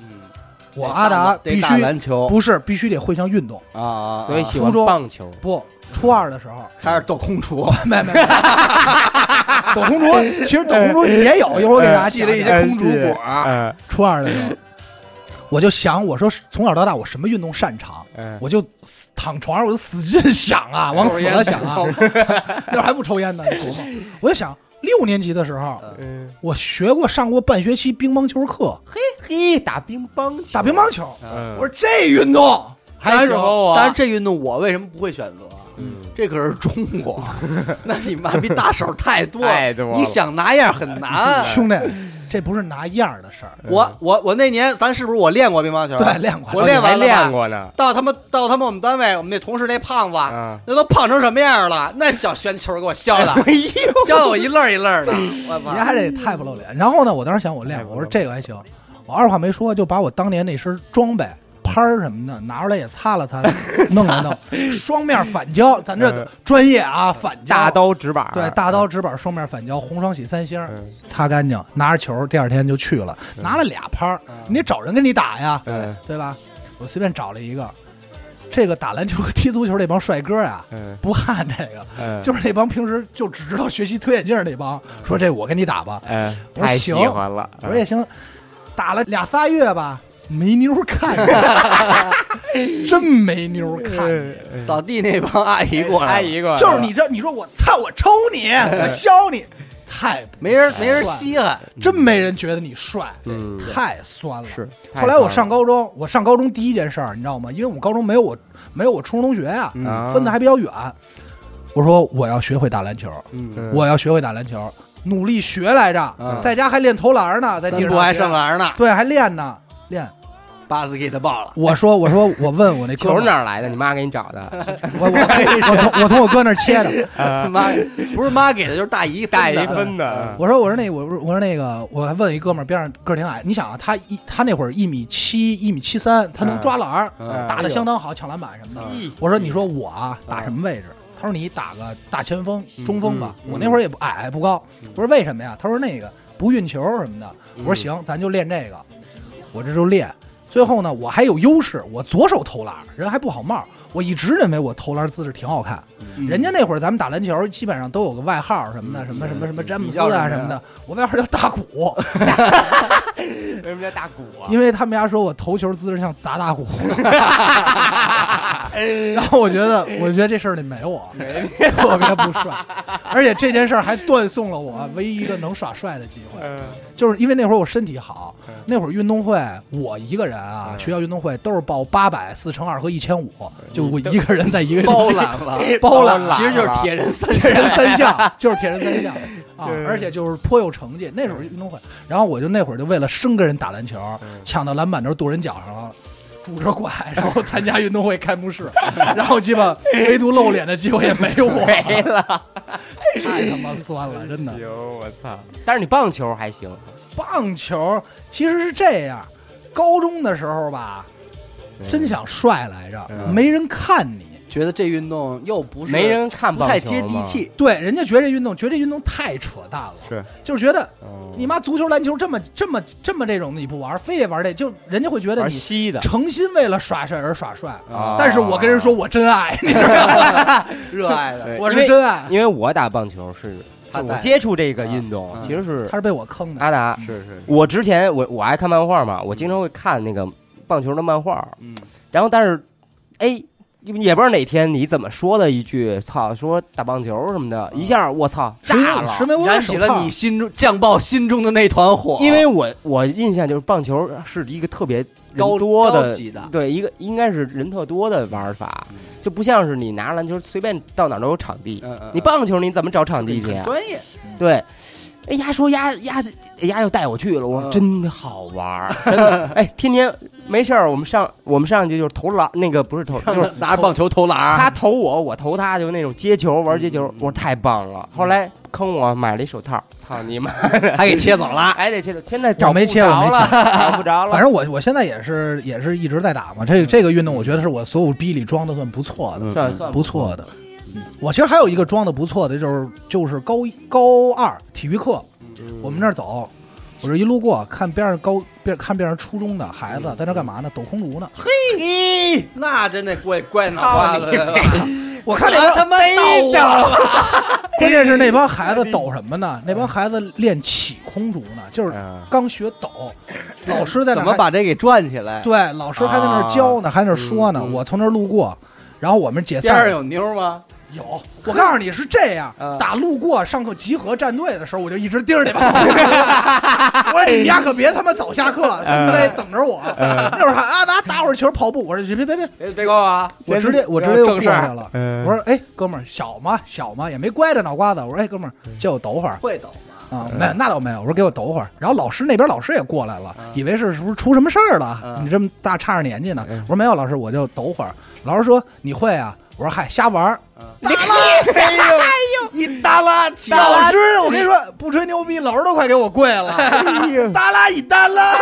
[SPEAKER 2] 我阿达
[SPEAKER 1] 嗯得
[SPEAKER 2] 必
[SPEAKER 1] 打
[SPEAKER 2] 须
[SPEAKER 1] 篮球
[SPEAKER 2] 不是必须得会项运动。
[SPEAKER 1] 啊啊！
[SPEAKER 3] 所以
[SPEAKER 1] 啊
[SPEAKER 3] 喜欢
[SPEAKER 2] 初中
[SPEAKER 3] 棒球，
[SPEAKER 2] 不，初二的时候，
[SPEAKER 1] 开始斗空厨，
[SPEAKER 2] 没没没，抖空竹，其实抖空竹也有，一会儿我给大家
[SPEAKER 1] 系
[SPEAKER 2] 讲
[SPEAKER 1] 了
[SPEAKER 2] 讲
[SPEAKER 1] 一些公主果儿，
[SPEAKER 3] 嗯
[SPEAKER 2] 初二的时候，我就想，我说从小到大我什么运动擅长，
[SPEAKER 3] 嗯
[SPEAKER 2] 我就死躺床上我就使劲想啊，往死了想啊，那会儿还不抽烟呢，你琢磨，我就想。六年级的时候，
[SPEAKER 3] 嗯，
[SPEAKER 2] 我学过上过半学期乒乓球课，
[SPEAKER 3] 嘿嘿，打乒乓球，
[SPEAKER 2] 打乒乓球。
[SPEAKER 3] 嗯，
[SPEAKER 2] 我说这运动还行，
[SPEAKER 3] 我嗯
[SPEAKER 1] 但是这运动我为什么不会选择？啊这可是中 国，那你妈逼大手太多，
[SPEAKER 3] 太多了
[SPEAKER 1] 你想拿样很 难。
[SPEAKER 2] 兄弟，这不是拿样儿的事儿。
[SPEAKER 1] 我我我那年咱是不是我练过乒乓球？
[SPEAKER 2] 对，练过，
[SPEAKER 1] 我练完了吧
[SPEAKER 3] 练过呢，
[SPEAKER 1] 到他妈到他妈我们单位，我们那同事那胖子，
[SPEAKER 3] 嗯
[SPEAKER 1] 那都胖成什么样了？那小旋球给我削的，
[SPEAKER 3] 哎呦，
[SPEAKER 1] 削的我一愣一愣的。 我
[SPEAKER 2] 你
[SPEAKER 1] 操！
[SPEAKER 2] 还得太不露脸。然后呢，我当时想我练过，我说这个还行。我二话没说就把我当年那身装备拍儿什么的拿出来也擦 了擦，弄了弄，双面反胶，咱这个专业啊，反胶
[SPEAKER 3] 嗯大刀直板，
[SPEAKER 2] 对，大刀直板双面反胶，红双喜三星儿
[SPEAKER 3] 嗯，
[SPEAKER 2] 擦干净，拿着球，第二天就去了，拿了俩拍儿，你得找人跟你打呀，
[SPEAKER 3] 嗯
[SPEAKER 2] 对吧？我随便找了一个，这个打篮球和踢足球这帮帅哥啊，
[SPEAKER 3] 嗯
[SPEAKER 2] 不看这个，
[SPEAKER 3] 嗯，
[SPEAKER 2] 就是那帮平时就只知道学习推眼镜儿那帮，说这我跟你打吧，
[SPEAKER 3] 嗯，
[SPEAKER 2] 我说
[SPEAKER 3] 太喜
[SPEAKER 2] 行
[SPEAKER 3] 欢了，嗯
[SPEAKER 2] 我说也行，打了俩仨月吧，没妞儿 看你，真没妞儿看你。
[SPEAKER 3] 嗯
[SPEAKER 1] 扫地那帮阿姨过来
[SPEAKER 3] 哎阿
[SPEAKER 1] 了，
[SPEAKER 3] 姨过来了，
[SPEAKER 2] 就是你这，你说我操，我抽你，
[SPEAKER 3] 哎
[SPEAKER 2] 我削你，太
[SPEAKER 1] 没人没人稀罕。
[SPEAKER 2] 真没人觉得你帅，
[SPEAKER 3] 嗯
[SPEAKER 2] 太酸了。
[SPEAKER 3] 是太
[SPEAKER 2] 后来我
[SPEAKER 3] 酸
[SPEAKER 2] 上高中，我上高中第一件事儿，你知道吗？因为我们高中没有我没有我初中同学呀、
[SPEAKER 3] 啊
[SPEAKER 2] 分的还比较远。我说我要学会打篮球，
[SPEAKER 3] 嗯
[SPEAKER 2] 我要学会打篮球，努力学来着，
[SPEAKER 1] 嗯
[SPEAKER 2] 在家还练投篮呢，在地
[SPEAKER 1] 三
[SPEAKER 2] 上
[SPEAKER 1] 不还啊
[SPEAKER 2] 学
[SPEAKER 1] 上篮呢，
[SPEAKER 2] 对，还练呢，练。
[SPEAKER 1] 巴斯给他爆了，
[SPEAKER 2] 我说我说我问我那哥
[SPEAKER 3] 球
[SPEAKER 2] 们儿，
[SPEAKER 3] 哪儿来的？你妈给你找的？
[SPEAKER 2] 我我我从我从我哥那儿切的，嗯
[SPEAKER 1] 妈不是妈给的，就是大姨
[SPEAKER 3] 嗯大
[SPEAKER 1] 姨
[SPEAKER 3] 一分的，
[SPEAKER 2] 我说我说那我说我说那个我还问一哥们儿边上个儿挺矮，你想啊，他一他那会儿一米七一米七三，他能抓篮儿，
[SPEAKER 1] 嗯
[SPEAKER 2] 打的相当好，抢篮板什么的
[SPEAKER 1] 嗯。
[SPEAKER 2] 我说你说我啊打什么位置？他说你打个大前锋、
[SPEAKER 1] 嗯
[SPEAKER 2] 中锋吧。我那会儿也不矮不高。我说为什么呀？他说那个不运球什么的。我
[SPEAKER 1] 嗯
[SPEAKER 2] 说行，咱就练这个。我这就练。最后呢，我还有优势，我左手投篮，人还不好帽。我一直认为我投篮姿势挺好看。
[SPEAKER 1] 嗯
[SPEAKER 2] 人家那会儿咱们打篮球，基本上都有个外号什么的，什么什么什么詹姆
[SPEAKER 1] 你嗯
[SPEAKER 2] 斯
[SPEAKER 1] 叫什
[SPEAKER 2] 啊
[SPEAKER 1] 么
[SPEAKER 2] 什
[SPEAKER 1] 呀
[SPEAKER 2] 么的。我外号叫大鼓，
[SPEAKER 3] 为什么叫大鼓啊？
[SPEAKER 2] 因为他们家说我投球姿势像砸大鼓。然后我觉得，我觉得这事儿里没 我，特别不帅。而且这件事儿还断送了我唯一一个能耍帅的机会。
[SPEAKER 3] 嗯
[SPEAKER 2] 就是因为那会儿我身体好，那会儿运动会我一个人啊，学校运动会都是报八百、四乘二和一千五，就我一个人在一个
[SPEAKER 1] 包揽了，
[SPEAKER 2] 包揽了
[SPEAKER 1] 其实就是铁人三
[SPEAKER 2] 铁
[SPEAKER 1] 项。
[SPEAKER 2] 人三项，就是铁人三项啊，而且就是颇有成绩。那时候运动会，然后我就那会儿就为了生跟人打篮球，抢到篮板都跺人脚上了。拄着拐，然后参加运动会开幕式， 然后鸡巴唯独露脸的机会也没我，没 了，太他妈酸了，真的。
[SPEAKER 3] 行，我操！但是你棒球还行，
[SPEAKER 2] 棒球其实是这样，高中的时候吧，
[SPEAKER 3] 嗯
[SPEAKER 2] 真想帅来着，没人看你。
[SPEAKER 1] 觉得这运动嗯又不是
[SPEAKER 3] 没人看
[SPEAKER 1] 不
[SPEAKER 3] 棒球，
[SPEAKER 1] 太接地。气，
[SPEAKER 2] 对，人家觉得这运动，觉得这运动太扯淡了，
[SPEAKER 3] 是，
[SPEAKER 2] 就是觉得
[SPEAKER 3] 嗯
[SPEAKER 2] 你妈足球、篮球这么这么这么这种的你不玩，非得玩这，就人家会觉得
[SPEAKER 3] 玩
[SPEAKER 2] 你
[SPEAKER 3] 稀的，
[SPEAKER 2] 诚心为了耍帅而耍帅。
[SPEAKER 3] 啊
[SPEAKER 2] 但是我跟人说，我真 爱，你知道吗？
[SPEAKER 1] 热爱 的。
[SPEAKER 3] 对
[SPEAKER 2] 我
[SPEAKER 3] 因
[SPEAKER 2] 是
[SPEAKER 3] 为
[SPEAKER 2] 真爱，
[SPEAKER 3] 因为我打棒球是，
[SPEAKER 1] 他
[SPEAKER 3] 就我
[SPEAKER 1] 带
[SPEAKER 3] 接触这个运
[SPEAKER 1] 啊
[SPEAKER 3] 动
[SPEAKER 1] 嗯
[SPEAKER 3] 其实是
[SPEAKER 2] 他是被我坑的。
[SPEAKER 3] 阿达。
[SPEAKER 1] 是是，
[SPEAKER 3] 我之前我我爱看漫画嘛，我经常会看那个棒球的漫画，
[SPEAKER 1] 嗯，
[SPEAKER 3] 然后但是，哎，也不知道哪天你怎么说的一句“操”，说打棒球什么的，一下
[SPEAKER 2] 嗯
[SPEAKER 3] 我操炸了
[SPEAKER 2] 十。枚我
[SPEAKER 1] 嗯燃起了你心中酱爆心中的那团火，
[SPEAKER 3] 因为我我印象就是棒球呃是一个特别
[SPEAKER 1] 高
[SPEAKER 3] 人多
[SPEAKER 1] 高
[SPEAKER 3] 的，
[SPEAKER 1] 级的
[SPEAKER 3] 对一个应该是人特多的玩法，就不像是你拿篮球随便到哪儿都有场地。
[SPEAKER 1] 嗯嗯哎嗯
[SPEAKER 3] 你棒球你怎么找场地去
[SPEAKER 1] 很
[SPEAKER 3] 呀？
[SPEAKER 1] 专业，
[SPEAKER 3] 对，哎丫说丫丫丫又带我去了，我说
[SPEAKER 1] 嗯
[SPEAKER 3] 真好玩儿，真的哎，天天没事儿，我们上我们上去就是投篮，那个不是投，就是
[SPEAKER 1] 拿着棒球投篮儿，
[SPEAKER 3] 他投我，我投他，就那种接球玩接球，我说太棒了。后来坑我买了一手套，嗯操你妈！
[SPEAKER 1] 还给切走了。
[SPEAKER 3] 还得切，现在找
[SPEAKER 2] 我没
[SPEAKER 3] 不
[SPEAKER 2] 切我
[SPEAKER 3] 着
[SPEAKER 2] 没
[SPEAKER 3] 了，找不着了。嗯
[SPEAKER 2] 反正我我现在也是也是一直在打嘛，这个这个运动我觉得是我所有逼里装的算不错的，
[SPEAKER 3] 算算
[SPEAKER 2] 不错的。
[SPEAKER 1] 嗯
[SPEAKER 2] 我其实还有一个装的不错的，就是就是高一高二体育课，
[SPEAKER 1] 嗯
[SPEAKER 2] 我们那儿走，我这一路过，看边上高边看边上初中的孩
[SPEAKER 1] 嗯
[SPEAKER 2] 子在那干嘛呢？抖空竹呢。
[SPEAKER 3] 嗯
[SPEAKER 1] 嘿，那真得怪怪脑瓜子了，
[SPEAKER 2] 我看那帮，
[SPEAKER 1] 妈
[SPEAKER 3] 哎
[SPEAKER 1] 逮着了，
[SPEAKER 2] 关键是那帮孩子抖什么呢？那
[SPEAKER 1] 嗯
[SPEAKER 2] 帮孩子练起空竹呢，就是
[SPEAKER 3] 嗯
[SPEAKER 2] 刚学 抖，老师在
[SPEAKER 1] 哎怎
[SPEAKER 2] 那儿
[SPEAKER 1] 么啊
[SPEAKER 2] 还
[SPEAKER 1] 把这给转起来？
[SPEAKER 2] 对老师还在那儿教呢，还在那儿说
[SPEAKER 1] 嗯
[SPEAKER 2] 呢。我从那儿路过，然后我们解
[SPEAKER 1] 边
[SPEAKER 2] 散
[SPEAKER 1] 上
[SPEAKER 2] 了。
[SPEAKER 1] 有妞吗？
[SPEAKER 2] 有，我告诉你是这样，
[SPEAKER 1] 嗯
[SPEAKER 2] 打路过上课集合站队的时候，我就一直盯着你们。我说你们丫可别他妈早下课，他妈在等着我。那会儿还啊，咱打会儿球跑步，我说别别别，
[SPEAKER 1] 别别告诉我啊！
[SPEAKER 2] 我直接我直接就过去了。
[SPEAKER 3] 嗯
[SPEAKER 2] 我说哎，哥们儿小吗小吗也没乖着脑瓜子。我说哎，哥们儿借我抖会儿
[SPEAKER 1] 会抖吗？
[SPEAKER 2] 啊，没有那倒没有。我说给我抖会儿。然后老师那边老师也过来
[SPEAKER 1] 啊
[SPEAKER 2] 了，以为是是不是出什么事儿了？
[SPEAKER 1] 嗯
[SPEAKER 2] 你这么大差着年纪
[SPEAKER 1] 哎
[SPEAKER 2] 呢？我说没有，老师我就抖会儿。老师说你会啊？我说嗨，瞎玩儿。
[SPEAKER 1] 啊 哎呦，一耷拉起来，
[SPEAKER 2] 老师，我跟你说，不吹牛逼，老师都快给我跪 了，
[SPEAKER 1] 哎
[SPEAKER 2] 耷拉一耷拉，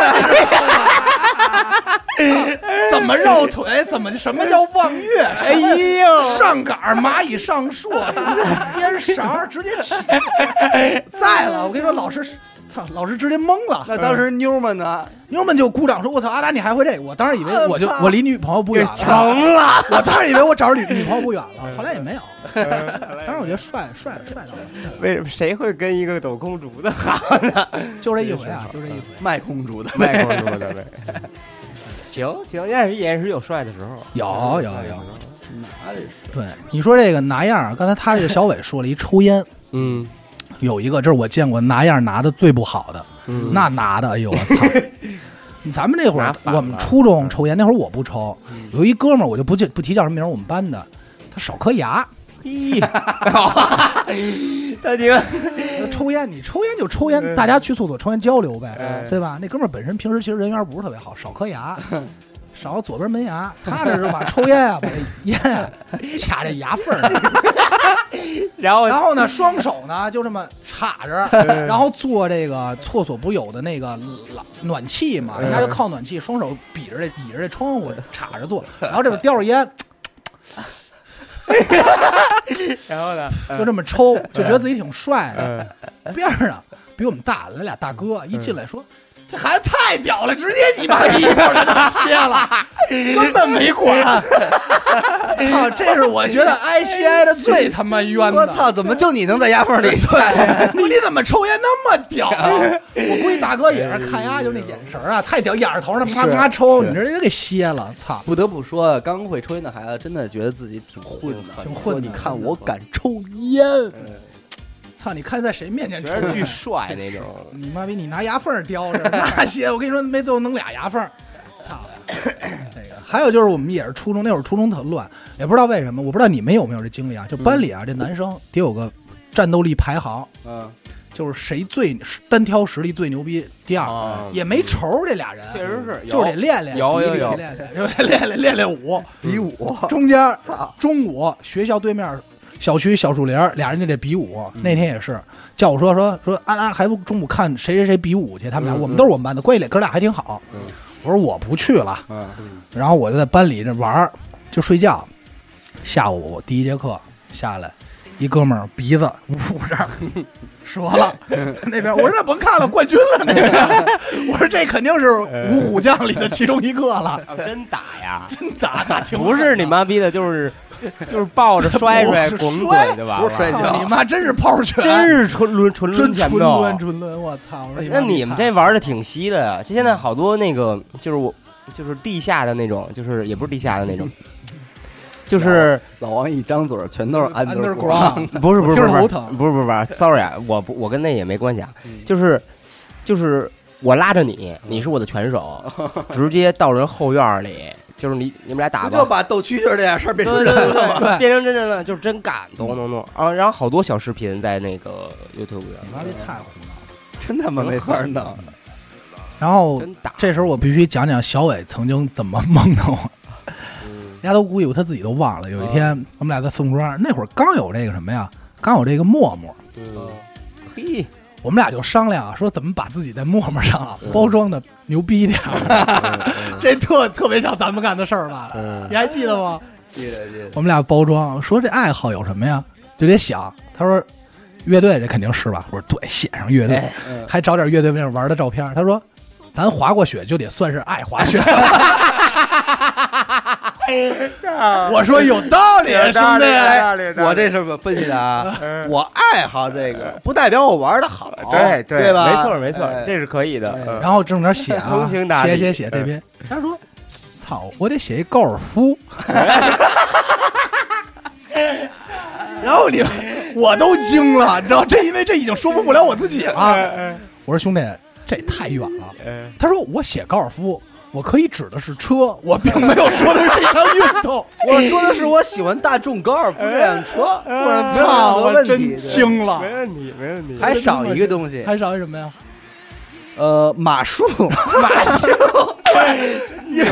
[SPEAKER 2] 怎么绕腿？怎么什么叫望月？哎呦，上杆儿蚂蚁上树，颠勺儿直接起。在了，我跟你说，老师，操，老师直接懵了。
[SPEAKER 1] 那当时妞们呢？
[SPEAKER 2] 妞们就鼓掌说：“我操，阿达你还会这个？”我当时以为我 就
[SPEAKER 1] 啊操
[SPEAKER 2] 我离女朋友不远了，
[SPEAKER 3] 成了。
[SPEAKER 2] 我当时以为我找着女女朋友不远 了，后来也没有。当时我觉得帅帅帅到了。
[SPEAKER 3] 为什么谁会跟一个抖空竹的好？
[SPEAKER 2] 就这一回啊，就这一回。
[SPEAKER 1] 卖公主的，
[SPEAKER 3] 卖空竹的呗。 行行，也是也是有帅的时候。
[SPEAKER 2] 有有有，对你说这个拿样儿，刚才他这个小伟说了一抽烟，
[SPEAKER 3] 嗯
[SPEAKER 2] 有一个这是我见过拿样儿拿的最不好的，
[SPEAKER 3] 嗯，
[SPEAKER 2] 那拿的，哎呦我 操！咱们那会
[SPEAKER 3] 拿
[SPEAKER 2] 儿，
[SPEAKER 3] 反
[SPEAKER 2] 我
[SPEAKER 3] 了嗯
[SPEAKER 2] 们初中抽烟那会儿我不抽，有一哥们儿我就不记不提叫什么名儿，我们班的，他少颗牙，
[SPEAKER 3] 嘿，他你们
[SPEAKER 2] 抽烟，你抽烟就抽
[SPEAKER 3] 嗯
[SPEAKER 2] 烟，大家去厕所抽烟交流
[SPEAKER 3] 哎
[SPEAKER 2] 呗，对吧？那哥们儿本身平时其实人缘不是特别好，少颗 牙，少左边门牙，他这是把抽烟啊，把这烟啊卡在牙缝儿里，
[SPEAKER 3] 然后
[SPEAKER 2] 然后呢，双手呢就这么插着，然后坐这个厕所不有的那个暖暖气嘛，人家就靠暖气，双手比着这倚着这窗户插 着坐，然后这边叼着烟，
[SPEAKER 3] 然后呢？嗯
[SPEAKER 2] 就这么抽，
[SPEAKER 1] 嗯
[SPEAKER 2] 就觉得自己挺帅的。边上啊比我们大来俩大哥，一
[SPEAKER 1] 嗯
[SPEAKER 2] 进来说：“这孩子太屌了，直接你妈逼过来就歇了，根本没管。” 操，这是我觉得挨歇挨的最他妈冤的。
[SPEAKER 1] 我操，怎么就你能在牙缝 里下呀？
[SPEAKER 2] 我说你怎么抽烟那么屌？啊 我估计大哥也是看呀，就那眼神儿啊，太屌，仰着头那啪啪抽，你这人给歇了，操！
[SPEAKER 1] 不得不说，刚会抽烟的孩子真的觉得自己挺混的，
[SPEAKER 2] 挺混
[SPEAKER 1] 说
[SPEAKER 2] 的
[SPEAKER 1] 你看我敢抽烟，
[SPEAKER 2] 操！你看在谁面前抽
[SPEAKER 3] 觉得 巨帅那种，
[SPEAKER 2] 你妈逼，你拿牙缝儿叼着那些，我跟你说，没最后弄俩牙缝儿，操！那个还有就是我们也是初中那会儿，初中特乱，也不知道为什么，我不知道你们有没有这经历啊？就班里啊，这男生得有个战斗力排行，
[SPEAKER 1] 嗯，
[SPEAKER 2] 就是谁最单挑实力最牛逼，第二、
[SPEAKER 3] 啊
[SPEAKER 2] 也没仇儿这俩人，嗯
[SPEAKER 3] 确实是有
[SPEAKER 2] 就是得练练，
[SPEAKER 3] 有
[SPEAKER 2] 比
[SPEAKER 3] 有
[SPEAKER 2] 比
[SPEAKER 3] 有
[SPEAKER 2] 练 练，练练练练武，嗯
[SPEAKER 1] 比武，
[SPEAKER 2] 中间儿中午学校对面儿小区小树林儿俩人就得比武。
[SPEAKER 3] 嗯
[SPEAKER 2] 那天也是叫我说说说安安还不中午看谁谁谁比武去？他
[SPEAKER 3] 嗯
[SPEAKER 2] 们俩、我们都是我们班的，关系里哥俩还挺好。我说我不去了，
[SPEAKER 3] 嗯
[SPEAKER 2] 然后我就在班里那玩儿，就睡觉。下午我第一节课下来，一哥们儿鼻子捂这儿折 了，那边我说那甭看了，冠军了那边。我说这肯定是五虎将里的其中一个了，
[SPEAKER 3] 啊真打呀！
[SPEAKER 2] 真打打 挺狠的
[SPEAKER 3] 不是你妈逼 的，就是就是抱着摔摔滚滚就完
[SPEAKER 1] 不是摔
[SPEAKER 3] 了，啊
[SPEAKER 2] 操你妈 真是炮儿拳，
[SPEAKER 3] 真是纯抡纯抡
[SPEAKER 2] 真
[SPEAKER 3] 拳
[SPEAKER 2] 纯
[SPEAKER 3] 头
[SPEAKER 2] 抡。纯抡，我操！我说
[SPEAKER 3] 那
[SPEAKER 2] 妈
[SPEAKER 3] 你们
[SPEAKER 2] 厉害
[SPEAKER 3] 这玩的挺稀的呀！这现在好多那个就是我就是地下的那种，就是也不是地下的那种，就是
[SPEAKER 1] 老王一张嘴全都是
[SPEAKER 2] Underground
[SPEAKER 3] 不是不是
[SPEAKER 2] 听着
[SPEAKER 3] 不
[SPEAKER 2] 头
[SPEAKER 3] 是不是
[SPEAKER 2] 疼嗯
[SPEAKER 3] 不是不是 不是，sorry，啊，我不我跟那也没关系啊，就是就是我拉着你，你是我的拳 手，直接到人后院儿里，就是你你们俩打
[SPEAKER 1] 不
[SPEAKER 3] 吧，
[SPEAKER 1] 就把斗蛐蛐这点事儿变成
[SPEAKER 3] 对
[SPEAKER 1] 真
[SPEAKER 3] 对对
[SPEAKER 1] 的
[SPEAKER 3] 对
[SPEAKER 1] 吗？
[SPEAKER 3] 对，嗯变成真人了，就是真敢懂懂懂啊！然后好多小视频在那个 YouTube
[SPEAKER 2] 你妈这
[SPEAKER 3] 上，
[SPEAKER 2] 太胡闹
[SPEAKER 1] 真他妈没法弄，
[SPEAKER 2] 了。然后
[SPEAKER 3] 真打，
[SPEAKER 2] 这时候我必须讲讲小伟曾经怎么蒙的我，人家都估计我他自己都忘了。有一天我们俩在宋庄，那会儿刚有这个什么呀，刚有这个陌陌，
[SPEAKER 3] 嘿，
[SPEAKER 2] 我们俩就商量啊，说怎么把自己在陌陌上啊包装的牛逼点儿， 这特特别像咱们干的事儿吧？你还记得吗？
[SPEAKER 1] 记得记得，
[SPEAKER 2] 我们俩包装，说这爱好有什么呀？就得想。他说乐队这肯定是吧？我说对，写上乐队，还找点乐队那玩的照片。他说咱滑过雪就得算是爱滑 雪。我说有道理，啊兄弟。
[SPEAKER 1] 我这是分析的啊，我爱好这个，不代表我玩的好，
[SPEAKER 3] 对
[SPEAKER 1] 对吧？
[SPEAKER 3] 没错没错
[SPEAKER 1] 哎，
[SPEAKER 3] 这是可以的。嗯
[SPEAKER 2] 然后正点写啊
[SPEAKER 3] 通情达，理嗯
[SPEAKER 2] 写写写这边，他说操，我得写一高尔夫。 然后你，我都惊了，你知道这，因为这已经说服不了我自己
[SPEAKER 3] 嗯
[SPEAKER 2] 了。我说兄弟，这太远了。他说我写高尔夫，我可以指的是车，我并没有说的是一项运动。
[SPEAKER 1] 我说的是我喜欢大众高尔夫这辆车，我
[SPEAKER 2] 操，
[SPEAKER 1] 操，
[SPEAKER 2] 我真
[SPEAKER 1] 轻，
[SPEAKER 2] 惊了，
[SPEAKER 3] 问题没问题
[SPEAKER 1] 还少一个东西，
[SPEAKER 2] 还少一什么呀？
[SPEAKER 1] 呃，马术，马 术。
[SPEAKER 3] 牛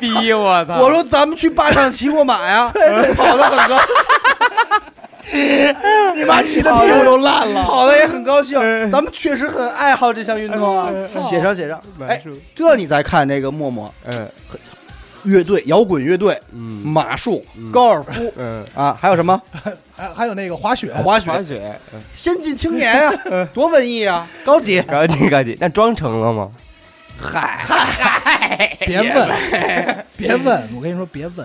[SPEAKER 3] 逼！我操！
[SPEAKER 1] 我说咱们去坝上骑过马 呀，跑得很高，
[SPEAKER 2] 你妈骑
[SPEAKER 3] 哦
[SPEAKER 2] 的屁股都烂了。
[SPEAKER 1] 跑得也很高兴。咱们确实很爱好这项运动啊，写上写上。哎，这你再看这个陌陌
[SPEAKER 3] 嗯
[SPEAKER 1] 乐队、摇滚乐队、
[SPEAKER 3] 嗯
[SPEAKER 1] 马术、高尔夫
[SPEAKER 3] 嗯，哎
[SPEAKER 1] 啊，还有什么
[SPEAKER 2] 啊还还有那个滑雪，
[SPEAKER 1] 滑
[SPEAKER 3] 滑
[SPEAKER 1] 雪、
[SPEAKER 3] 雪，嗯
[SPEAKER 1] 先进青年呀，多文艺啊，高级。
[SPEAKER 3] 高级高级，那装成了吗？
[SPEAKER 1] 嗨，
[SPEAKER 2] 别问，别问，我跟你说，别问。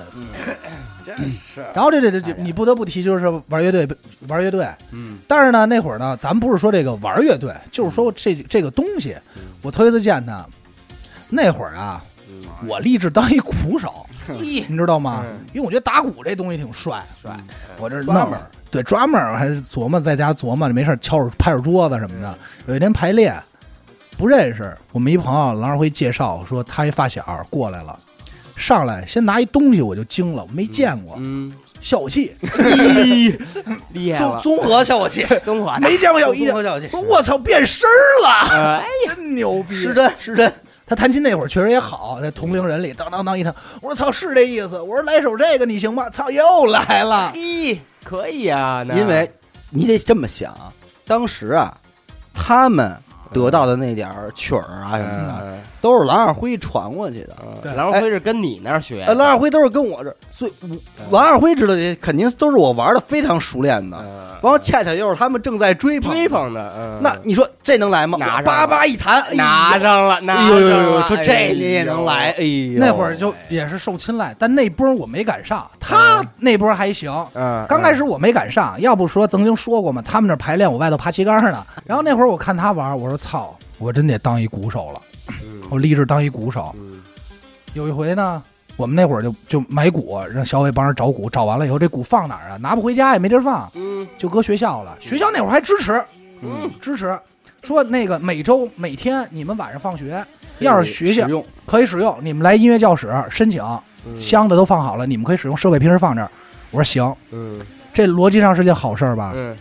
[SPEAKER 1] 真是
[SPEAKER 2] 然后这这这这，你不得不提就是玩乐队，玩乐队。
[SPEAKER 3] 嗯，
[SPEAKER 2] 但是呢，那会儿呢，咱不是说这个玩乐队，就是说这这个东西。我头一次见他，那会儿啊，我立志当一鼓手，你知道吗？因为我觉得打鼓这东西挺帅，帅。我这弄
[SPEAKER 1] Drummer
[SPEAKER 2] 对 drummer 还是琢磨在家琢磨，没事儿敲着拍着桌子什么的。有一天排练，不认识我们一朋友，郎二辉介绍说他一发小过来了，上来先拿一东西我就惊了，我没见过。
[SPEAKER 3] 嗯，
[SPEAKER 2] 效果器，
[SPEAKER 3] 厉害
[SPEAKER 4] 综
[SPEAKER 3] 了，
[SPEAKER 4] 综合效果 器，
[SPEAKER 3] 综合的
[SPEAKER 2] 没见过有一
[SPEAKER 4] 综合效果器
[SPEAKER 2] 我操，变声儿了，
[SPEAKER 3] 哎
[SPEAKER 2] 真牛逼！
[SPEAKER 1] 失真失真，
[SPEAKER 2] 他弹琴那会儿确实也好，在同龄人里当当当一弹，我说操是这意思，我说来首这个你行吗？操又来了，
[SPEAKER 3] 嘿，可以啊，那
[SPEAKER 1] 因为你得这么想啊，当时啊，他们得到的那点儿曲儿
[SPEAKER 3] 嗯
[SPEAKER 1] 啊什么的，都是郎二辉传过去的。
[SPEAKER 2] 对
[SPEAKER 3] 郎辉是跟你那儿学
[SPEAKER 1] 呃，
[SPEAKER 3] 的，
[SPEAKER 1] 郎二辉都是跟我这儿，所以
[SPEAKER 3] 嗯
[SPEAKER 1] 我郎二辉知道这些，肯定都是我玩的非常熟练的。
[SPEAKER 3] 嗯
[SPEAKER 1] 然后恰巧又是他们正在追捧
[SPEAKER 3] 追，捧的，嗯
[SPEAKER 1] 那你说这能来吗？
[SPEAKER 3] 拿上
[SPEAKER 1] 我叭叭一弹，哎呦
[SPEAKER 3] 拿上了，拿
[SPEAKER 1] 哎
[SPEAKER 3] 上
[SPEAKER 1] 呦
[SPEAKER 3] 了
[SPEAKER 1] 呦呦呦，说
[SPEAKER 3] 哎
[SPEAKER 1] 这
[SPEAKER 3] 呦
[SPEAKER 1] 你也能来？哎呦，
[SPEAKER 2] 那会儿就也是受青睐，但那波我没赶上，他那波还行。
[SPEAKER 3] 嗯，
[SPEAKER 2] 刚开始我没赶上，要不说曾经说过嘛，他们那儿排练，我外头爬旗杆儿呢。然后那会儿我看他玩儿，我说操，我真得当一鼓手了，
[SPEAKER 3] 嗯
[SPEAKER 2] 我立志当一鼓手。有一回呢，我们那会儿就就买鼓，让小伟帮着找鼓，找完了以后，这鼓放哪儿啊？拿不回家也没地儿放，
[SPEAKER 3] 嗯
[SPEAKER 2] 就搁学校了。学校那会儿还支持，嗯，支持，说那个每周每天你们晚上放学，要是学校
[SPEAKER 1] 使用
[SPEAKER 2] 可以使用，你们来音乐教室申请，
[SPEAKER 3] 嗯
[SPEAKER 2] 箱子都放好了，你们可以使用，设备平时放这儿。我说行，
[SPEAKER 3] 嗯
[SPEAKER 2] 这逻辑上是件好事儿吧？
[SPEAKER 3] 嗯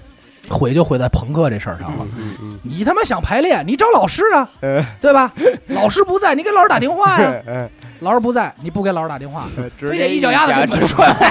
[SPEAKER 2] 毁就毁在朋克这事儿上了。
[SPEAKER 3] 嗯嗯
[SPEAKER 2] 你他妈想排练，你找老师啊，
[SPEAKER 3] 嗯
[SPEAKER 2] 对吧？老师不在，你给老师打电话呀。
[SPEAKER 3] 嗯
[SPEAKER 2] 老师不在，你不给老师打电话，
[SPEAKER 3] 嗯，
[SPEAKER 2] 非得一脚丫子给门踹坏。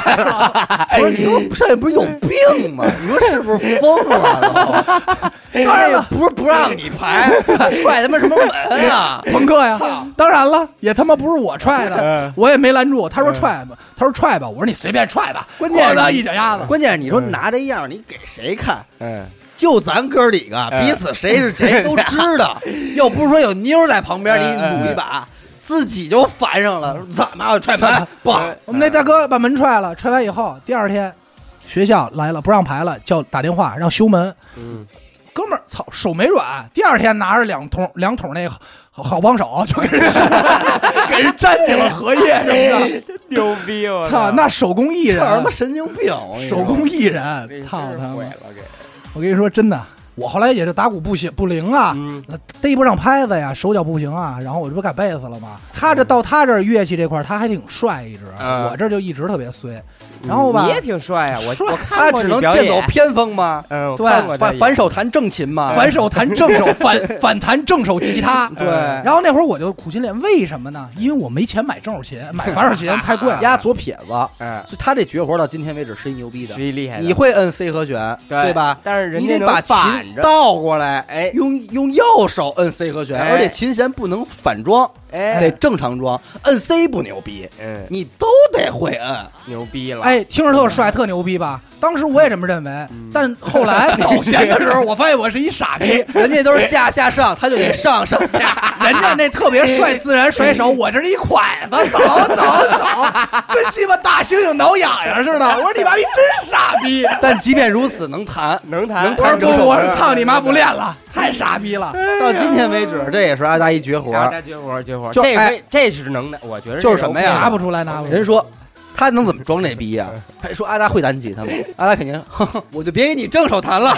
[SPEAKER 1] 哎，不是你说少爷不是有病 吗？你说是不是疯了都？
[SPEAKER 2] 当
[SPEAKER 3] 哎
[SPEAKER 2] 然了，
[SPEAKER 4] 不是不让你排， 踹他妈什么门 啊？
[SPEAKER 2] 朋克呀，当然了，也他妈不是我踹的
[SPEAKER 3] 嗯，
[SPEAKER 2] 我也没拦住。他说踹吧，他说踹吧，我说你随便踹吧，
[SPEAKER 1] 关键是
[SPEAKER 2] 咣当
[SPEAKER 1] 你嗯
[SPEAKER 2] 一脚丫子。
[SPEAKER 1] 关键是你说拿这样，你给谁看？
[SPEAKER 3] 嗯，
[SPEAKER 1] 就咱哥儿几个，
[SPEAKER 3] 嗯
[SPEAKER 1] 彼此谁是谁都知道， 又不是说有妞儿在旁边，
[SPEAKER 3] 嗯嗯
[SPEAKER 1] 你努一把，自己就烦上了，说怎么我踹 门？
[SPEAKER 3] 棒，
[SPEAKER 2] 我们那大哥把门踹了，踹完以后，第二天学校来了，不让排了，叫打电话让修门。
[SPEAKER 3] 嗯，
[SPEAKER 2] 哥们儿，操，手没软，第二天拿着两桶两桶那个好好帮手就给人 给人粘 起了荷叶
[SPEAKER 3] 哎
[SPEAKER 2] 什么的。
[SPEAKER 3] 牛逼我
[SPEAKER 2] 操，那手工艺
[SPEAKER 1] 这
[SPEAKER 2] 人，
[SPEAKER 1] 有什么神经病？啊
[SPEAKER 2] 手工艺人，操他妈！我跟你说，真的，我后来也是打鼓不行不灵啊，
[SPEAKER 3] 嗯
[SPEAKER 2] 那逮不上拍子呀，手脚不行啊，然后我这不改贝斯了吗？他这到他这儿乐器这块儿他还挺帅一直，
[SPEAKER 3] 嗯
[SPEAKER 2] 我这儿就一直特别衰。然后吧
[SPEAKER 3] 你，也挺帅啊，我
[SPEAKER 2] 帅
[SPEAKER 3] 我
[SPEAKER 1] 他
[SPEAKER 3] 看过
[SPEAKER 1] 只
[SPEAKER 3] 你
[SPEAKER 1] 能
[SPEAKER 3] 表
[SPEAKER 1] 剑走
[SPEAKER 3] 演，
[SPEAKER 1] 偏锋吗？
[SPEAKER 3] 嗯，我
[SPEAKER 2] 对
[SPEAKER 3] 看过他
[SPEAKER 1] 反
[SPEAKER 3] 演哎
[SPEAKER 1] 反手弹正琴吗？
[SPEAKER 2] 反手弹正手， 反反弹正手吉他。
[SPEAKER 1] 对，
[SPEAKER 3] 嗯
[SPEAKER 2] 然后那会儿我就苦心练，为什么呢？因为我没钱买正手琴，买反手琴太贵了。
[SPEAKER 1] 压左撇子，
[SPEAKER 3] 嗯，
[SPEAKER 1] 所以他这绝活到今天为止是一牛逼的
[SPEAKER 3] 是。一厉害的，
[SPEAKER 1] 你会摁 C 和弦，
[SPEAKER 3] 对
[SPEAKER 1] 吧？
[SPEAKER 3] 但是人
[SPEAKER 1] 你
[SPEAKER 3] 家
[SPEAKER 1] 得
[SPEAKER 3] 能
[SPEAKER 1] 把
[SPEAKER 3] 反
[SPEAKER 1] 琴
[SPEAKER 3] 着
[SPEAKER 1] 倒过来，
[SPEAKER 3] 哎
[SPEAKER 1] 用用右手摁 C 和弦，
[SPEAKER 3] 哎
[SPEAKER 1] 而且琴弦不能反装，
[SPEAKER 3] 哎
[SPEAKER 1] 得正常装。摁 C 不牛逼，
[SPEAKER 3] 嗯
[SPEAKER 1] 你都得会摁。
[SPEAKER 3] 牛逼了，
[SPEAKER 2] 哎，听着特帅，特牛逼吧？当时我也这么认为，
[SPEAKER 3] 嗯
[SPEAKER 2] 但后 来早弦的时候，我发现我是一傻逼。
[SPEAKER 1] 人家都是下下上，他就得上上 下。
[SPEAKER 2] 人家那特别帅自 然甩手，我这是一蒯子，走走走，跟鸡巴大猩猩挠痒痒似的。我说你妈逼真傻逼！
[SPEAKER 1] 但即便如此，能弹。
[SPEAKER 3] 能弹
[SPEAKER 1] 能
[SPEAKER 2] 我
[SPEAKER 1] 弹
[SPEAKER 2] 说
[SPEAKER 1] 正手
[SPEAKER 2] 不，我说操你妈不练了，太傻逼了。
[SPEAKER 1] 到今天为止，这也是阿达一绝活。
[SPEAKER 3] 啊，那绝活绝活，
[SPEAKER 1] 就
[SPEAKER 3] 这
[SPEAKER 1] 哎
[SPEAKER 3] 回这是能耐，我觉得
[SPEAKER 1] 就是
[SPEAKER 3] 这
[SPEAKER 1] 什么
[SPEAKER 3] OK
[SPEAKER 1] 呀
[SPEAKER 3] 的
[SPEAKER 2] 拿不出来，拿不出来。
[SPEAKER 1] 人说他能怎么装这逼呀、还说阿达会弹吉他吗？阿达肯定， 呵呵我就别给你正手弹了，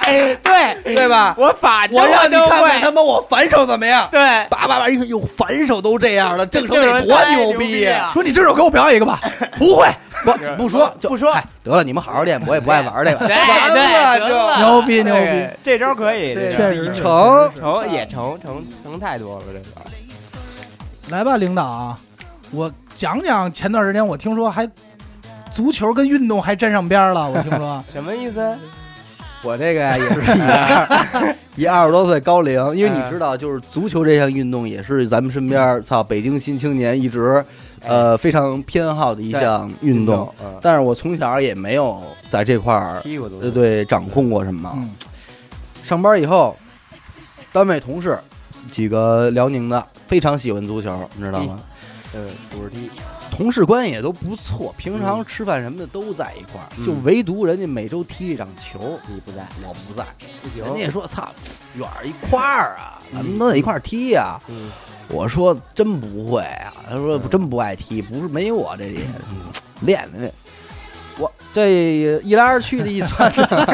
[SPEAKER 3] 哎，对，
[SPEAKER 1] 对吧？
[SPEAKER 3] 我反正
[SPEAKER 1] 我让你
[SPEAKER 3] 都
[SPEAKER 1] 看看
[SPEAKER 3] 会
[SPEAKER 1] 他，妈我反手怎么样。
[SPEAKER 3] 对，
[SPEAKER 1] 叭叭叭一看，哟，反手都这样了，正手
[SPEAKER 3] 这
[SPEAKER 1] 得
[SPEAKER 3] 人
[SPEAKER 1] 多
[SPEAKER 3] 太
[SPEAKER 1] 牛
[SPEAKER 3] 牛
[SPEAKER 1] 逼
[SPEAKER 3] 逼
[SPEAKER 1] 呀、
[SPEAKER 3] 啊
[SPEAKER 2] 说你这首给我表演一个吧，
[SPEAKER 1] 不会，不不说就
[SPEAKER 3] 不说
[SPEAKER 1] 哎得了，你们好好练，我也不爱玩这个。
[SPEAKER 3] 对
[SPEAKER 1] 完
[SPEAKER 3] 对
[SPEAKER 2] 哎
[SPEAKER 1] 了
[SPEAKER 3] 得了
[SPEAKER 1] 就
[SPEAKER 2] 牛逼牛逼！
[SPEAKER 3] 对，这招可以，这招
[SPEAKER 2] 确实是
[SPEAKER 1] 成
[SPEAKER 3] 成也成成成太多了，这个
[SPEAKER 2] 来吧，领导啊，我讲讲前段时间我听说还足球跟运动还沾上边儿了，我听 说
[SPEAKER 3] 什么意思？
[SPEAKER 1] 我这个呀也是一二一二十多岁高龄，因为你知道，就是足球这项运动也是咱们身边儿操北京新青年一直呃非常偏好的一项运动。，
[SPEAKER 3] 嗯，
[SPEAKER 1] 但是我从小也没有在这块儿
[SPEAKER 3] 屁股都
[SPEAKER 1] 呃对掌控过什么。
[SPEAKER 2] 嗯，
[SPEAKER 1] 上班以后，单位同事几个辽宁的非常喜欢足球，你知道吗？
[SPEAKER 3] 嗯，五十踢，
[SPEAKER 1] 同事关系也都不错，平常吃饭什么的都在一块儿，
[SPEAKER 3] 嗯
[SPEAKER 1] 就唯独人家每周踢这场球，
[SPEAKER 3] 你不在，
[SPEAKER 1] 我不在。
[SPEAKER 3] 不行
[SPEAKER 1] 人家说：“操，远儿一块儿啊，咱们都得一块儿踢呀、
[SPEAKER 3] 嗯
[SPEAKER 1] 我说：“真不会啊。”他说：“真不爱踢，不是没我这里
[SPEAKER 3] 嗯
[SPEAKER 1] 练练。”我这一来二去的一窜，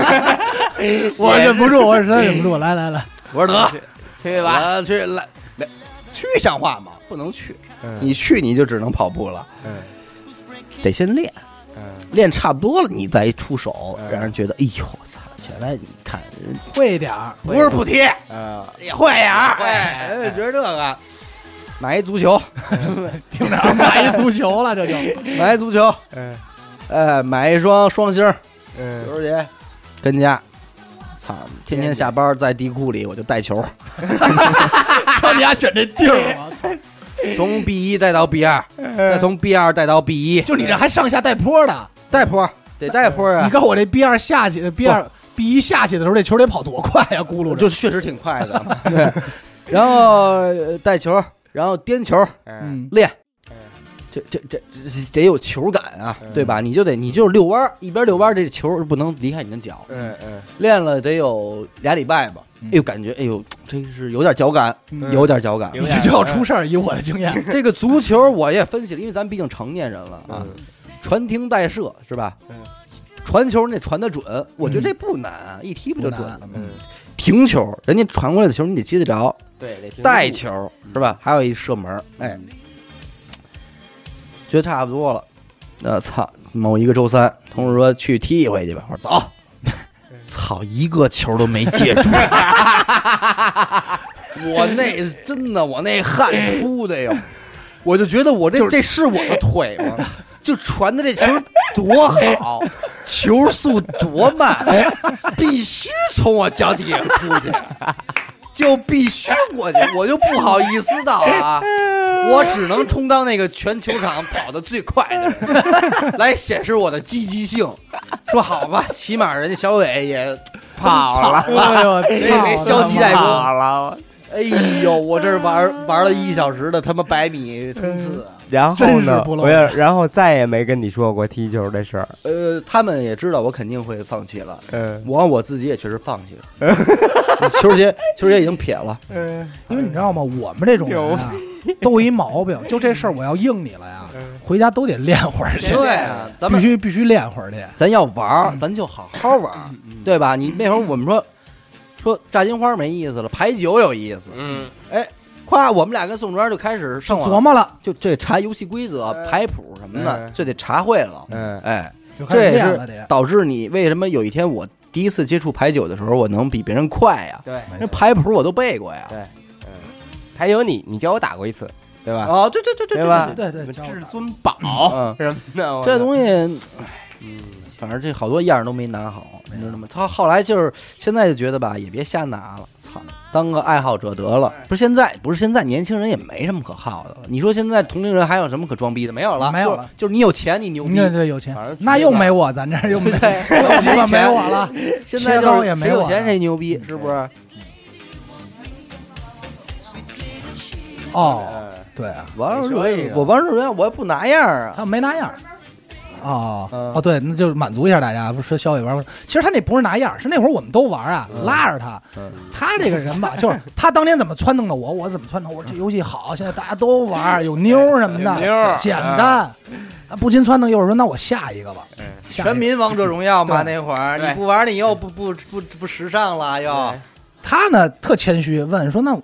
[SPEAKER 2] 我忍不住，我实在忍不住，来来来，
[SPEAKER 1] 我说得
[SPEAKER 3] 去吧，
[SPEAKER 1] 我去来来去像话吗？不能去，
[SPEAKER 3] 嗯
[SPEAKER 1] 你去你就只能跑步了。
[SPEAKER 3] 嗯
[SPEAKER 1] 得先练，练差不多了你再出手，
[SPEAKER 3] 嗯
[SPEAKER 1] 让人觉得哎呦我操，原来你看人
[SPEAKER 2] 会点儿，
[SPEAKER 1] 不是不踢，
[SPEAKER 3] 嗯，
[SPEAKER 1] 啊也会呀，哎，人家觉得这个买一足 球，
[SPEAKER 2] 听着买一足球了， 这就
[SPEAKER 1] 买一足球，
[SPEAKER 3] 嗯
[SPEAKER 1] 呃，买一双双星儿，
[SPEAKER 3] 嗯，
[SPEAKER 1] 球鞋，跟家。操！天天下班在地库里，我就带球，
[SPEAKER 2] 瞧你丫选这地儿，我操！
[SPEAKER 1] 从 B 一带到 B 二，再从 B 二带到 B 一，
[SPEAKER 2] 就你这还上下带坡的，
[SPEAKER 1] 带坡得带坡啊！
[SPEAKER 2] 你看我这 B 二下去，B 二 B 一下去的时候，这球得跑多快呀，咕噜着
[SPEAKER 1] 就确实挺快的。 对，然后呃带球，然后颠球
[SPEAKER 2] 嗯，
[SPEAKER 1] 练，这这这这得有球感啊，
[SPEAKER 3] 嗯
[SPEAKER 1] 对吧？你就得你就是遛弯儿，一边遛弯儿，这球不能离开你的脚。
[SPEAKER 3] 嗯嗯，
[SPEAKER 1] 练了得有俩礼拜吧，哎呦，感觉哎呦，这是有点脚感，
[SPEAKER 2] 嗯
[SPEAKER 1] 有点脚感。
[SPEAKER 3] 有
[SPEAKER 2] 你这就要出事儿，以我的经验，
[SPEAKER 1] 这个足球我也分析了，因为咱毕竟成年人了啊，传听带射是吧？
[SPEAKER 3] 嗯
[SPEAKER 1] 传球你得传得准，我觉得这不难，啊一踢不就准
[SPEAKER 2] 不难
[SPEAKER 1] 了吗？哎
[SPEAKER 3] 嗯，
[SPEAKER 1] 停球，人家传过来的球你得接得着，
[SPEAKER 3] 对，得听
[SPEAKER 1] 带球嗯是吧？还有一射门，哎，觉得差不多了。那操，某一个周三，同事说去踢一回去吧，我说走。 操，一个球都没接住， 我那真的，我那 汗出的哟，我就觉得我这、这是我的腿吗？就传的这球多好， 球速多慢，必须从我脚底下出去。就必须过去，我就不好意思到 啊，我只能充当那个全球场跑得最快的 人，来显示我的积极性。说好吧，起码人家小伟也跑了，
[SPEAKER 2] 哎呦，
[SPEAKER 1] 所以没消极怠工。
[SPEAKER 3] 好了，
[SPEAKER 1] 哎呦，我这玩玩了一小时的他妈百米冲刺啊，
[SPEAKER 3] 然后
[SPEAKER 2] 真是
[SPEAKER 3] 呢，
[SPEAKER 2] 不露
[SPEAKER 3] 我也然后再也没跟你说过踢球的事儿，
[SPEAKER 1] 呃，他们也知道我肯定会放弃了，
[SPEAKER 3] 嗯
[SPEAKER 1] 我我自己也确实放弃了，球鞋球鞋已经撇了，
[SPEAKER 3] 嗯
[SPEAKER 2] 因为你知道吗？我们这种人啊，都有一毛病，就这事儿我要应你了呀，回家都得练会儿去，
[SPEAKER 1] 对啊，咱
[SPEAKER 2] 必
[SPEAKER 1] 们
[SPEAKER 2] 须必须练会儿去。
[SPEAKER 1] 咱要玩儿，咱就好好玩儿，对吧？你那会儿我们说说炸金花没意思了，牌九有意思。
[SPEAKER 3] 嗯，
[SPEAKER 1] 哎，夸我们俩跟宋庄就开始上网
[SPEAKER 2] 琢，磨了，
[SPEAKER 1] 就这查游戏规则、牌谱什么的，
[SPEAKER 3] 嗯
[SPEAKER 1] 就得查会了。
[SPEAKER 3] 嗯
[SPEAKER 1] 哎，
[SPEAKER 2] 就开
[SPEAKER 1] 这
[SPEAKER 2] 始
[SPEAKER 1] 也
[SPEAKER 2] 练了
[SPEAKER 1] 是
[SPEAKER 2] 得。
[SPEAKER 1] 导致你为什么有一天我第一次接触牌九的时候，我能比别人快呀？
[SPEAKER 3] 对，
[SPEAKER 1] 那牌谱我都背过呀。
[SPEAKER 3] 对还有你，你教我打过一次，对吧？
[SPEAKER 1] 啊，对对对对
[SPEAKER 3] 对吧
[SPEAKER 2] 对对，教我
[SPEAKER 3] 至
[SPEAKER 2] 打
[SPEAKER 3] 尊宝
[SPEAKER 2] 嗯
[SPEAKER 3] 什么的，
[SPEAKER 1] 嗯这东西，
[SPEAKER 2] 哎
[SPEAKER 1] 唉反正这好多样儿都没拿好，你知道吗？他后来就是现在就觉得吧，也别瞎拿了，操，当个爱好者得了。
[SPEAKER 2] 哎
[SPEAKER 1] 不是现在，不是现在，年轻人也没什么可好的了。你说现在同龄人还有什么可装逼的？没有了，
[SPEAKER 2] 没有
[SPEAKER 1] 就
[SPEAKER 2] 了。
[SPEAKER 1] 就是你有钱，你牛逼。
[SPEAKER 2] 对对，有钱
[SPEAKER 3] 反正，
[SPEAKER 2] 那又没我，咱这儿又没， 又鸡巴没我 了。
[SPEAKER 1] 现在
[SPEAKER 2] 切
[SPEAKER 1] 就
[SPEAKER 2] 刀
[SPEAKER 1] 是
[SPEAKER 2] 也
[SPEAKER 1] 谁
[SPEAKER 2] 没有
[SPEAKER 1] 有
[SPEAKER 2] 了嗯哎
[SPEAKER 1] 钱谁牛逼，是不是？
[SPEAKER 2] 哦，对啊，
[SPEAKER 1] 王
[SPEAKER 3] 你
[SPEAKER 1] 者
[SPEAKER 3] 说
[SPEAKER 1] 荣
[SPEAKER 3] 这
[SPEAKER 1] 耀，
[SPEAKER 3] 个
[SPEAKER 1] 我王者荣耀我也不拿样儿啊。
[SPEAKER 2] 他没拿样儿。哦
[SPEAKER 1] 嗯
[SPEAKER 2] 哦，对，那就是满足一下大家。不是说小伟玩儿，其实他那不是拿样儿，是那会儿我们都玩儿啊，拉着他。他这个人吧，就是他当年怎么撺弄的我，我怎么撺弄。我说这游戏好，现在大家都玩儿，有妞儿什么
[SPEAKER 3] 有妞
[SPEAKER 2] 的
[SPEAKER 3] 儿，
[SPEAKER 2] 简单。啊不禁撺弄，一会儿说那我下一个吧，下一个
[SPEAKER 1] 全。民王者荣耀嘛，
[SPEAKER 2] 对
[SPEAKER 1] 那会儿
[SPEAKER 3] 对
[SPEAKER 1] 你不玩儿，你又不不不不时尚了，又
[SPEAKER 2] 他呢特谦虚，问说那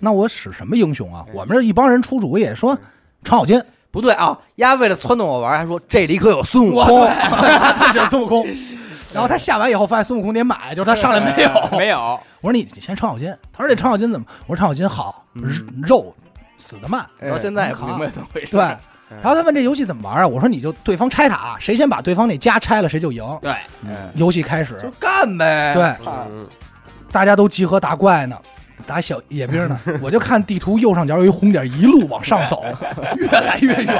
[SPEAKER 2] 那我 使什么英雄啊？我们这一帮人出主意说程咬金，
[SPEAKER 1] 不对啊！丫为了撺掇我玩儿，还说这里可有孙悟
[SPEAKER 2] 我
[SPEAKER 1] 空
[SPEAKER 2] 对，， 他选孙悟空。然后他下完以后发现孙悟空得买，就是他上来没有。
[SPEAKER 3] 嗯没有，
[SPEAKER 2] 我说你你先程咬金，他说这程咬金怎么？我说程咬金好，肉死得慢，
[SPEAKER 1] 到现在也不明白怎么回事。
[SPEAKER 2] 对。然后他问这游戏怎么玩啊？我说你就对方拆塔，谁先把对方那家拆了谁就赢。嗯
[SPEAKER 3] 对，
[SPEAKER 2] 游戏开始
[SPEAKER 1] 就，干呗。
[SPEAKER 2] 对
[SPEAKER 1] 操
[SPEAKER 3] 嗯
[SPEAKER 2] 大家都集合打怪呢，打小野兵呢。我就看地图右上角有一红点，一路往上走，越来越远。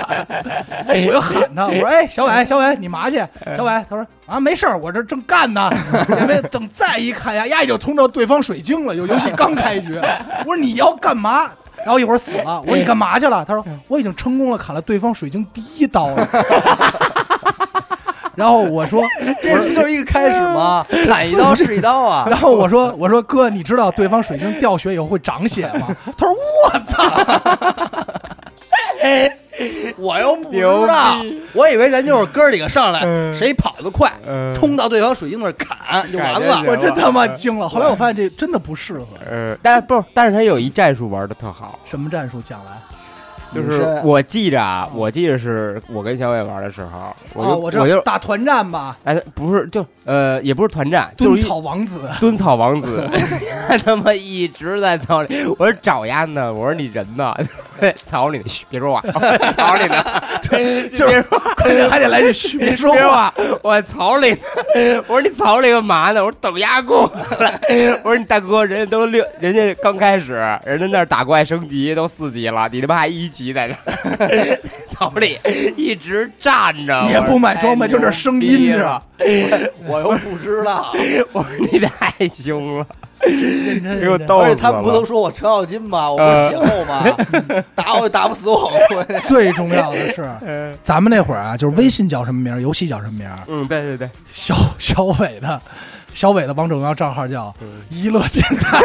[SPEAKER 2] 我就喊他，我说：“哎，小伟，小伟，你嘛去？”小伟他说：“啊，没事儿，我这正干呢。”因为等再一看呀，呀也就通着对方水晶了，有游戏刚开局。我说：“你要干嘛？”然后一会儿死了，我说你干嘛去了？他说我已经成功了砍了对方水晶第一刀了。 然后我说
[SPEAKER 1] 这不就是一个开始 吗？砍一刀是一刀 啊！
[SPEAKER 2] 然后我说：“ 我说哥，你知道对方水晶掉血以后会长血 吗？”他说：“我操
[SPEAKER 1] 我又不知道，我以为咱就是哥儿几个上来，谁跑得快，冲到对方水晶那儿砍就完
[SPEAKER 3] 感觉
[SPEAKER 1] 了。！”
[SPEAKER 2] 我真他妈惊了。后来我发现这真的不适合
[SPEAKER 3] 呃，但是不是，但是他有一战术玩的特好，
[SPEAKER 2] 什么战术，讲来
[SPEAKER 3] 就是我记着啊，我记着是我跟小伟玩的时候，我就、
[SPEAKER 2] 哦，我
[SPEAKER 3] 我
[SPEAKER 2] 知道
[SPEAKER 3] 就
[SPEAKER 2] 打团战吧，
[SPEAKER 3] 哎，不是就呃，也不是团战，就
[SPEAKER 2] 蹲
[SPEAKER 3] 是一
[SPEAKER 2] 草王子，
[SPEAKER 3] 蹲草王子， 他妈一直在草里。我说找丫呢，我说你人呢？ 草里呢，嘘，别说话， 草里呢，对，就是别说话
[SPEAKER 1] 哎
[SPEAKER 2] 快 点还得来句嘘，别说
[SPEAKER 3] 别说
[SPEAKER 2] 话。
[SPEAKER 3] 话，我草里 呢。我说你草里干嘛呢？我说等丫过来。 我说你大哥，人家都六，人家刚开始，人家那儿打怪升级都四级了，你他妈还一级在这儿 草里一直站着，哎
[SPEAKER 2] 也不买装备，就这声音
[SPEAKER 3] 着
[SPEAKER 2] 着。。
[SPEAKER 1] 我又不知 道，
[SPEAKER 3] 我说你太凶了，
[SPEAKER 2] 认真
[SPEAKER 3] 给我
[SPEAKER 2] 认真
[SPEAKER 3] 逗死
[SPEAKER 1] 哎而
[SPEAKER 3] 了。
[SPEAKER 1] 且他们不都说我程咬金吗？我不是血厚 吗？打我也打不死我， 我
[SPEAKER 2] 最重要的 是，咱们那会儿啊，就是微信叫什么名儿，游戏叫什么名儿，
[SPEAKER 3] 嗯，对对对，
[SPEAKER 2] 小小伟的，小伟的王者荣耀账号叫
[SPEAKER 3] 嗯
[SPEAKER 2] 一乐电 台，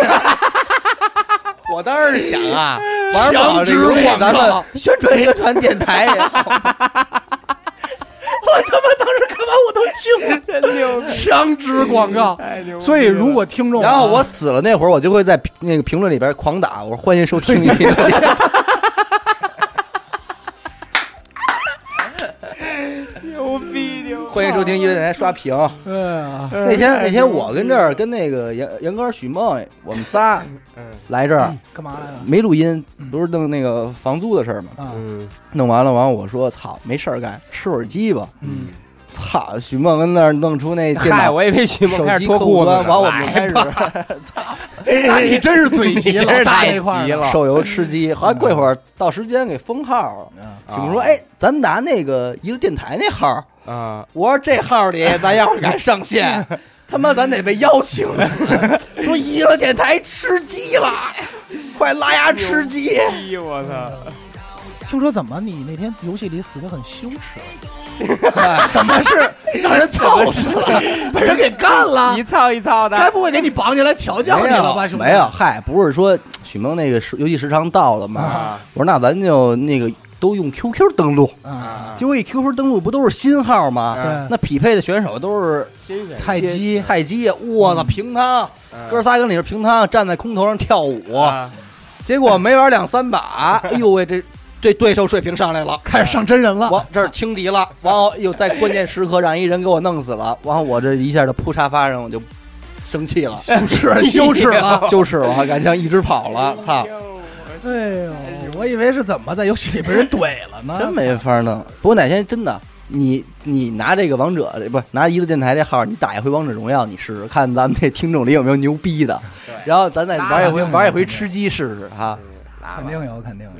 [SPEAKER 1] 我当时想 啊，玩不好这游戏，咱们宣传宣传电台。
[SPEAKER 2] 强制广告。所以如果听众啊，
[SPEAKER 1] 然后我死了那会儿，我就会在评那个评论里边狂打，我说欢迎收听一乐电台。
[SPEAKER 3] 牛逼牛！
[SPEAKER 1] 欢迎收听一乐电台刷屏。
[SPEAKER 2] 嗯，
[SPEAKER 1] 那天那天我跟这儿跟那个杨杨哥、许梦，我们仨来这儿
[SPEAKER 2] 干嘛来 了？
[SPEAKER 1] 没录音，不是弄那个房租的事儿吗？
[SPEAKER 2] 啊，
[SPEAKER 3] 嗯，
[SPEAKER 1] 弄完了，完了我说操，没事儿干，吃会儿鸡吧。
[SPEAKER 2] 嗯，
[SPEAKER 1] 操，许梦跟那儿弄出那电
[SPEAKER 3] 嗨，
[SPEAKER 1] 脑。
[SPEAKER 3] 我以为徐梦
[SPEAKER 1] 手
[SPEAKER 3] 开
[SPEAKER 1] 机
[SPEAKER 3] 始
[SPEAKER 1] 客
[SPEAKER 3] 脱
[SPEAKER 1] 户
[SPEAKER 3] 裤子
[SPEAKER 1] 端
[SPEAKER 3] 呢，哎
[SPEAKER 1] 完我们开始
[SPEAKER 3] 来吧
[SPEAKER 2] 那你真是嘴急
[SPEAKER 3] 你真
[SPEAKER 2] 了，
[SPEAKER 3] 是
[SPEAKER 2] 大
[SPEAKER 3] 太
[SPEAKER 2] 那块 儿
[SPEAKER 3] 急
[SPEAKER 2] 的
[SPEAKER 3] 了嗯
[SPEAKER 1] 手游吃鸡。后来过一会儿到时间给封号了，许
[SPEAKER 3] 啊
[SPEAKER 1] 梦说：“哎，咱们拿那个一个电台那号儿。
[SPEAKER 3] 啊”，
[SPEAKER 1] 我说：“这号儿里咱要是敢上 线，他妈咱得被邀请死。”说一个电台吃鸡了，快拉牙吃鸡！
[SPEAKER 3] 逼我操！
[SPEAKER 2] 听说怎么你那天游戏里死的很羞耻？啊
[SPEAKER 1] 怎么是 让人操死了？
[SPEAKER 2] 被人给干了
[SPEAKER 3] 一，操一操
[SPEAKER 2] 该
[SPEAKER 3] 的，
[SPEAKER 2] 不会给你绑起来调教你
[SPEAKER 1] 没
[SPEAKER 2] 了吧，
[SPEAKER 1] 有
[SPEAKER 2] 兄弟？
[SPEAKER 1] 没有，，嗨，不是说许梦那个时游戏时长到了吗
[SPEAKER 3] 啊？
[SPEAKER 1] 我说那咱就那个都用 QQ 登录，
[SPEAKER 2] 啊，
[SPEAKER 1] 结果一 QQ 登录不都是新号吗？
[SPEAKER 2] 对
[SPEAKER 1] 那匹配的选手都是
[SPEAKER 3] 新鲜
[SPEAKER 2] 菜鸡，嗯
[SPEAKER 1] 菜鸡，我操，平汤，哥仨跟里边平汤，站在空头上跳舞，
[SPEAKER 3] 啊！
[SPEAKER 1] 结果没玩两三 把，哎呦喂，这这对手水平上来了，
[SPEAKER 2] 开始上真人了。
[SPEAKER 1] 我这儿轻敌了，完后又在关键时刻让一人给我弄死了，完后我这一下就扑沙发上，我就生气了，羞耻， 羞耻了，羞耻了，敢想一直跑了，操，
[SPEAKER 2] 哎呦，我以为是怎么在游戏里被人怼了呢？
[SPEAKER 1] 真没法弄。不过哪天真的。你你拿这个王者不是拿一个电台这号，你打一回王者荣耀，你试试看咱们这听众里有没有牛逼的，然后咱再玩一回玩一回吃鸡试试哈。
[SPEAKER 2] 肯定有，肯定有。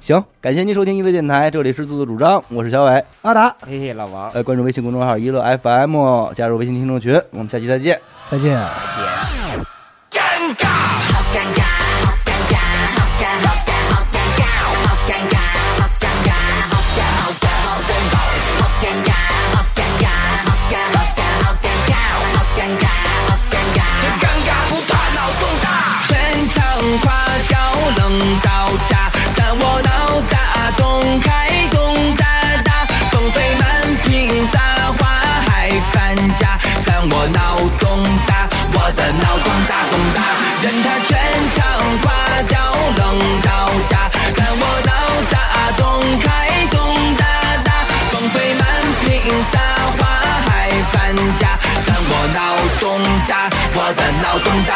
[SPEAKER 1] 行，感谢您收听娱乐电台，这里是自作主张，我是小伟，
[SPEAKER 2] 阿达，
[SPEAKER 3] 嘿嘿，老王，
[SPEAKER 1] 呃，关注微信公众号娱乐 FM，加入微信听众群，我们下期再见。
[SPEAKER 2] 再见。
[SPEAKER 6] 全场夸张冷到炸，但我脑大，洞开洞大大，风飞满屏撒花还翻家，但我脑洞大，我的脑洞大洞大，任他全场夸张冷到炸，但我脑大，洞开洞大大，风飞满屏撒花还翻家，但我脑洞大，我的脑洞大。